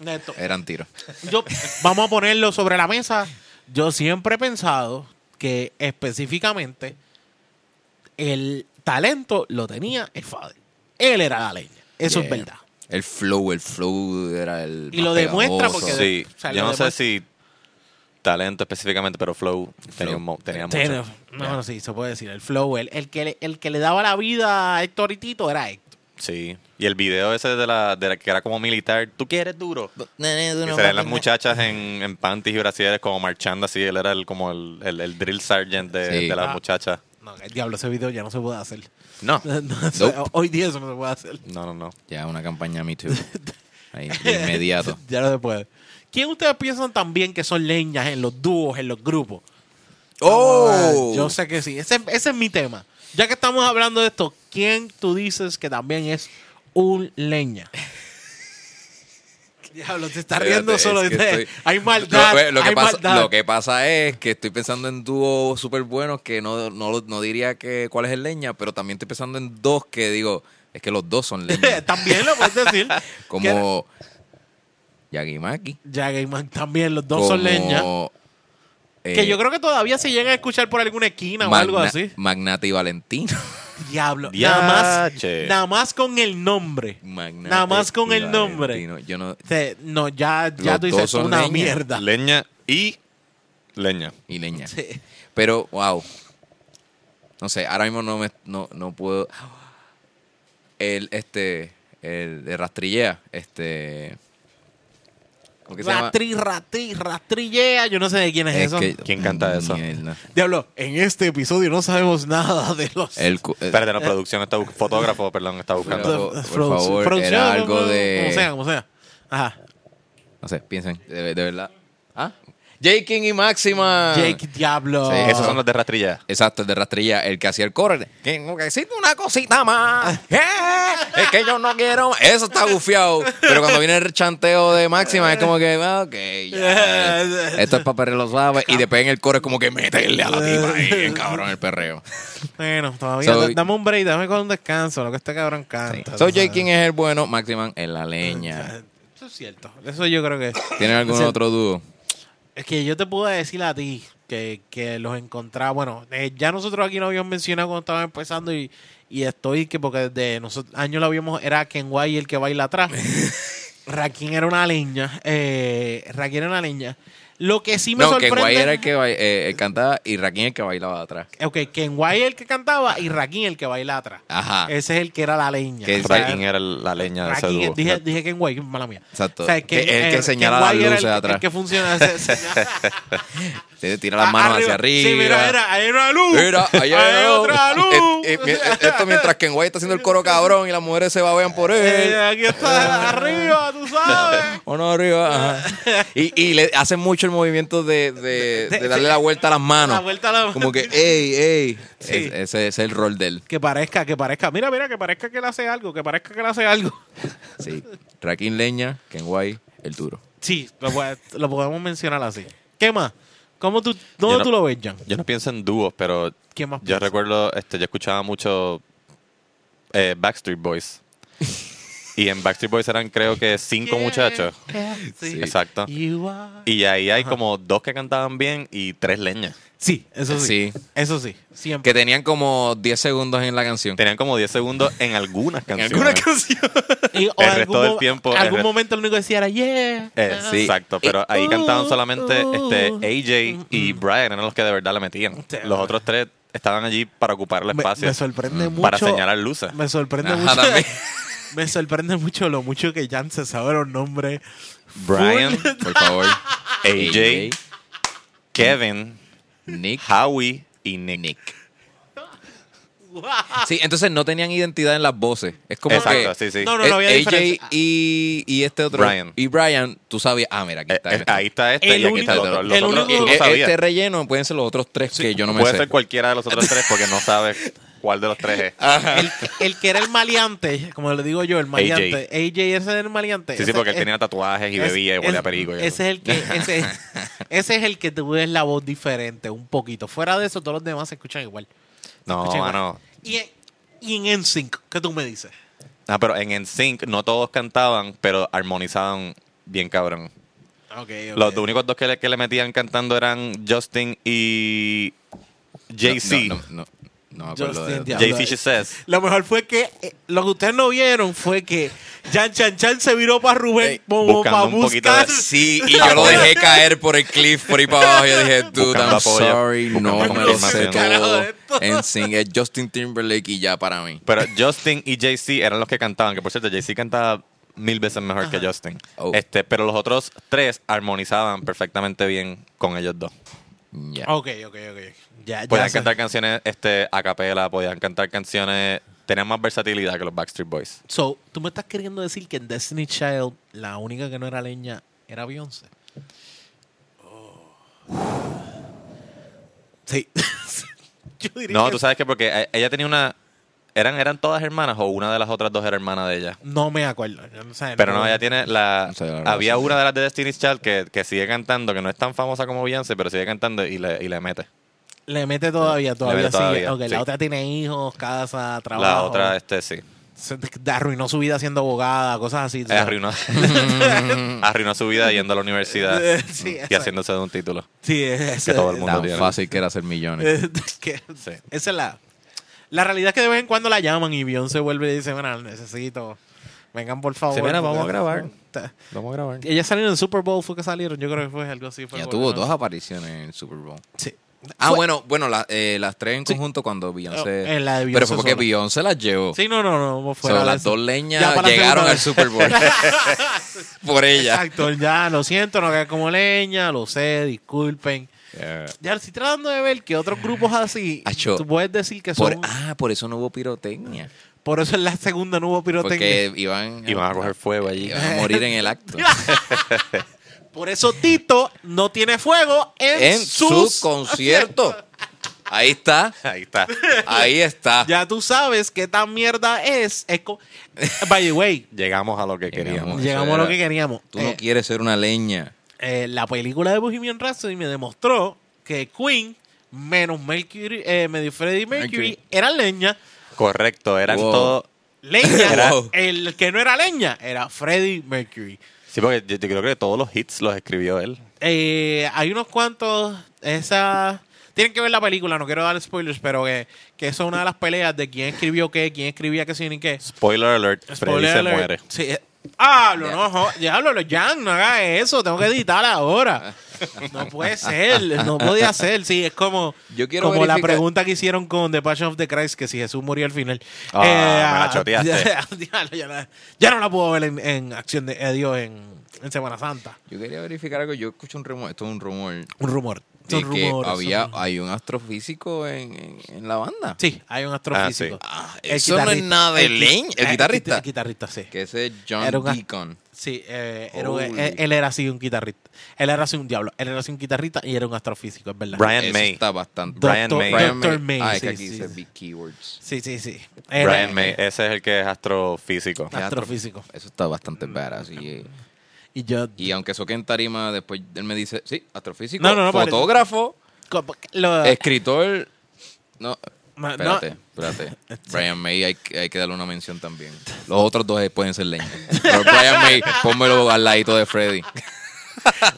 [SPEAKER 3] Neto.
[SPEAKER 2] Eran tiros.
[SPEAKER 3] Yo, vamos a ponerlo sobre la mesa. Yo siempre he pensado que específicamente el talento lo tenía el Fader. Él era la leña. Eso es
[SPEAKER 2] Yeah.
[SPEAKER 3] verdad.
[SPEAKER 2] El flow, el flow era el.
[SPEAKER 3] Y
[SPEAKER 2] más
[SPEAKER 3] lo demuestra
[SPEAKER 2] pegajoso.
[SPEAKER 3] porque-
[SPEAKER 1] Sí.
[SPEAKER 3] o sea,
[SPEAKER 1] yo
[SPEAKER 3] lo
[SPEAKER 1] no sé
[SPEAKER 3] demás-
[SPEAKER 1] si talento específicamente, pero Flow, Tenía, un mo- tenía mucho.
[SPEAKER 3] Tiene- no, no, sí, se puede decir. El flow, el, el que, le, el que le daba la vida a Héctor y Tito era Héctor.
[SPEAKER 1] Sí. Y el video ese de la, de la que era como militar, tú quieres duro.
[SPEAKER 2] Nene, tú
[SPEAKER 1] Que
[SPEAKER 2] no
[SPEAKER 1] se ven
[SPEAKER 2] mames
[SPEAKER 1] las
[SPEAKER 2] na-
[SPEAKER 1] muchachas en, en panties y brasieres como marchando así. Él era el, como el, el, el drill sergeant de,
[SPEAKER 2] Sí.
[SPEAKER 1] de las
[SPEAKER 3] Ah.
[SPEAKER 1] muchachas.
[SPEAKER 3] No, que diablo, ese video ya no se puede hacer.
[SPEAKER 1] No.
[SPEAKER 3] No, o sea,
[SPEAKER 2] Nope.
[SPEAKER 3] Hoy día eso no se puede hacer.
[SPEAKER 1] No, no, no.
[SPEAKER 2] Ya, una campaña Me Too. Ahí, de inmediato.
[SPEAKER 3] ya no se puede. ¿Quién ustedes piensan también que son leñas en los dúos, en los grupos? Ah,
[SPEAKER 2] ¡Oh!
[SPEAKER 3] Yo sé que sí. Ese, ese es mi tema. Ya que estamos hablando de esto, ¿quién tú dices que también es un leña? Diablo, te estás riendo
[SPEAKER 2] Espérate,
[SPEAKER 3] solo.
[SPEAKER 2] es que
[SPEAKER 3] dice,
[SPEAKER 2] estoy-
[SPEAKER 3] Hay maldad.
[SPEAKER 2] Lo, lo que
[SPEAKER 3] hay
[SPEAKER 2] pasa,
[SPEAKER 3] maldad.
[SPEAKER 2] lo que pasa es que estoy pensando en dúos súper buenos que no, no, no diría que cuál es el leña, pero también estoy pensando en dos que digo, es que los dos son leña.
[SPEAKER 3] también lo puedes decir. Que-
[SPEAKER 2] como Yagimaki.
[SPEAKER 3] Ya Gaiman también, los dos
[SPEAKER 2] como,
[SPEAKER 3] son leña.
[SPEAKER 2] eh,
[SPEAKER 3] Que yo creo que todavía se llegan a escuchar por alguna esquina o
[SPEAKER 2] Magna-
[SPEAKER 3] algo así.
[SPEAKER 2] Magnati Valentino.
[SPEAKER 3] Diablo. Nada más,
[SPEAKER 1] Diache.
[SPEAKER 3] nada más con el nombre.
[SPEAKER 2] Magnati
[SPEAKER 3] Nada más con
[SPEAKER 2] y
[SPEAKER 3] el nombre.
[SPEAKER 2] Valentino. Yo no,
[SPEAKER 3] O sea, no, ya, ya
[SPEAKER 2] Los
[SPEAKER 3] tú
[SPEAKER 2] dos
[SPEAKER 3] dices
[SPEAKER 2] son
[SPEAKER 3] una
[SPEAKER 2] leña.
[SPEAKER 3] mierda.
[SPEAKER 1] Leña y leña.
[SPEAKER 2] y leña.
[SPEAKER 3] Sí.
[SPEAKER 2] Pero, wow. No sé, ahora mismo no me no, no puedo. El este. El de rastrillea. Este. ¿Cómo que se llama?
[SPEAKER 3] Ratri, ratri, rastrillea. Yo no sé de quién es, eso.
[SPEAKER 1] ¿Quién canta eso?
[SPEAKER 2] Mierda.
[SPEAKER 3] Diablo, en este episodio no sabemos nada de los.
[SPEAKER 2] El, cu- eh,
[SPEAKER 1] Espérate, la producción está bu- fotógrafo, perdón, está
[SPEAKER 3] de-
[SPEAKER 1] buscando.
[SPEAKER 2] Pero- por- por
[SPEAKER 3] produ-
[SPEAKER 2] favor,
[SPEAKER 3] producción,
[SPEAKER 2] era algo
[SPEAKER 3] como-
[SPEAKER 2] de-
[SPEAKER 3] Como sea, como sea. Ajá.
[SPEAKER 2] no sé, piensen. De, de verdad. ¿Ah? Jake King y Máxima.
[SPEAKER 3] Jake Diablo.
[SPEAKER 2] Ah. Sí,
[SPEAKER 1] Esos son los de rastrilla.
[SPEAKER 2] Exacto, el de rastrilla, el que hacía el cover. Que necesito una cosita más.
[SPEAKER 3] Ah.
[SPEAKER 2] Eh, es que yo no quiero más. Eso está bufiado. Pero cuando viene el chanteo de Máxima, es como que, ah, ok, ya. Esto es para perreo, lo sabes. Y después en el coro es como que meterle a la tipa ahí, bien cabrón, el perreo.
[SPEAKER 3] Bueno, todavía.
[SPEAKER 2] So-
[SPEAKER 3] da- dame un break, dame con un descanso. Lo que este cabrón
[SPEAKER 2] Sí.
[SPEAKER 3] canta.
[SPEAKER 2] So,
[SPEAKER 3] tú sabes.
[SPEAKER 2] J. King es el bueno, Maximan es la leña.
[SPEAKER 3] Eso es cierto. Eso yo creo que.
[SPEAKER 2] ¿Tienen algún
[SPEAKER 3] Sí.
[SPEAKER 2] otro dúo?
[SPEAKER 3] Es que yo te pude decir a ti que, que los encontraba. Bueno, eh, ya nosotros aquí lo habíamos mencionado cuando estábamos empezando y, y estoy que porque desde nosotros años lo habíamos. Era Kenway el que baila atrás. Raquín era una leña. Eh, Raquín era una leña. Lo que sí me
[SPEAKER 2] No, que
[SPEAKER 3] sorprende.
[SPEAKER 2] Guay era el que ba- eh, eh, cantaba y Raquín el que bailaba atrás.
[SPEAKER 3] Ok, Kenway el que cantaba y Rakim el que baila atrás.
[SPEAKER 2] Ajá.
[SPEAKER 3] Ese es el que era la leña.
[SPEAKER 2] Ah. Que
[SPEAKER 3] O sea,
[SPEAKER 1] Rakim era la leña de ese
[SPEAKER 3] Rakim-
[SPEAKER 1] dúo.
[SPEAKER 3] dije, dije Kenway, mala mía.
[SPEAKER 2] Exacto.
[SPEAKER 3] O sea,
[SPEAKER 2] Que es el que señala
[SPEAKER 3] Kenway
[SPEAKER 2] las
[SPEAKER 3] era
[SPEAKER 2] luces
[SPEAKER 3] el,
[SPEAKER 2] atrás.
[SPEAKER 3] El que funciona. se- se-
[SPEAKER 2] Te Tira las manos hacia arriba.
[SPEAKER 3] Sí, mira, mira, hay una luz.
[SPEAKER 2] Mira, ahí hay algo.
[SPEAKER 3] otra luz.
[SPEAKER 2] Eh, eh, mi- eh, esto mientras que en Guay está haciendo el coro cabrón y las mujeres se babean por él.
[SPEAKER 3] Eh, aquí está arriba, tú sabes.
[SPEAKER 2] O no arriba. ajá. Y, y le hacen mucho el movimiento de, de- de
[SPEAKER 3] De-
[SPEAKER 2] darle la vuelta a las manos.
[SPEAKER 3] La vuelta a la-
[SPEAKER 2] Ah, Como que, ey, ey.
[SPEAKER 3] Sí.
[SPEAKER 2] Es- ese es el rol de él.
[SPEAKER 3] Que parezca, que parezca. Mira, mira, que parezca que le hace algo, que parezca que le hace algo.
[SPEAKER 2] Sí. Raquín Leña, Ken Guay, el duro.
[SPEAKER 3] Sí, lo, po- lo podemos mencionar así. ¿Qué más? ¿Cómo tú, ¿Dónde
[SPEAKER 1] Yo no-
[SPEAKER 3] tú lo ves, Jan?
[SPEAKER 1] Yo no pienso en dúos, pero
[SPEAKER 3] ¿Quién más
[SPEAKER 1] yo
[SPEAKER 3] piensa?
[SPEAKER 1] recuerdo, este, yo escuchaba mucho eh, Backstreet Boys. y en Backstreet Boys eran creo que cinco
[SPEAKER 3] Yeah.
[SPEAKER 1] muchachos.
[SPEAKER 3] Sí.
[SPEAKER 1] Exacto.
[SPEAKER 3] You are-
[SPEAKER 1] Y ahí hay como dos que cantaban bien y tres leñas.
[SPEAKER 3] Sí, eso sí.
[SPEAKER 2] Sí.
[SPEAKER 3] Eso sí,
[SPEAKER 2] Que
[SPEAKER 3] siempre.
[SPEAKER 2] tenían como 10 segundos en la canción.
[SPEAKER 1] Tenían como 10 segundos en algunas
[SPEAKER 2] En
[SPEAKER 1] canciones.
[SPEAKER 2] alguna canción. ¿eh?
[SPEAKER 3] Y, o
[SPEAKER 1] el resto del
[SPEAKER 3] mo-
[SPEAKER 1] tiempo- el
[SPEAKER 3] algún
[SPEAKER 1] re-
[SPEAKER 3] momento lo único que decía era yeah.
[SPEAKER 1] Eh,
[SPEAKER 3] Ah.
[SPEAKER 1] Exacto, pero ahí
[SPEAKER 3] Uh,
[SPEAKER 1] cantaban solamente
[SPEAKER 3] uh,
[SPEAKER 1] este, AJ y Brian, eran los que de verdad le metían.
[SPEAKER 3] Sí.
[SPEAKER 1] Los otros tres estaban allí para ocupar el
[SPEAKER 3] Me,
[SPEAKER 1] espacio, mm,
[SPEAKER 3] me sorprende mucho.
[SPEAKER 1] para señalar luces.
[SPEAKER 3] Me sorprende
[SPEAKER 2] Ajá,
[SPEAKER 3] mucho.
[SPEAKER 2] también.
[SPEAKER 3] Me sorprende mucho lo mucho que Jan se sabe los nombres.
[SPEAKER 1] Brian,
[SPEAKER 2] Por favor.
[SPEAKER 1] AJ, Kevin,
[SPEAKER 2] Nick.
[SPEAKER 1] Howie y Nick.
[SPEAKER 2] Sí, entonces no tenían identidad en las voces. Es como
[SPEAKER 1] Exacto,
[SPEAKER 2] que
[SPEAKER 1] sí, sí.
[SPEAKER 3] No, no, no había
[SPEAKER 2] eh,
[SPEAKER 3] diferencia.
[SPEAKER 2] AJ y, y este otro.
[SPEAKER 1] Brian.
[SPEAKER 2] Y Brian, tú sabías. Ah, mira, aquí
[SPEAKER 1] Eh,
[SPEAKER 2] está.
[SPEAKER 1] eh,
[SPEAKER 2] este.
[SPEAKER 1] ahí está este
[SPEAKER 3] El
[SPEAKER 1] y aquí está el
[SPEAKER 3] único-
[SPEAKER 1] otro. Los
[SPEAKER 3] el
[SPEAKER 1] otros
[SPEAKER 3] único-
[SPEAKER 1] no
[SPEAKER 2] Eh,
[SPEAKER 1] sabía.
[SPEAKER 2] Este relleno pueden ser los otros tres que yo no me
[SPEAKER 1] Puede
[SPEAKER 2] sé.
[SPEAKER 1] ser cualquiera de los otros tres porque no sabes cuál de los tres es.
[SPEAKER 2] Ah,
[SPEAKER 3] El, el que era el maleante, como le digo yo, el maleante. AJ, ese era el maleante.
[SPEAKER 1] Sí, sí,
[SPEAKER 3] Ese-
[SPEAKER 1] porque él
[SPEAKER 3] es-
[SPEAKER 1] tenía tatuajes y
[SPEAKER 3] es-
[SPEAKER 1] bebía y
[SPEAKER 3] es-
[SPEAKER 1] huele a perico. y eso.
[SPEAKER 3] Ese es el que, ese, ese es el que tú ves la voz diferente, un poquito. Fuera de eso, todos los demás se escuchan igual.
[SPEAKER 1] No,
[SPEAKER 3] Escucha igual.
[SPEAKER 1] mano.
[SPEAKER 3] Y, en- y en NSYNC, ¿qué tú me dices?
[SPEAKER 1] Ah, pero en NSYNC no todos cantaban, pero armonizaban bien cabrón.
[SPEAKER 3] Okay,
[SPEAKER 1] Los dos únicos dos que le, que le metían cantando eran Justin y Jay-Z.
[SPEAKER 2] No, no, no, no me acuerdo
[SPEAKER 3] Justin
[SPEAKER 2] de
[SPEAKER 3] Diablo.
[SPEAKER 1] Jay-Z She Says.
[SPEAKER 3] Lo mejor fue que eh, lo que ustedes no vieron fue que Jan Chan Chan se viró para Rubén
[SPEAKER 1] Ey,
[SPEAKER 3] como
[SPEAKER 1] buscando
[SPEAKER 3] para
[SPEAKER 1] un poquito de-
[SPEAKER 3] buscar.
[SPEAKER 2] Sí, y yo lo dejé caer por el cliff por ahí para abajo. Yo dije, dude,
[SPEAKER 1] Buscando
[SPEAKER 2] I'm
[SPEAKER 1] apoyo,
[SPEAKER 2] sorry, no
[SPEAKER 1] buscando
[SPEAKER 2] me lo sé
[SPEAKER 1] confirmación.
[SPEAKER 3] Carajo
[SPEAKER 2] todo.
[SPEAKER 3] de esto.
[SPEAKER 2] En sing, es Justin Timberlake y ya para mí.
[SPEAKER 1] Pero Justin y Jay-Z eran los que cantaban, que por cierto, Jay-Z cantaba mil veces mejor que Justin.
[SPEAKER 2] Oh.
[SPEAKER 1] Este, pero los otros tres armonizaban perfectamente bien con ellos dos.
[SPEAKER 2] Ya.
[SPEAKER 3] Ok, ok, ok. Ya, ya
[SPEAKER 1] Podían
[SPEAKER 3] sé.
[SPEAKER 1] cantar canciones este, a capela, podían cantar canciones... Tenían más versatilidad que los Backstreet Boys.
[SPEAKER 3] So, tú me estás queriendo decir que en Destiny Child la única que no era leña era Beyoncé. Oh. Sí. Yo diría
[SPEAKER 1] No,
[SPEAKER 3] que
[SPEAKER 1] tú sabes que porque eh, ella tenía una... ¿Eran, ¿Eran todas hermanas o una de las otras dos era hermana de ella?
[SPEAKER 3] No me acuerdo. Yo no sé,
[SPEAKER 1] Pero
[SPEAKER 3] me
[SPEAKER 1] no, ella
[SPEAKER 3] acuerdo.
[SPEAKER 1] tiene la...
[SPEAKER 2] No sé, la verdad,
[SPEAKER 1] había
[SPEAKER 2] sí.
[SPEAKER 1] una de las de Destiny's Child que, que sigue cantando, que no es tan famosa como Beyoncé, pero sigue cantando y le, y le mete.
[SPEAKER 3] Le mete todavía, todavía
[SPEAKER 1] mete
[SPEAKER 3] sigue.
[SPEAKER 1] todavía,
[SPEAKER 3] Ok,
[SPEAKER 1] sí.
[SPEAKER 3] la otra tiene hijos, casa, trabajo.
[SPEAKER 1] La otra, este, sí.
[SPEAKER 3] Se- arruinó su vida siendo abogada, cosas así. tú
[SPEAKER 1] Eh,
[SPEAKER 3] sabes.
[SPEAKER 1] arruinó, arruinó su vida yendo a la universidad
[SPEAKER 3] Eh, sí,
[SPEAKER 1] y
[SPEAKER 3] exacto.
[SPEAKER 1] haciéndose de un título.
[SPEAKER 3] Sí, es,
[SPEAKER 1] Que todo el mundo
[SPEAKER 2] Tan
[SPEAKER 1] tiene.
[SPEAKER 2] fácil que era hacer millones.
[SPEAKER 3] es- es que-
[SPEAKER 1] Sí.
[SPEAKER 3] Esa es la, la realidad es que de vez en cuando la llaman y Beyoncé vuelve y dice, mira, necesito, vengan por favor.
[SPEAKER 1] Sí, mira,
[SPEAKER 3] porque-
[SPEAKER 1] vamos a grabar. Vamos a grabar.
[SPEAKER 3] Ellas salieron en Super Bowl, fue que salieron, yo creo que fue algo así. fue
[SPEAKER 2] Ya
[SPEAKER 3] por-
[SPEAKER 2] tuvo
[SPEAKER 3] ¿no?
[SPEAKER 2] dos apariciones en el Super Bowl.
[SPEAKER 3] Sí. Fue-
[SPEAKER 2] Ah,
[SPEAKER 3] Oh,
[SPEAKER 2] bueno, bueno, la- eh, las tres en conjunto cuando Beyoncé.
[SPEAKER 3] en Eh, la de
[SPEAKER 2] pero
[SPEAKER 3] Beyoncé
[SPEAKER 2] fue porque
[SPEAKER 3] sola.
[SPEAKER 2] Beyoncé las llevó.
[SPEAKER 3] Sí, no, no, no, no,
[SPEAKER 2] So,
[SPEAKER 3] fuera de
[SPEAKER 2] las
[SPEAKER 3] eso.
[SPEAKER 2] dos
[SPEAKER 3] Ya
[SPEAKER 2] leñas
[SPEAKER 3] para la
[SPEAKER 2] llegaron
[SPEAKER 3] segunda
[SPEAKER 2] al
[SPEAKER 3] vez.
[SPEAKER 2] Super Bowl. Por ella.
[SPEAKER 3] Exacto, ya, lo siento, no queda como leña, lo sé, disculpen.
[SPEAKER 2] Yeah.
[SPEAKER 3] Ya, si tratando de ver que otros grupos así,
[SPEAKER 2] Acho,
[SPEAKER 3] tú puedes decir que
[SPEAKER 2] Por-
[SPEAKER 3] son...
[SPEAKER 2] ah, por eso no hubo pirotecnia.
[SPEAKER 3] Por eso en la segunda no hubo pirotecnia.
[SPEAKER 2] Porque iban,
[SPEAKER 1] Y van a coger fuego allí.
[SPEAKER 2] iban a morir en el acto.
[SPEAKER 3] Por eso Tito no tiene fuego en,
[SPEAKER 2] en
[SPEAKER 3] sus
[SPEAKER 2] su concierto. Ahí está.
[SPEAKER 1] Ahí está.
[SPEAKER 2] Ahí está.
[SPEAKER 3] Ya tú sabes qué tan mierda es. es co- By the way,
[SPEAKER 1] Llegamos a lo que
[SPEAKER 2] Llegamos.
[SPEAKER 1] queríamos.
[SPEAKER 2] Eso
[SPEAKER 3] llegamos a lo
[SPEAKER 2] era-
[SPEAKER 3] que queríamos.
[SPEAKER 2] Tú no
[SPEAKER 3] Eh,
[SPEAKER 2] quieres ser una leña.
[SPEAKER 3] eh, la película de Bohemian Rhapsody me demostró que Queen menos Mercury, eh, medio Freddie Mercury
[SPEAKER 2] Mercury.
[SPEAKER 3] eran leña.
[SPEAKER 1] Correcto, eran
[SPEAKER 2] Wow.
[SPEAKER 1] todos.
[SPEAKER 3] Leña,
[SPEAKER 2] Era-
[SPEAKER 3] el que no era leña era Freddie Mercury.
[SPEAKER 1] Sí, porque yo, yo creo que todos los hits los escribió él.
[SPEAKER 3] Eh, hay unos cuantos, esa... Tienen que ver la película, no quiero dar spoilers, pero que, que eso es una de las peleas de quién escribió qué, quién escribía qué, sin y qué.
[SPEAKER 1] Spoiler alert: Freddy
[SPEAKER 3] Spoiler
[SPEAKER 1] se
[SPEAKER 3] alert.
[SPEAKER 1] muere.
[SPEAKER 2] eh.
[SPEAKER 3] Sí. Hablo, no, jo- diablo, lo- Jan, no haga eso, tengo que editar ahora. No puede ser, no podía ser. Sí, es como,
[SPEAKER 2] Yo quiero
[SPEAKER 3] como la
[SPEAKER 2] verificar-
[SPEAKER 3] pregunta que hicieron con The Passion of the Christ, que si Jesús murió al final.
[SPEAKER 1] Ah, me la
[SPEAKER 3] ah,
[SPEAKER 1] choteaste.
[SPEAKER 3] Ya, diablo, ya la- ya no la puedo ver en, en Acción de eh, Dios en, en Semana Santa.
[SPEAKER 2] Yo quería verificar algo. Yo escuché un rumor. Esto es un rumor.
[SPEAKER 3] Un rumor.
[SPEAKER 2] De
[SPEAKER 3] Son
[SPEAKER 2] que
[SPEAKER 3] rumores,
[SPEAKER 2] había,
[SPEAKER 3] son-
[SPEAKER 2] hay un astrofísico en, en- en la banda.
[SPEAKER 3] Sí, hay un astrofísico.
[SPEAKER 2] Ah,
[SPEAKER 3] El
[SPEAKER 2] eso no es
[SPEAKER 3] guitarrista-
[SPEAKER 2] nada de
[SPEAKER 3] el-
[SPEAKER 2] Lane.
[SPEAKER 3] eh,
[SPEAKER 2] El guitarrista.
[SPEAKER 3] El guitarrista, sí.
[SPEAKER 2] que ese es John
[SPEAKER 3] Era un as-
[SPEAKER 2] Deacon.
[SPEAKER 3] Sí, eh, era un-
[SPEAKER 2] Holy.
[SPEAKER 3] él, él era así un guitarrista. Él era así un diablo. Él era así un guitarrista y era un astrofísico, es verdad.
[SPEAKER 1] Brian
[SPEAKER 2] Eso
[SPEAKER 1] May.
[SPEAKER 2] está bastante.
[SPEAKER 1] Brian
[SPEAKER 3] Doctor-
[SPEAKER 1] May.
[SPEAKER 2] Brian
[SPEAKER 3] Doctor
[SPEAKER 2] May.
[SPEAKER 3] May,
[SPEAKER 2] Ah, es
[SPEAKER 3] sí,
[SPEAKER 2] que aquí
[SPEAKER 3] sí,
[SPEAKER 2] dice
[SPEAKER 3] sí.
[SPEAKER 2] big keywords.
[SPEAKER 3] Sí, sí, sí. Era-
[SPEAKER 1] Brian May, ese es el que es astrofísico.
[SPEAKER 2] Ah.
[SPEAKER 3] Astrofísico.
[SPEAKER 2] Eso está bastante badass. Y,
[SPEAKER 3] Y yo.
[SPEAKER 2] y aunque soque en tarima, después él me dice, sí, astrofísico,
[SPEAKER 3] No, no, no, parece-
[SPEAKER 2] fotógrafo,
[SPEAKER 3] como que lo-
[SPEAKER 2] escritor. No,
[SPEAKER 3] Ma- no.
[SPEAKER 2] espérate, espérate. Brian May hay, que- hay que darle una mención también. Los otros dos pueden ser leña. Pero Brian May, pónmelo al ladito de Freddy.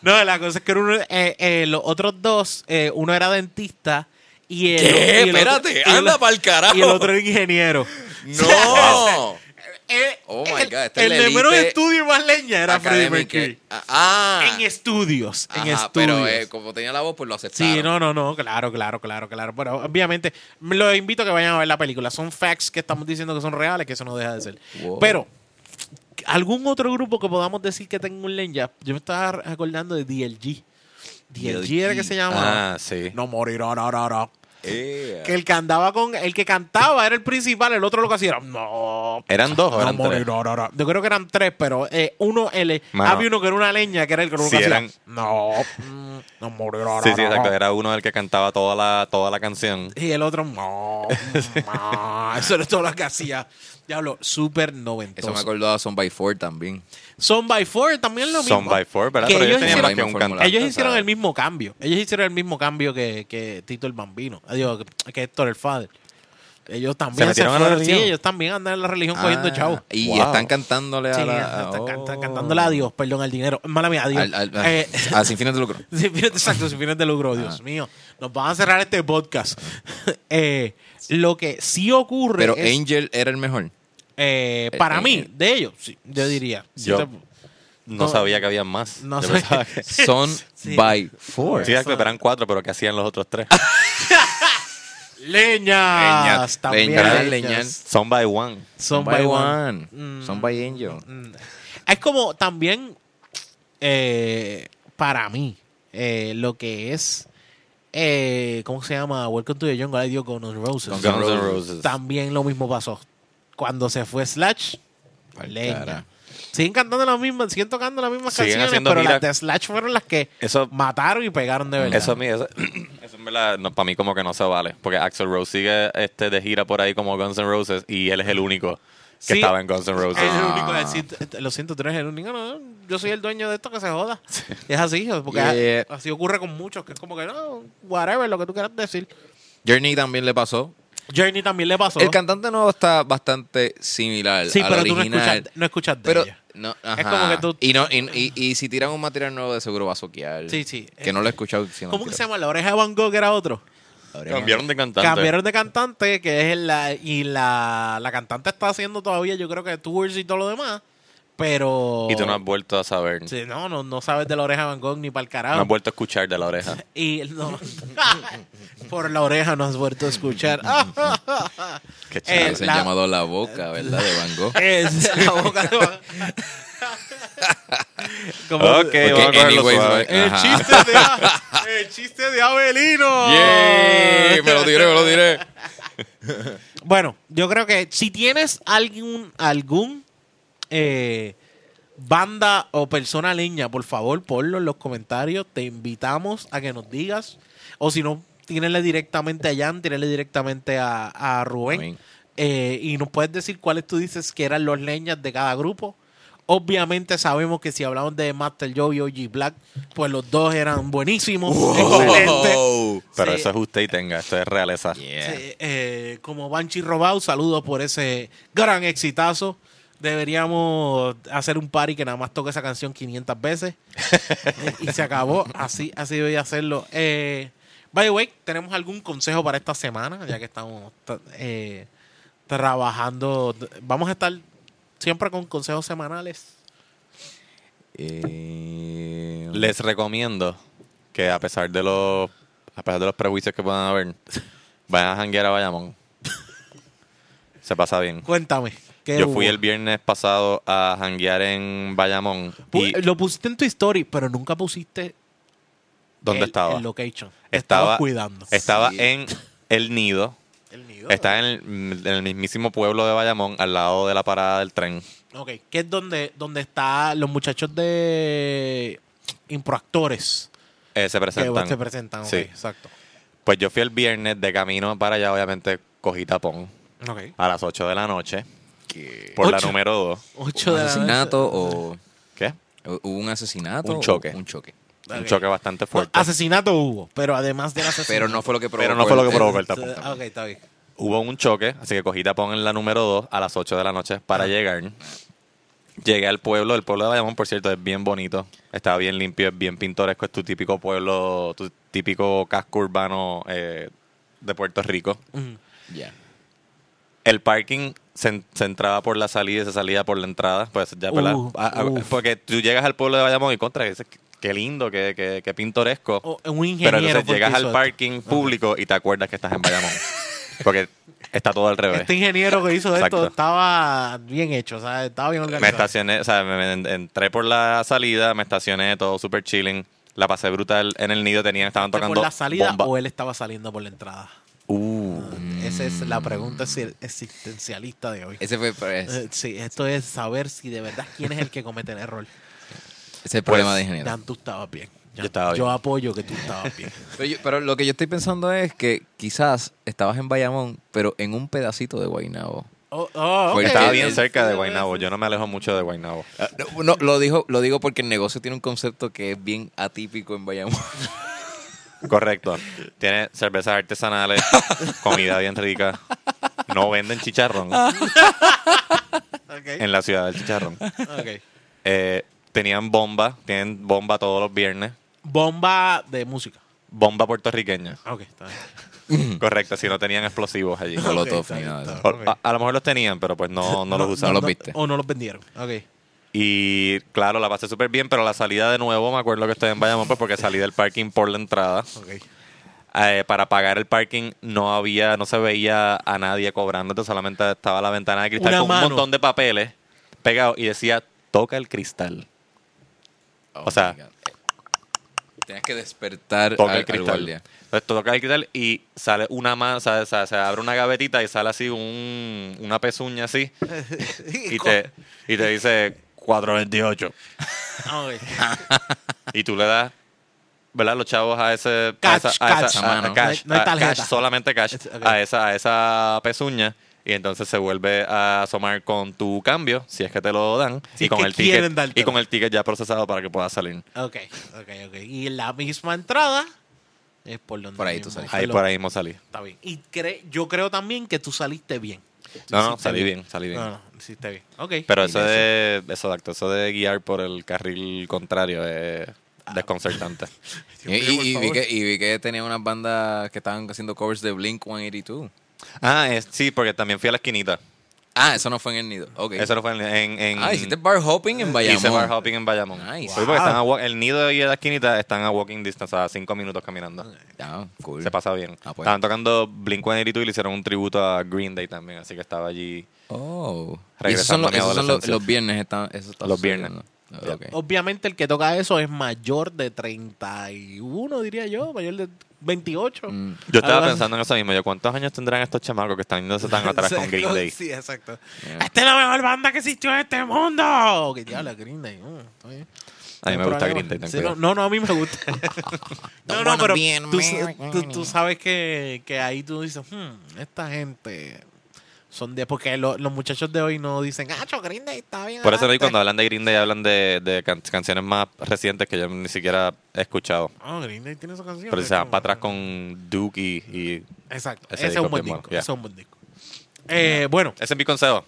[SPEAKER 3] No, la cosa es que uno, eh, eh, los otros dos, eh, uno era dentista y el,
[SPEAKER 2] ¿Qué?
[SPEAKER 3] y el
[SPEAKER 2] Espérate,
[SPEAKER 3] y el-
[SPEAKER 2] anda pa'l carajo.
[SPEAKER 3] Y el otro era ingeniero.
[SPEAKER 2] ¡No!
[SPEAKER 3] Eh,
[SPEAKER 2] Oh my
[SPEAKER 3] el-
[SPEAKER 2] God, esta es
[SPEAKER 3] el
[SPEAKER 2] la
[SPEAKER 3] de menos
[SPEAKER 2] elite
[SPEAKER 3] estudio y más leña era Freddie
[SPEAKER 2] Académica.
[SPEAKER 3] Mercury.
[SPEAKER 2] Ah,
[SPEAKER 3] En estudios, en
[SPEAKER 2] Ajá,
[SPEAKER 3] estudios.
[SPEAKER 2] pero eh, como tenía la voz, pues lo aceptaron.
[SPEAKER 3] Sí, no, no, no, claro, claro, claro, claro. Pero obviamente, m- los invito a que vayan a ver la película. Son facts que estamos diciendo que son reales, que eso no deja de ser.
[SPEAKER 2] Wow.
[SPEAKER 3] Pero, algún otro grupo que podamos decir que tenga un lenya, yo me estaba acordando de DLG. DLG, era que se llamaba.
[SPEAKER 1] Ah, sí.
[SPEAKER 3] No morirá, no, no, no.
[SPEAKER 2] Eh.
[SPEAKER 3] Que el que andaba con, el que cantaba era el principal, el otro lo que hacía era, no.
[SPEAKER 1] Eran dos, o
[SPEAKER 3] no
[SPEAKER 1] eran tres.
[SPEAKER 3] morirá, no, no. Yo creo que eran tres, pero eh, uno, el,
[SPEAKER 1] Mano.
[SPEAKER 3] había uno que era una leña, que era el que lo que
[SPEAKER 1] Sí,
[SPEAKER 3] hacía,
[SPEAKER 1] eran-
[SPEAKER 3] No, mm, no morirá, no,
[SPEAKER 1] Sí, sí,
[SPEAKER 3] no, no.
[SPEAKER 1] exacto. Era uno el que cantaba toda la, toda la canción.
[SPEAKER 3] Y el otro, no, no. eso era todo lo que hacía. Diablo, súper
[SPEAKER 2] Eso me
[SPEAKER 3] noventoso.
[SPEAKER 2] acordó a Son by Four también.
[SPEAKER 3] Son by Four también lo mismo.
[SPEAKER 1] Son by Four, ¿verdad?
[SPEAKER 3] Que
[SPEAKER 1] Pero ellos
[SPEAKER 3] ellos
[SPEAKER 1] tenían más
[SPEAKER 2] hicieron-
[SPEAKER 1] que un
[SPEAKER 2] Ellos
[SPEAKER 1] cantante.
[SPEAKER 3] Ellos hicieron
[SPEAKER 2] ¿sabes?
[SPEAKER 3] el mismo cambio. Ellos hicieron el mismo cambio que, que Tito el Bambino. Ah, Digo, que- que Héctor el Fader. Ellos también
[SPEAKER 1] metieron a la
[SPEAKER 3] fueron-
[SPEAKER 1] religión?
[SPEAKER 3] Sí, ellos también andan en la religión
[SPEAKER 2] Ah,
[SPEAKER 3] cogiendo chavo.
[SPEAKER 2] Y
[SPEAKER 1] Wow.
[SPEAKER 2] están cantándole a
[SPEAKER 3] Sí,
[SPEAKER 2] la...
[SPEAKER 3] están canta-
[SPEAKER 2] oh.
[SPEAKER 3] cantándole a Dios, perdón, al dinero. Mala mía, a Dios.
[SPEAKER 2] Al- al-
[SPEAKER 3] Eh,
[SPEAKER 2] a sin fines de lucro.
[SPEAKER 3] Sin fines de- exacto, sin fines de lucro, Dios mío. Nos van a cerrar este podcast. Eh, lo que sí ocurre
[SPEAKER 2] Pero
[SPEAKER 3] es-
[SPEAKER 2] Angel era el mejor.
[SPEAKER 3] Eh,
[SPEAKER 2] Eh,
[SPEAKER 3] para
[SPEAKER 2] eh,
[SPEAKER 3] mí,
[SPEAKER 2] eh.
[SPEAKER 3] de ellos, sí, yo diría. Sí
[SPEAKER 1] Yo-
[SPEAKER 3] te-
[SPEAKER 1] No
[SPEAKER 3] No.
[SPEAKER 1] sabía que habían más.
[SPEAKER 3] No
[SPEAKER 1] Yo
[SPEAKER 3] sé.
[SPEAKER 1] pensaba que-
[SPEAKER 2] Son
[SPEAKER 3] Sí.
[SPEAKER 2] by Four.
[SPEAKER 1] Sí, exacto, eran cuatro, pero ¿qué hacían los otros tres?
[SPEAKER 3] Ah. Leñas,
[SPEAKER 2] Leñas,
[SPEAKER 3] también
[SPEAKER 2] leñas,
[SPEAKER 3] leñas.
[SPEAKER 2] leñas.
[SPEAKER 1] Son by one.
[SPEAKER 3] Son by one. Mm.
[SPEAKER 2] Son by Angel.
[SPEAKER 3] Mm. Es como también, eh, para mí, eh, lo que es, eh, ¿cómo se llama? Welcome to the Jungle, ay Dios, Guns N' Roses.
[SPEAKER 2] Guns
[SPEAKER 1] Guns N' Roses.
[SPEAKER 3] También lo mismo pasó. Cuando se fue Slash,
[SPEAKER 2] Al
[SPEAKER 3] leña.
[SPEAKER 2] cara.
[SPEAKER 3] Siguen cantando las mismas, siguen tocando las mismas
[SPEAKER 1] Siguen
[SPEAKER 3] canciones,
[SPEAKER 1] haciendo
[SPEAKER 3] pero
[SPEAKER 1] giras.
[SPEAKER 3] las de Slash fueron las que
[SPEAKER 1] Eso,
[SPEAKER 3] mataron y pegaron de verdad.
[SPEAKER 1] eso a mí, eso, eso en verdad, no, para mí como que no se vale. Porque Axel Rose sigue este, de gira por ahí como Guns N' Roses y él es el único que
[SPEAKER 3] Sí.
[SPEAKER 1] estaba en Guns N' Roses.
[SPEAKER 3] Es el
[SPEAKER 2] Ah.
[SPEAKER 3] único a decir, "T- lo siento, tú eres el único. No, no, yo soy el dueño de esto que se joda. Es así, porque
[SPEAKER 2] Yeah.
[SPEAKER 3] así ocurre con muchos, que es como que no, whatever, lo que tú quieras decir.
[SPEAKER 2] Journey también le pasó.
[SPEAKER 3] Journey también le pasó.
[SPEAKER 2] El cantante nuevo está bastante similar
[SPEAKER 3] sí,
[SPEAKER 2] al
[SPEAKER 3] pero tú no
[SPEAKER 2] original.
[SPEAKER 3] escuchas, no escuchas de
[SPEAKER 2] pero
[SPEAKER 3] ella.
[SPEAKER 2] no,
[SPEAKER 3] Es
[SPEAKER 2] ajá.
[SPEAKER 3] como que tú-
[SPEAKER 2] y, no, y, y- y si tiran un material nuevo de seguro va a soquear.
[SPEAKER 3] Sí, sí.
[SPEAKER 2] Que no lo he escuchado. si no
[SPEAKER 3] ¿Cómo que
[SPEAKER 2] tiro.
[SPEAKER 3] se llama? La oreja de Van Gogh que era otro.
[SPEAKER 1] Cambiaron de cantante.
[SPEAKER 3] Cambiaron de cantante, que es la. Y la, la cantante está haciendo todavía, yo creo que tours y todo lo demás. Pero.
[SPEAKER 1] Y tú no has vuelto a saber.
[SPEAKER 3] Sí, no, no, no sabes de la oreja de Van Gogh ni para el carajo.
[SPEAKER 1] No has vuelto a escuchar de la oreja.
[SPEAKER 3] Y no, por la oreja no has vuelto a escuchar.
[SPEAKER 1] Qué
[SPEAKER 2] Ah,
[SPEAKER 1] chévere.
[SPEAKER 3] Eh,
[SPEAKER 2] se
[SPEAKER 3] la-
[SPEAKER 2] han llamado La Boca, ¿verdad? De Van Gogh.
[SPEAKER 3] es la boca de Van- Como-
[SPEAKER 1] Ok,
[SPEAKER 3] Eh,
[SPEAKER 1] vamos a cogerlo
[SPEAKER 2] anyways,
[SPEAKER 1] suave.
[SPEAKER 2] eh,
[SPEAKER 3] el,
[SPEAKER 2] Ajá.
[SPEAKER 3] chiste de, A- el chiste de Abelino.
[SPEAKER 2] ¡Yay! Me lo diré, me lo diré.
[SPEAKER 3] Bueno, yo creo que si tienes algún, algún eh, banda o persona leña, por favor, ponlo en los comentarios. Te invitamos a que nos digas. O si no, tírenle directamente a Jan, tírenle directamente a, a Rubén.
[SPEAKER 2] Rubén.
[SPEAKER 3] Eh, y nos puedes decir cuáles tú dices que eran los leñas de cada grupo. Obviamente sabemos que si hablamos de Master Joe y OG Black, pues los dos eran buenísimos, excelentes.
[SPEAKER 2] Oh.
[SPEAKER 1] Pero
[SPEAKER 3] Sí.
[SPEAKER 1] eso es usted y tenga, esto es realeza.
[SPEAKER 2] Yeah.
[SPEAKER 3] Sí, eh, como Banshee Robau, saludos por ese gran exitazo. Deberíamos hacer un party que nada más toque esa canción 500 veces. Eh, y se acabó. Así, así voy a hacerlo. Eh, by the way, ¿tenemos algún consejo para esta semana? Ya que estamos tra- eh, trabajando. Vamos a estar siempre con consejos semanales.
[SPEAKER 2] Eh,
[SPEAKER 3] Eh,
[SPEAKER 1] Les recomiendo que a pesar de los a pesar de los prejuicios que puedan haber, vayan a janguear a Bayamón. Se pasa bien.
[SPEAKER 3] Cuéntame. ¿qué
[SPEAKER 1] Yo fui
[SPEAKER 3] hubo?
[SPEAKER 1] el viernes pasado a janguear en Bayamón.
[SPEAKER 3] Pu-
[SPEAKER 1] ¿Y
[SPEAKER 3] Pues, Lo pusiste en tu story, pero nunca pusiste
[SPEAKER 1] dónde
[SPEAKER 3] el,
[SPEAKER 1] estaba?
[SPEAKER 3] el location. Te
[SPEAKER 1] estaba
[SPEAKER 3] Estabas cuidando.
[SPEAKER 1] Estaba
[SPEAKER 2] Sí.
[SPEAKER 1] en El Nido.
[SPEAKER 3] el nido.
[SPEAKER 1] Está en el, en el mismísimo pueblo de Bayamón, al lado de la parada del tren.
[SPEAKER 3] Ok, que es donde, donde están los muchachos de improactores
[SPEAKER 1] Eh, se
[SPEAKER 3] que
[SPEAKER 1] presentan.
[SPEAKER 3] se presentan. ok,
[SPEAKER 1] Sí.
[SPEAKER 3] exacto.
[SPEAKER 1] Pues yo fui el viernes de camino para allá, obviamente cogí tapón
[SPEAKER 3] Ok.
[SPEAKER 1] a las 8 de la noche
[SPEAKER 2] Que-
[SPEAKER 1] por la
[SPEAKER 3] Ocho.
[SPEAKER 1] número 2.
[SPEAKER 3] Ocho
[SPEAKER 2] ¿Un
[SPEAKER 3] de la
[SPEAKER 2] asesinato o
[SPEAKER 1] ¿Qué?
[SPEAKER 2] o- hubo un asesinato?
[SPEAKER 1] Un
[SPEAKER 2] o
[SPEAKER 1] choque.
[SPEAKER 2] Un choque.
[SPEAKER 3] noche.
[SPEAKER 1] Un
[SPEAKER 3] Ok.
[SPEAKER 1] choque bastante
[SPEAKER 3] No,
[SPEAKER 1] fuerte.
[SPEAKER 3] Pues, asesinato hubo, pero además del asesinato.
[SPEAKER 2] Pero no fue lo que provocó.
[SPEAKER 1] Pero no fue lo que
[SPEAKER 2] el-
[SPEAKER 1] provocó el tapón.
[SPEAKER 3] Entonces, ah, Ok, está bien.
[SPEAKER 1] Hubo un choque, así que cogí tapón en la número 2 a las 8 de la noche
[SPEAKER 3] Ah.
[SPEAKER 1] para llegar. Llegué al pueblo, el pueblo de Bayamón, por cierto, es bien bonito, está bien limpio, es bien pintoresco, es tu típico pueblo, tu típico casco urbano eh, de Puerto Rico.
[SPEAKER 2] Ya.
[SPEAKER 1] El parking se, en- se entraba por la salida y se salía por la entrada. Pues ya, ¿verdad?
[SPEAKER 3] Uf,
[SPEAKER 1] A- a-
[SPEAKER 3] uf.
[SPEAKER 1] Porque tú llegas al pueblo de Bayamón y contra, y dices, qué lindo, qué, qué- qué pintoresco.
[SPEAKER 3] O- un ingeniero.
[SPEAKER 1] Pero entonces
[SPEAKER 3] fue el
[SPEAKER 1] llegas
[SPEAKER 3] que
[SPEAKER 1] al
[SPEAKER 3] hizo
[SPEAKER 1] parking público y te acuerdas que estás en Bayamón. porque está todo al
[SPEAKER 3] esto.
[SPEAKER 1] revés.
[SPEAKER 3] Este ingeniero que hizo
[SPEAKER 1] Exacto.
[SPEAKER 3] esto estaba bien hecho, o sea, estaba bien
[SPEAKER 1] Me
[SPEAKER 3] organizado.
[SPEAKER 1] estacioné, o sea, me, me en- entré por la salida, me estacioné, todo súper chilling. La pasé brutal en el nido, tenían, estaban
[SPEAKER 3] ¿Fue
[SPEAKER 1] tocando
[SPEAKER 3] ¿Por la salida
[SPEAKER 1] bomba.
[SPEAKER 3] o él estaba saliendo por la entrada?
[SPEAKER 1] Uh,
[SPEAKER 3] Esa es la pregunta exi- existencialista de hoy.
[SPEAKER 2] Ese fue pero es- ese
[SPEAKER 3] Eh, Sí, esto es saber si de verdad quién es el que comete el error.
[SPEAKER 2] es
[SPEAKER 1] pues,
[SPEAKER 2] el problema de ingeniero.
[SPEAKER 3] Dan, tú estabas bien.
[SPEAKER 1] Yo estaba bien.
[SPEAKER 3] apoyo que tú estabas bien.
[SPEAKER 2] Pero, yo- pero lo que yo estoy pensando es que quizás estabas en Bayamón, pero en un pedacito de Guaynabo.
[SPEAKER 3] Oh, oh, ok.
[SPEAKER 2] Porque
[SPEAKER 1] Estaba
[SPEAKER 2] el-
[SPEAKER 1] bien cerca de Guaynabo, yo no me alejo mucho de Guaynabo.
[SPEAKER 2] Ah, No, no, lo, dijo, lo digo porque el negocio tiene un concepto que es bien atípico en Bayamón.
[SPEAKER 1] Correcto. Tiene cervezas artesanales, comida bien rica. No venden chicharrón
[SPEAKER 3] Ok,
[SPEAKER 1] en la ciudad del chicharrón.
[SPEAKER 3] ok.
[SPEAKER 1] Eh, tenían bomba, tienen bomba todos los viernes.
[SPEAKER 3] Bomba de música.
[SPEAKER 1] Bomba puertorriqueña.
[SPEAKER 3] Ah, Ok, está bien.
[SPEAKER 1] Correcto, si no tenían explosivos allí.
[SPEAKER 2] Molotov,
[SPEAKER 3] está bien,
[SPEAKER 2] ni nada de
[SPEAKER 3] está
[SPEAKER 2] eso.
[SPEAKER 1] Por-
[SPEAKER 3] bien,
[SPEAKER 1] a,
[SPEAKER 3] ok.
[SPEAKER 1] a lo mejor los tenían, pero pues Ah, no, no los usaban.
[SPEAKER 2] no los viste.
[SPEAKER 3] O no los vendieron. Ok.
[SPEAKER 1] Y claro, la pasé súper bien, pero la salida de nuevo, me acuerdo que estoy en Bayamón, pues porque salí del parking por la entrada.
[SPEAKER 3] Ok.
[SPEAKER 1] Eh, para pagar el parking no había, no se veía a nadie cobrándote, solamente estaba la ventana de cristal
[SPEAKER 3] Una
[SPEAKER 1] con
[SPEAKER 3] mano.
[SPEAKER 1] un montón de papeles pegados y decía toca el cristal.
[SPEAKER 2] Oh,
[SPEAKER 1] O sea,
[SPEAKER 2] my God. tenías que despertar
[SPEAKER 1] Toca
[SPEAKER 2] al,
[SPEAKER 1] el
[SPEAKER 2] al
[SPEAKER 1] cristal.
[SPEAKER 2] guardia.
[SPEAKER 1] Entonces toca el cristal y sale una mano, o sea, se- se abre una gavetita y sale así un- una pezuña así y te, y te dice 428.
[SPEAKER 3] Ok.
[SPEAKER 1] y tú le das ¿verdad? los chavos a ese
[SPEAKER 3] Cash,
[SPEAKER 1] a esa, a
[SPEAKER 3] cash.
[SPEAKER 1] esa-
[SPEAKER 2] A
[SPEAKER 1] a-
[SPEAKER 2] mano.
[SPEAKER 1] a cash,
[SPEAKER 3] No hay- no hay
[SPEAKER 1] a- cash,
[SPEAKER 3] tarjeta.
[SPEAKER 1] solamente cash
[SPEAKER 3] Es- ok.
[SPEAKER 1] a esa a esa pezuña y entonces se vuelve a asomar con tu cambio si es que te lo dan y
[SPEAKER 3] Si es
[SPEAKER 1] con
[SPEAKER 3] que
[SPEAKER 1] el
[SPEAKER 3] quieren
[SPEAKER 1] ticket
[SPEAKER 3] dártelo.
[SPEAKER 1] y con el ticket ya procesado para que puedas salir
[SPEAKER 3] Ok, ok, ok. Y la misma entrada es por donde.
[SPEAKER 2] Por ahí tú
[SPEAKER 3] mismo-
[SPEAKER 2] saliste.
[SPEAKER 1] ahí
[SPEAKER 3] lo-
[SPEAKER 1] por ahí mismo salí
[SPEAKER 3] Está bien. Y cre- yo creo también que tú saliste bien.
[SPEAKER 1] no no
[SPEAKER 3] Hiciste
[SPEAKER 1] salí bien salí bien
[SPEAKER 3] No, no, hiciste bien. Ok.
[SPEAKER 1] pero
[SPEAKER 2] Y
[SPEAKER 1] eso
[SPEAKER 2] de
[SPEAKER 1] de exacto eso de guiar por el carril contrario es
[SPEAKER 3] Ah.
[SPEAKER 1] desconcertante
[SPEAKER 2] Y, y- y vi que, y vi que tenía unas bandas que estaban haciendo covers de Blink 182.
[SPEAKER 1] ah es- sí porque también fui a la esquinita
[SPEAKER 2] Ah, eso no fue en el nido. Ok.
[SPEAKER 1] eso no fue en, en- en-
[SPEAKER 2] ah, hiciste bar hopping en Bayamón.
[SPEAKER 1] Hice bar hopping en Bayamón.
[SPEAKER 2] Nice.
[SPEAKER 1] Sí, porque
[SPEAKER 3] Wow.
[SPEAKER 1] están a wa- el nido y la esquinita están a walking distance, a cinco minutos caminando.
[SPEAKER 2] Ah, cool.
[SPEAKER 1] Se pasa bien.
[SPEAKER 2] Ah, pues.
[SPEAKER 1] Estaban tocando Blink-182 y le hicieron un tributo a Green Day también, así que estaba allí.
[SPEAKER 2] Oh.
[SPEAKER 1] Regresando a
[SPEAKER 2] Y esos son, los,
[SPEAKER 1] mi
[SPEAKER 2] esos son los,
[SPEAKER 1] adolescencia.
[SPEAKER 2] los viernes. Está, eso está
[SPEAKER 1] Los viernes. Oh.
[SPEAKER 2] sucediendo. Ah, ok.
[SPEAKER 3] Obviamente el que toca eso es mayor de 31, diría yo, mayor de 28.
[SPEAKER 2] Mm.
[SPEAKER 1] Yo estaba
[SPEAKER 3] Algo así.
[SPEAKER 1] pensando en eso mismo. Yo, ¿cuántos años tendrán estos chamacos que están yéndose tan atrás
[SPEAKER 3] Sí,
[SPEAKER 1] con Green Day?
[SPEAKER 3] Sí, exacto.
[SPEAKER 2] Yeah.
[SPEAKER 3] Esta es la mejor banda que existió en este mundo. Que diablo, Green Day. mm, está bien.
[SPEAKER 1] A mí me
[SPEAKER 3] No hay
[SPEAKER 1] gusta
[SPEAKER 3] problema.
[SPEAKER 1] Green Day, ten
[SPEAKER 3] Sí,
[SPEAKER 1] cuidado.
[SPEAKER 3] no, no, no, a mí me gusta. no,
[SPEAKER 2] Don't
[SPEAKER 3] no,
[SPEAKER 2] wanna
[SPEAKER 3] pero
[SPEAKER 2] be in
[SPEAKER 3] tú,
[SPEAKER 2] America.
[SPEAKER 3] tú- tú sabes que, que ahí tú dices, "Hmm, esta gente son de... Porque lo- los muchachos de hoy no dicen, ah, cho, Green Day está bien.
[SPEAKER 1] Por eso ahí
[SPEAKER 3] adelante".
[SPEAKER 1] cuando hablan de Green Day hablan de, de can- canciones más recientes que yo ni siquiera he escuchado.
[SPEAKER 3] Ah, Green Day tiene esa canción.
[SPEAKER 1] Pero
[SPEAKER 3] es
[SPEAKER 1] si se van
[SPEAKER 3] como-
[SPEAKER 1] para atrás con Duke y... y-
[SPEAKER 3] Exacto.
[SPEAKER 1] Ese
[SPEAKER 3] Ese, es
[SPEAKER 1] disco
[SPEAKER 3] un buen
[SPEAKER 1] es bien
[SPEAKER 3] disco.
[SPEAKER 1] bueno, yeah.
[SPEAKER 3] Ese es un buen disco. Eh, Bueno,
[SPEAKER 1] Ese es mi consejo.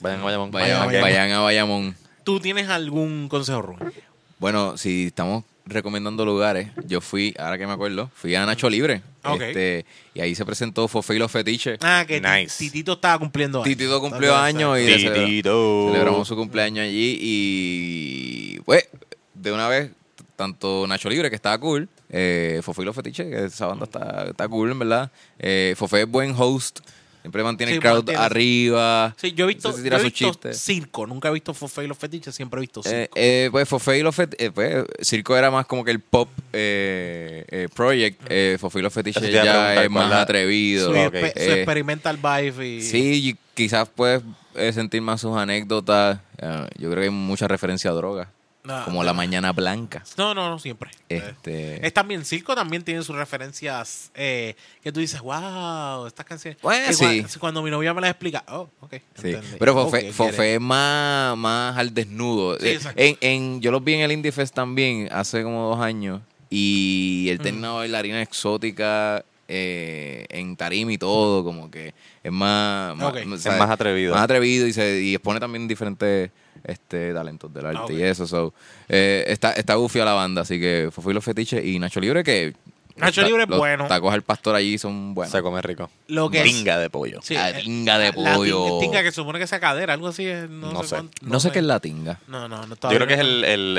[SPEAKER 1] Vayan a Bayamón.
[SPEAKER 2] Vayan,
[SPEAKER 3] Bayamón.
[SPEAKER 2] vayan a Bayamón.
[SPEAKER 3] ¿tú tienes algún consejo, Rubén?
[SPEAKER 2] Bueno, si estamos recomendando lugares, yo fui, ahora que me acuerdo, fui a Nacho Libre.
[SPEAKER 3] Ok.
[SPEAKER 2] Este, y ahí se presentó Fofé y los Fetiches.
[SPEAKER 3] Ah, que ti-
[SPEAKER 1] Nice.
[SPEAKER 3] Titito estaba cumpliendo años.
[SPEAKER 2] Titito cumplió años y le celebra-
[SPEAKER 1] Titito.
[SPEAKER 2] celebramos su cumpleaños allí y pues de una vez tanto Nacho Libre que estaba cool Eh, Fofé y los fetiches, que esa banda está, está cool, en verdad. Eh, Fofé es buen host. Siempre mantiene el
[SPEAKER 3] Sí,
[SPEAKER 2] crowd
[SPEAKER 3] mantiene-
[SPEAKER 2] arriba.
[SPEAKER 3] Sí, yo he visto,
[SPEAKER 2] Siempre tira
[SPEAKER 3] yo he
[SPEAKER 2] sus
[SPEAKER 3] visto
[SPEAKER 2] chistes.
[SPEAKER 3] circo. Nunca he visto Fofé y los fetiches, siempre he visto circo.
[SPEAKER 2] Eh, eh, pues Fofé y los Fet- eh, pues, Circo era más como que el pop eh, eh, project. Eh, Fofé y los
[SPEAKER 1] Eso
[SPEAKER 2] fetiches
[SPEAKER 1] te iba a
[SPEAKER 2] ya
[SPEAKER 1] preguntar,
[SPEAKER 2] es más
[SPEAKER 1] ¿cuál la-
[SPEAKER 2] atrevido.
[SPEAKER 3] su,
[SPEAKER 1] ok.
[SPEAKER 3] expe- su
[SPEAKER 2] Eh,
[SPEAKER 3] experimental vibe y
[SPEAKER 2] Sí, y quizás puedes eh, sentir más sus anécdotas. Ah, yo creo que hay mucha referencia a drogas.
[SPEAKER 3] Ah,
[SPEAKER 2] como la mañana blanca.
[SPEAKER 3] no no no siempre
[SPEAKER 2] Este.
[SPEAKER 3] es también circo también tiene sus referencias eh, que tú dices wow estas canciones
[SPEAKER 2] Bueno,
[SPEAKER 3] Y cua-
[SPEAKER 2] sí.
[SPEAKER 3] cuando, mi novia me las explica oh ok
[SPEAKER 2] Sí,
[SPEAKER 3] entendí.
[SPEAKER 2] pero
[SPEAKER 3] Ok,
[SPEAKER 2] Fofé,
[SPEAKER 3] get
[SPEAKER 2] Fofé
[SPEAKER 3] it.
[SPEAKER 2] es más, más al desnudo.
[SPEAKER 3] Sí,
[SPEAKER 2] Eh,
[SPEAKER 3] exacto.
[SPEAKER 2] en, en, yo los vi en el Indie Fest también hace como dos años y
[SPEAKER 3] Mm.
[SPEAKER 2] él tenía una bailarina exótica eh, en tarima y todo, como que es más, más-
[SPEAKER 3] Ok.
[SPEAKER 2] o
[SPEAKER 1] Es
[SPEAKER 2] sea,
[SPEAKER 1] más atrevido.
[SPEAKER 2] más atrevido y, se, y expone también diferentes este, talentos del arte
[SPEAKER 3] Ah, ok.
[SPEAKER 2] y eso. so, eh, está, está goofy a la banda, así que Fofé y los fetiches y Nacho Libre que...
[SPEAKER 3] Nacho
[SPEAKER 2] los ta-
[SPEAKER 3] Libre es
[SPEAKER 2] los
[SPEAKER 3] bueno.
[SPEAKER 2] Tacos al pastor allí son buenos.
[SPEAKER 1] Se come rico.
[SPEAKER 3] Lo que es-
[SPEAKER 1] Tinga de pollo.
[SPEAKER 3] sí,
[SPEAKER 2] la
[SPEAKER 3] eh,
[SPEAKER 2] tinga de
[SPEAKER 3] la tin-
[SPEAKER 2] pollo.
[SPEAKER 3] tinga que se supone que sea cadera algo así es, no,
[SPEAKER 1] No
[SPEAKER 3] sé,
[SPEAKER 1] sé.
[SPEAKER 3] cuánto-
[SPEAKER 2] no sé
[SPEAKER 3] me-
[SPEAKER 2] qué es la tinga.
[SPEAKER 3] no no, no
[SPEAKER 1] Yo creo que es el, el, el,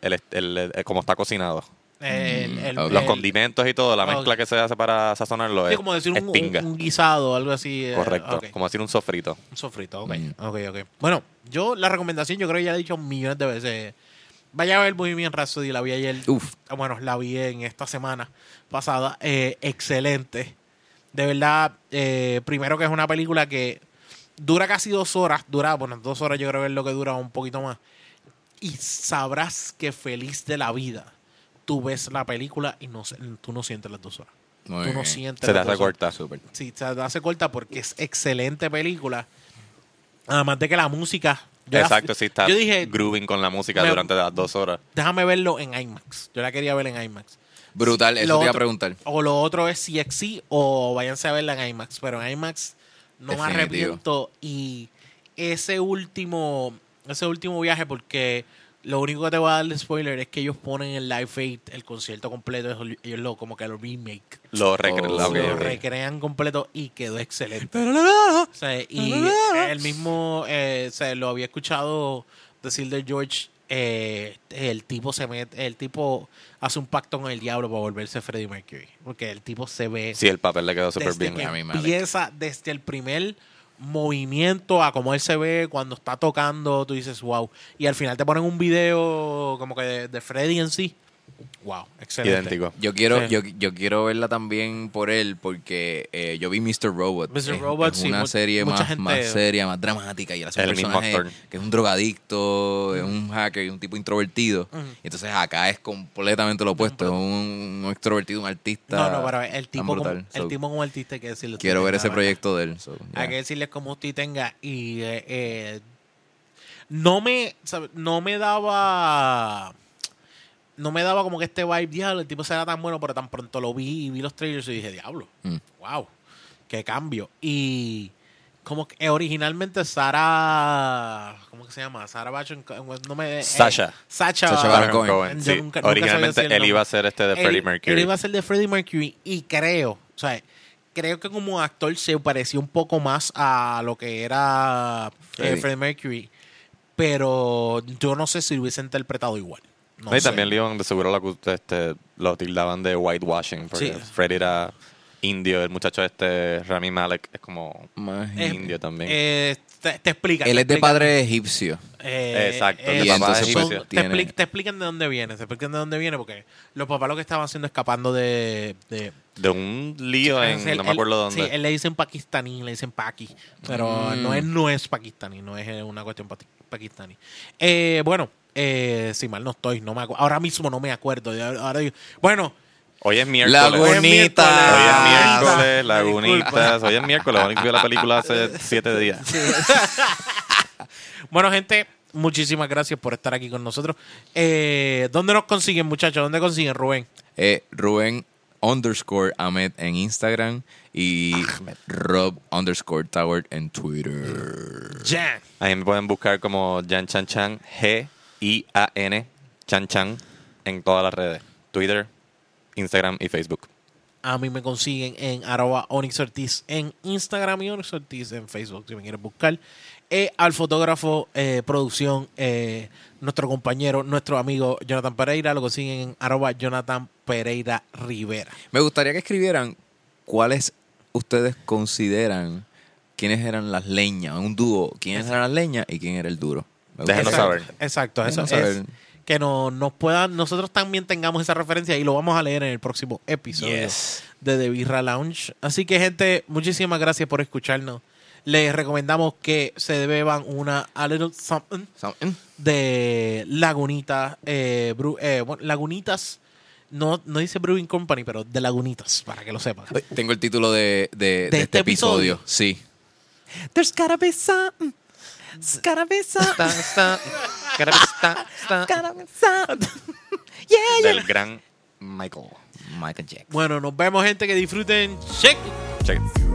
[SPEAKER 1] el, el- el- el- como está cocinado.
[SPEAKER 3] el- el-
[SPEAKER 2] ok.
[SPEAKER 1] Los
[SPEAKER 3] el-
[SPEAKER 1] condimentos y todo, la
[SPEAKER 3] Ah,
[SPEAKER 1] mezcla
[SPEAKER 3] ok.
[SPEAKER 1] que se hace para sazonarlo
[SPEAKER 3] sí,
[SPEAKER 2] eh,
[SPEAKER 1] es,
[SPEAKER 3] como decir
[SPEAKER 1] es
[SPEAKER 3] un,
[SPEAKER 1] tinga.
[SPEAKER 3] un- un guisado algo así eh,
[SPEAKER 1] Correcto.
[SPEAKER 3] ok.
[SPEAKER 1] Como decir un sofrito.
[SPEAKER 3] Un sofrito, ok.
[SPEAKER 2] Mm.
[SPEAKER 3] Ok, ok. Bueno, yo la recomendación, yo creo que ya la he dicho millones de veces. Vaya a ver Bohemian Rhapsody, la vi ayer.
[SPEAKER 2] Uf.
[SPEAKER 3] Ah, Bueno, la vi en esta semana pasada. Eh, excelente. De verdad, eh, primero que es una película que dura casi dos horas. Dura, bueno, dos horas yo creo que es lo que dura un poquito más. Y sabrás que feliz de la vida. Tú ves la película y no, se- tú no sientes las dos horas.
[SPEAKER 2] Muy
[SPEAKER 3] tú no
[SPEAKER 2] bien.
[SPEAKER 3] sientes
[SPEAKER 1] Se te
[SPEAKER 3] las
[SPEAKER 1] hace
[SPEAKER 3] dos horas
[SPEAKER 1] corta.
[SPEAKER 2] Súper.
[SPEAKER 3] sí, se hace corta porque es excelente película. Además de que la música. yo la-
[SPEAKER 1] Exacto, sí está
[SPEAKER 3] Yo dije,
[SPEAKER 1] grooving con la música
[SPEAKER 3] Me-
[SPEAKER 1] durante las dos horas.
[SPEAKER 3] déjame verlo en IMAX. Yo la quería ver en IMAX.
[SPEAKER 2] Brutal,
[SPEAKER 3] Sí,
[SPEAKER 2] eso
[SPEAKER 3] lo
[SPEAKER 2] te iba a
[SPEAKER 3] otro-
[SPEAKER 2] preguntar.
[SPEAKER 3] O lo otro es CXC o váyanse a verla en IMAX. Pero en IMAX no me
[SPEAKER 2] Definitivo.
[SPEAKER 3] arrepiento. Y ese último, ese último viaje, porque lo único que te voy a dar de spoiler es que ellos ponen en Live Aid el concierto completo. eso Ellos lo, como que lo remake.
[SPEAKER 1] Lo, recre-
[SPEAKER 2] Oh.
[SPEAKER 1] la- ok,
[SPEAKER 3] lo
[SPEAKER 1] ok.
[SPEAKER 3] recrean completo y quedó excelente. O sea, y el mismo, eh, o sea, lo había escuchado decir de George, eh, el tipo se mete, el tipo hace un pacto con el diablo para volverse Freddie Mercury, porque el tipo se ve
[SPEAKER 1] Sí, el papel le quedó súper
[SPEAKER 3] desde
[SPEAKER 1] bien.
[SPEAKER 3] que
[SPEAKER 2] a mí, Malik.
[SPEAKER 3] empieza, desde el primer movimiento a cómo él se ve cuando está tocando, tú dices wow, y al final te ponen un video como que de, de Freddie en sí, wow, excelente.
[SPEAKER 1] Idéntico.
[SPEAKER 2] Yo quiero,
[SPEAKER 3] Sí.
[SPEAKER 2] yo, yo quiero verla también por él, porque eh, yo vi Mr. Robot.
[SPEAKER 3] Mr.
[SPEAKER 2] Es-
[SPEAKER 3] Robot,
[SPEAKER 2] es
[SPEAKER 3] sí,
[SPEAKER 2] una
[SPEAKER 3] mu-
[SPEAKER 2] serie
[SPEAKER 3] mucha
[SPEAKER 2] más,
[SPEAKER 3] gente-
[SPEAKER 2] más seria, más dramática. Y él hace un
[SPEAKER 1] El mismo
[SPEAKER 2] personaje
[SPEAKER 1] actor.
[SPEAKER 2] que es un drogadicto, es un hacker, y un tipo introvertido.
[SPEAKER 3] Ujú.
[SPEAKER 2] Y Entonces acá es completamente lo opuesto. Es un, un extrovertido, un artista.
[SPEAKER 3] No, no, pero el tipo,
[SPEAKER 2] tan
[SPEAKER 3] como,
[SPEAKER 2] brutal.
[SPEAKER 3] el
[SPEAKER 2] So,
[SPEAKER 3] tipo como artista hay que decirlo.
[SPEAKER 2] Quiero ver ese
[SPEAKER 3] Nada, nada.
[SPEAKER 2] proyecto de él. so,
[SPEAKER 3] Hay
[SPEAKER 2] yeah.
[SPEAKER 3] que decirles como usted tenga. Y eh, eh, no me sabe, no me daba. No me daba como que este vibe, diablo, el tipo será tan bueno, pero tan pronto lo vi y vi los trailers y dije, diablo,
[SPEAKER 2] Mm.
[SPEAKER 3] wow, qué cambio. Y como que eh, originalmente Sara, ¿cómo que se llama? Sara Bachon, no me... eh,
[SPEAKER 1] Sasha.
[SPEAKER 3] Sacha.
[SPEAKER 2] Sacha
[SPEAKER 3] Baron
[SPEAKER 2] Baron Cohen.
[SPEAKER 3] Yo
[SPEAKER 1] sí.
[SPEAKER 3] nunca- nunca
[SPEAKER 1] Originalmente
[SPEAKER 3] sabía si el
[SPEAKER 1] él iba
[SPEAKER 3] nombre.
[SPEAKER 1] a ser este de
[SPEAKER 3] él-
[SPEAKER 1] Freddie Mercury.
[SPEAKER 3] Él iba a ser de Freddie Mercury y creo, o sea, creo que como actor se parecía un poco más a lo que era eh,
[SPEAKER 2] Freddie.
[SPEAKER 3] Freddie Mercury, pero yo no sé si lo hubiese interpretado igual. No
[SPEAKER 1] y
[SPEAKER 3] sé.
[SPEAKER 1] también Leon, de seguro lo, acu- este, lo tildaban de whitewashing, porque
[SPEAKER 3] Sí.
[SPEAKER 1] Freddy era indio, el muchacho este, Rami Malek, es como
[SPEAKER 2] Más-
[SPEAKER 3] Eh,
[SPEAKER 1] indio también.
[SPEAKER 3] Eh, te, te explican.
[SPEAKER 2] él
[SPEAKER 3] te
[SPEAKER 2] es de
[SPEAKER 3] explican.
[SPEAKER 2] padre egipcio.
[SPEAKER 3] Eh,
[SPEAKER 1] Exacto,
[SPEAKER 3] eh,
[SPEAKER 1] de papá
[SPEAKER 3] son-
[SPEAKER 1] egipcio.
[SPEAKER 3] son- te,
[SPEAKER 2] Tiene-
[SPEAKER 3] expli- te explican de dónde viene, te explican de dónde viene, porque los papás lo que estaban haciendo escapando de- de,
[SPEAKER 1] de un lío en,
[SPEAKER 3] Él-
[SPEAKER 1] no me
[SPEAKER 3] él-
[SPEAKER 1] acuerdo dónde.
[SPEAKER 3] Ah, Sí, él le dicen pakistaní, le dicen paqui. Pero
[SPEAKER 2] Mm.
[SPEAKER 3] no, es, no es pakistaní, no es eh, una cuestión pati- pakistaní. Eh, bueno, eh, si mal no estoy, no me acu- ahora mismo no me acuerdo. ya- Ahora digo, bueno,
[SPEAKER 1] Hoy es miércoles.
[SPEAKER 2] Laguna.
[SPEAKER 3] hoy es miércoles.
[SPEAKER 1] Hoy es
[SPEAKER 2] Ah.
[SPEAKER 1] miércoles,
[SPEAKER 3] Me disculpa.
[SPEAKER 1] lagunitas. Hoy es miércoles. Vamos a incluir la película hace siete días.
[SPEAKER 3] Bueno, gente, muchísimas gracias por estar aquí con nosotros. Eh, ¿Dónde nos consiguen, muchachos? ¿Dónde consiguen, Rubén?
[SPEAKER 2] Eh, Rubén underscore Ahmed en Instagram y Rob underscore Tower en Twitter.
[SPEAKER 3] Jan.
[SPEAKER 1] Ahí me pueden buscar como Jan Chan Chan, G-I-A-N, Chan Chan, en todas las redes: Twitter, Instagram y Facebook.
[SPEAKER 3] A mí me consiguen en arroba Onyx Ortiz en Instagram y Onyx Ortiz en Facebook si me quieren buscar. Eh, al fotógrafo, eh, producción, eh, nuestro compañero, nuestro amigo Jonathan Pereira, lo consiguen en arroba Jonathan Pereira Rivera.
[SPEAKER 2] Me gustaría que escribieran cuáles ustedes consideran quiénes eran las leñas, un dúo, quiénes eran las leñas y quién era el duro. Me gustaría-
[SPEAKER 1] Déjenos
[SPEAKER 3] Exacto,
[SPEAKER 1] saber.
[SPEAKER 3] Exacto, eso
[SPEAKER 2] Déjenos
[SPEAKER 3] es.
[SPEAKER 2] saber.
[SPEAKER 3] Que no- nos puedan, nosotros también tengamos esa referencia y lo vamos a leer en el próximo episodio
[SPEAKER 2] Yes.
[SPEAKER 3] de The Birra Lounge. Así que, gente, muchísimas gracias por escucharnos. Les recomendamos que se beban una a little something
[SPEAKER 2] Something.
[SPEAKER 3] de Lagunitas, eh, bru- eh, bueno, Lagunitas, no, no dice Brewing Company, pero de Lagunitas, para que lo sepan.
[SPEAKER 2] Ay, Tengo el título de, de- de
[SPEAKER 3] ¿De
[SPEAKER 2] este,
[SPEAKER 3] este
[SPEAKER 2] episodio.
[SPEAKER 3] episodio?
[SPEAKER 2] Sí.
[SPEAKER 5] There's gotta be something. There's gotta be something. Gotta be something. Yeah, yeah.
[SPEAKER 1] Del gran
[SPEAKER 2] Michael. Michael Jackson.
[SPEAKER 3] Bueno, nos vemos, gente, que disfruten. Check.
[SPEAKER 1] check.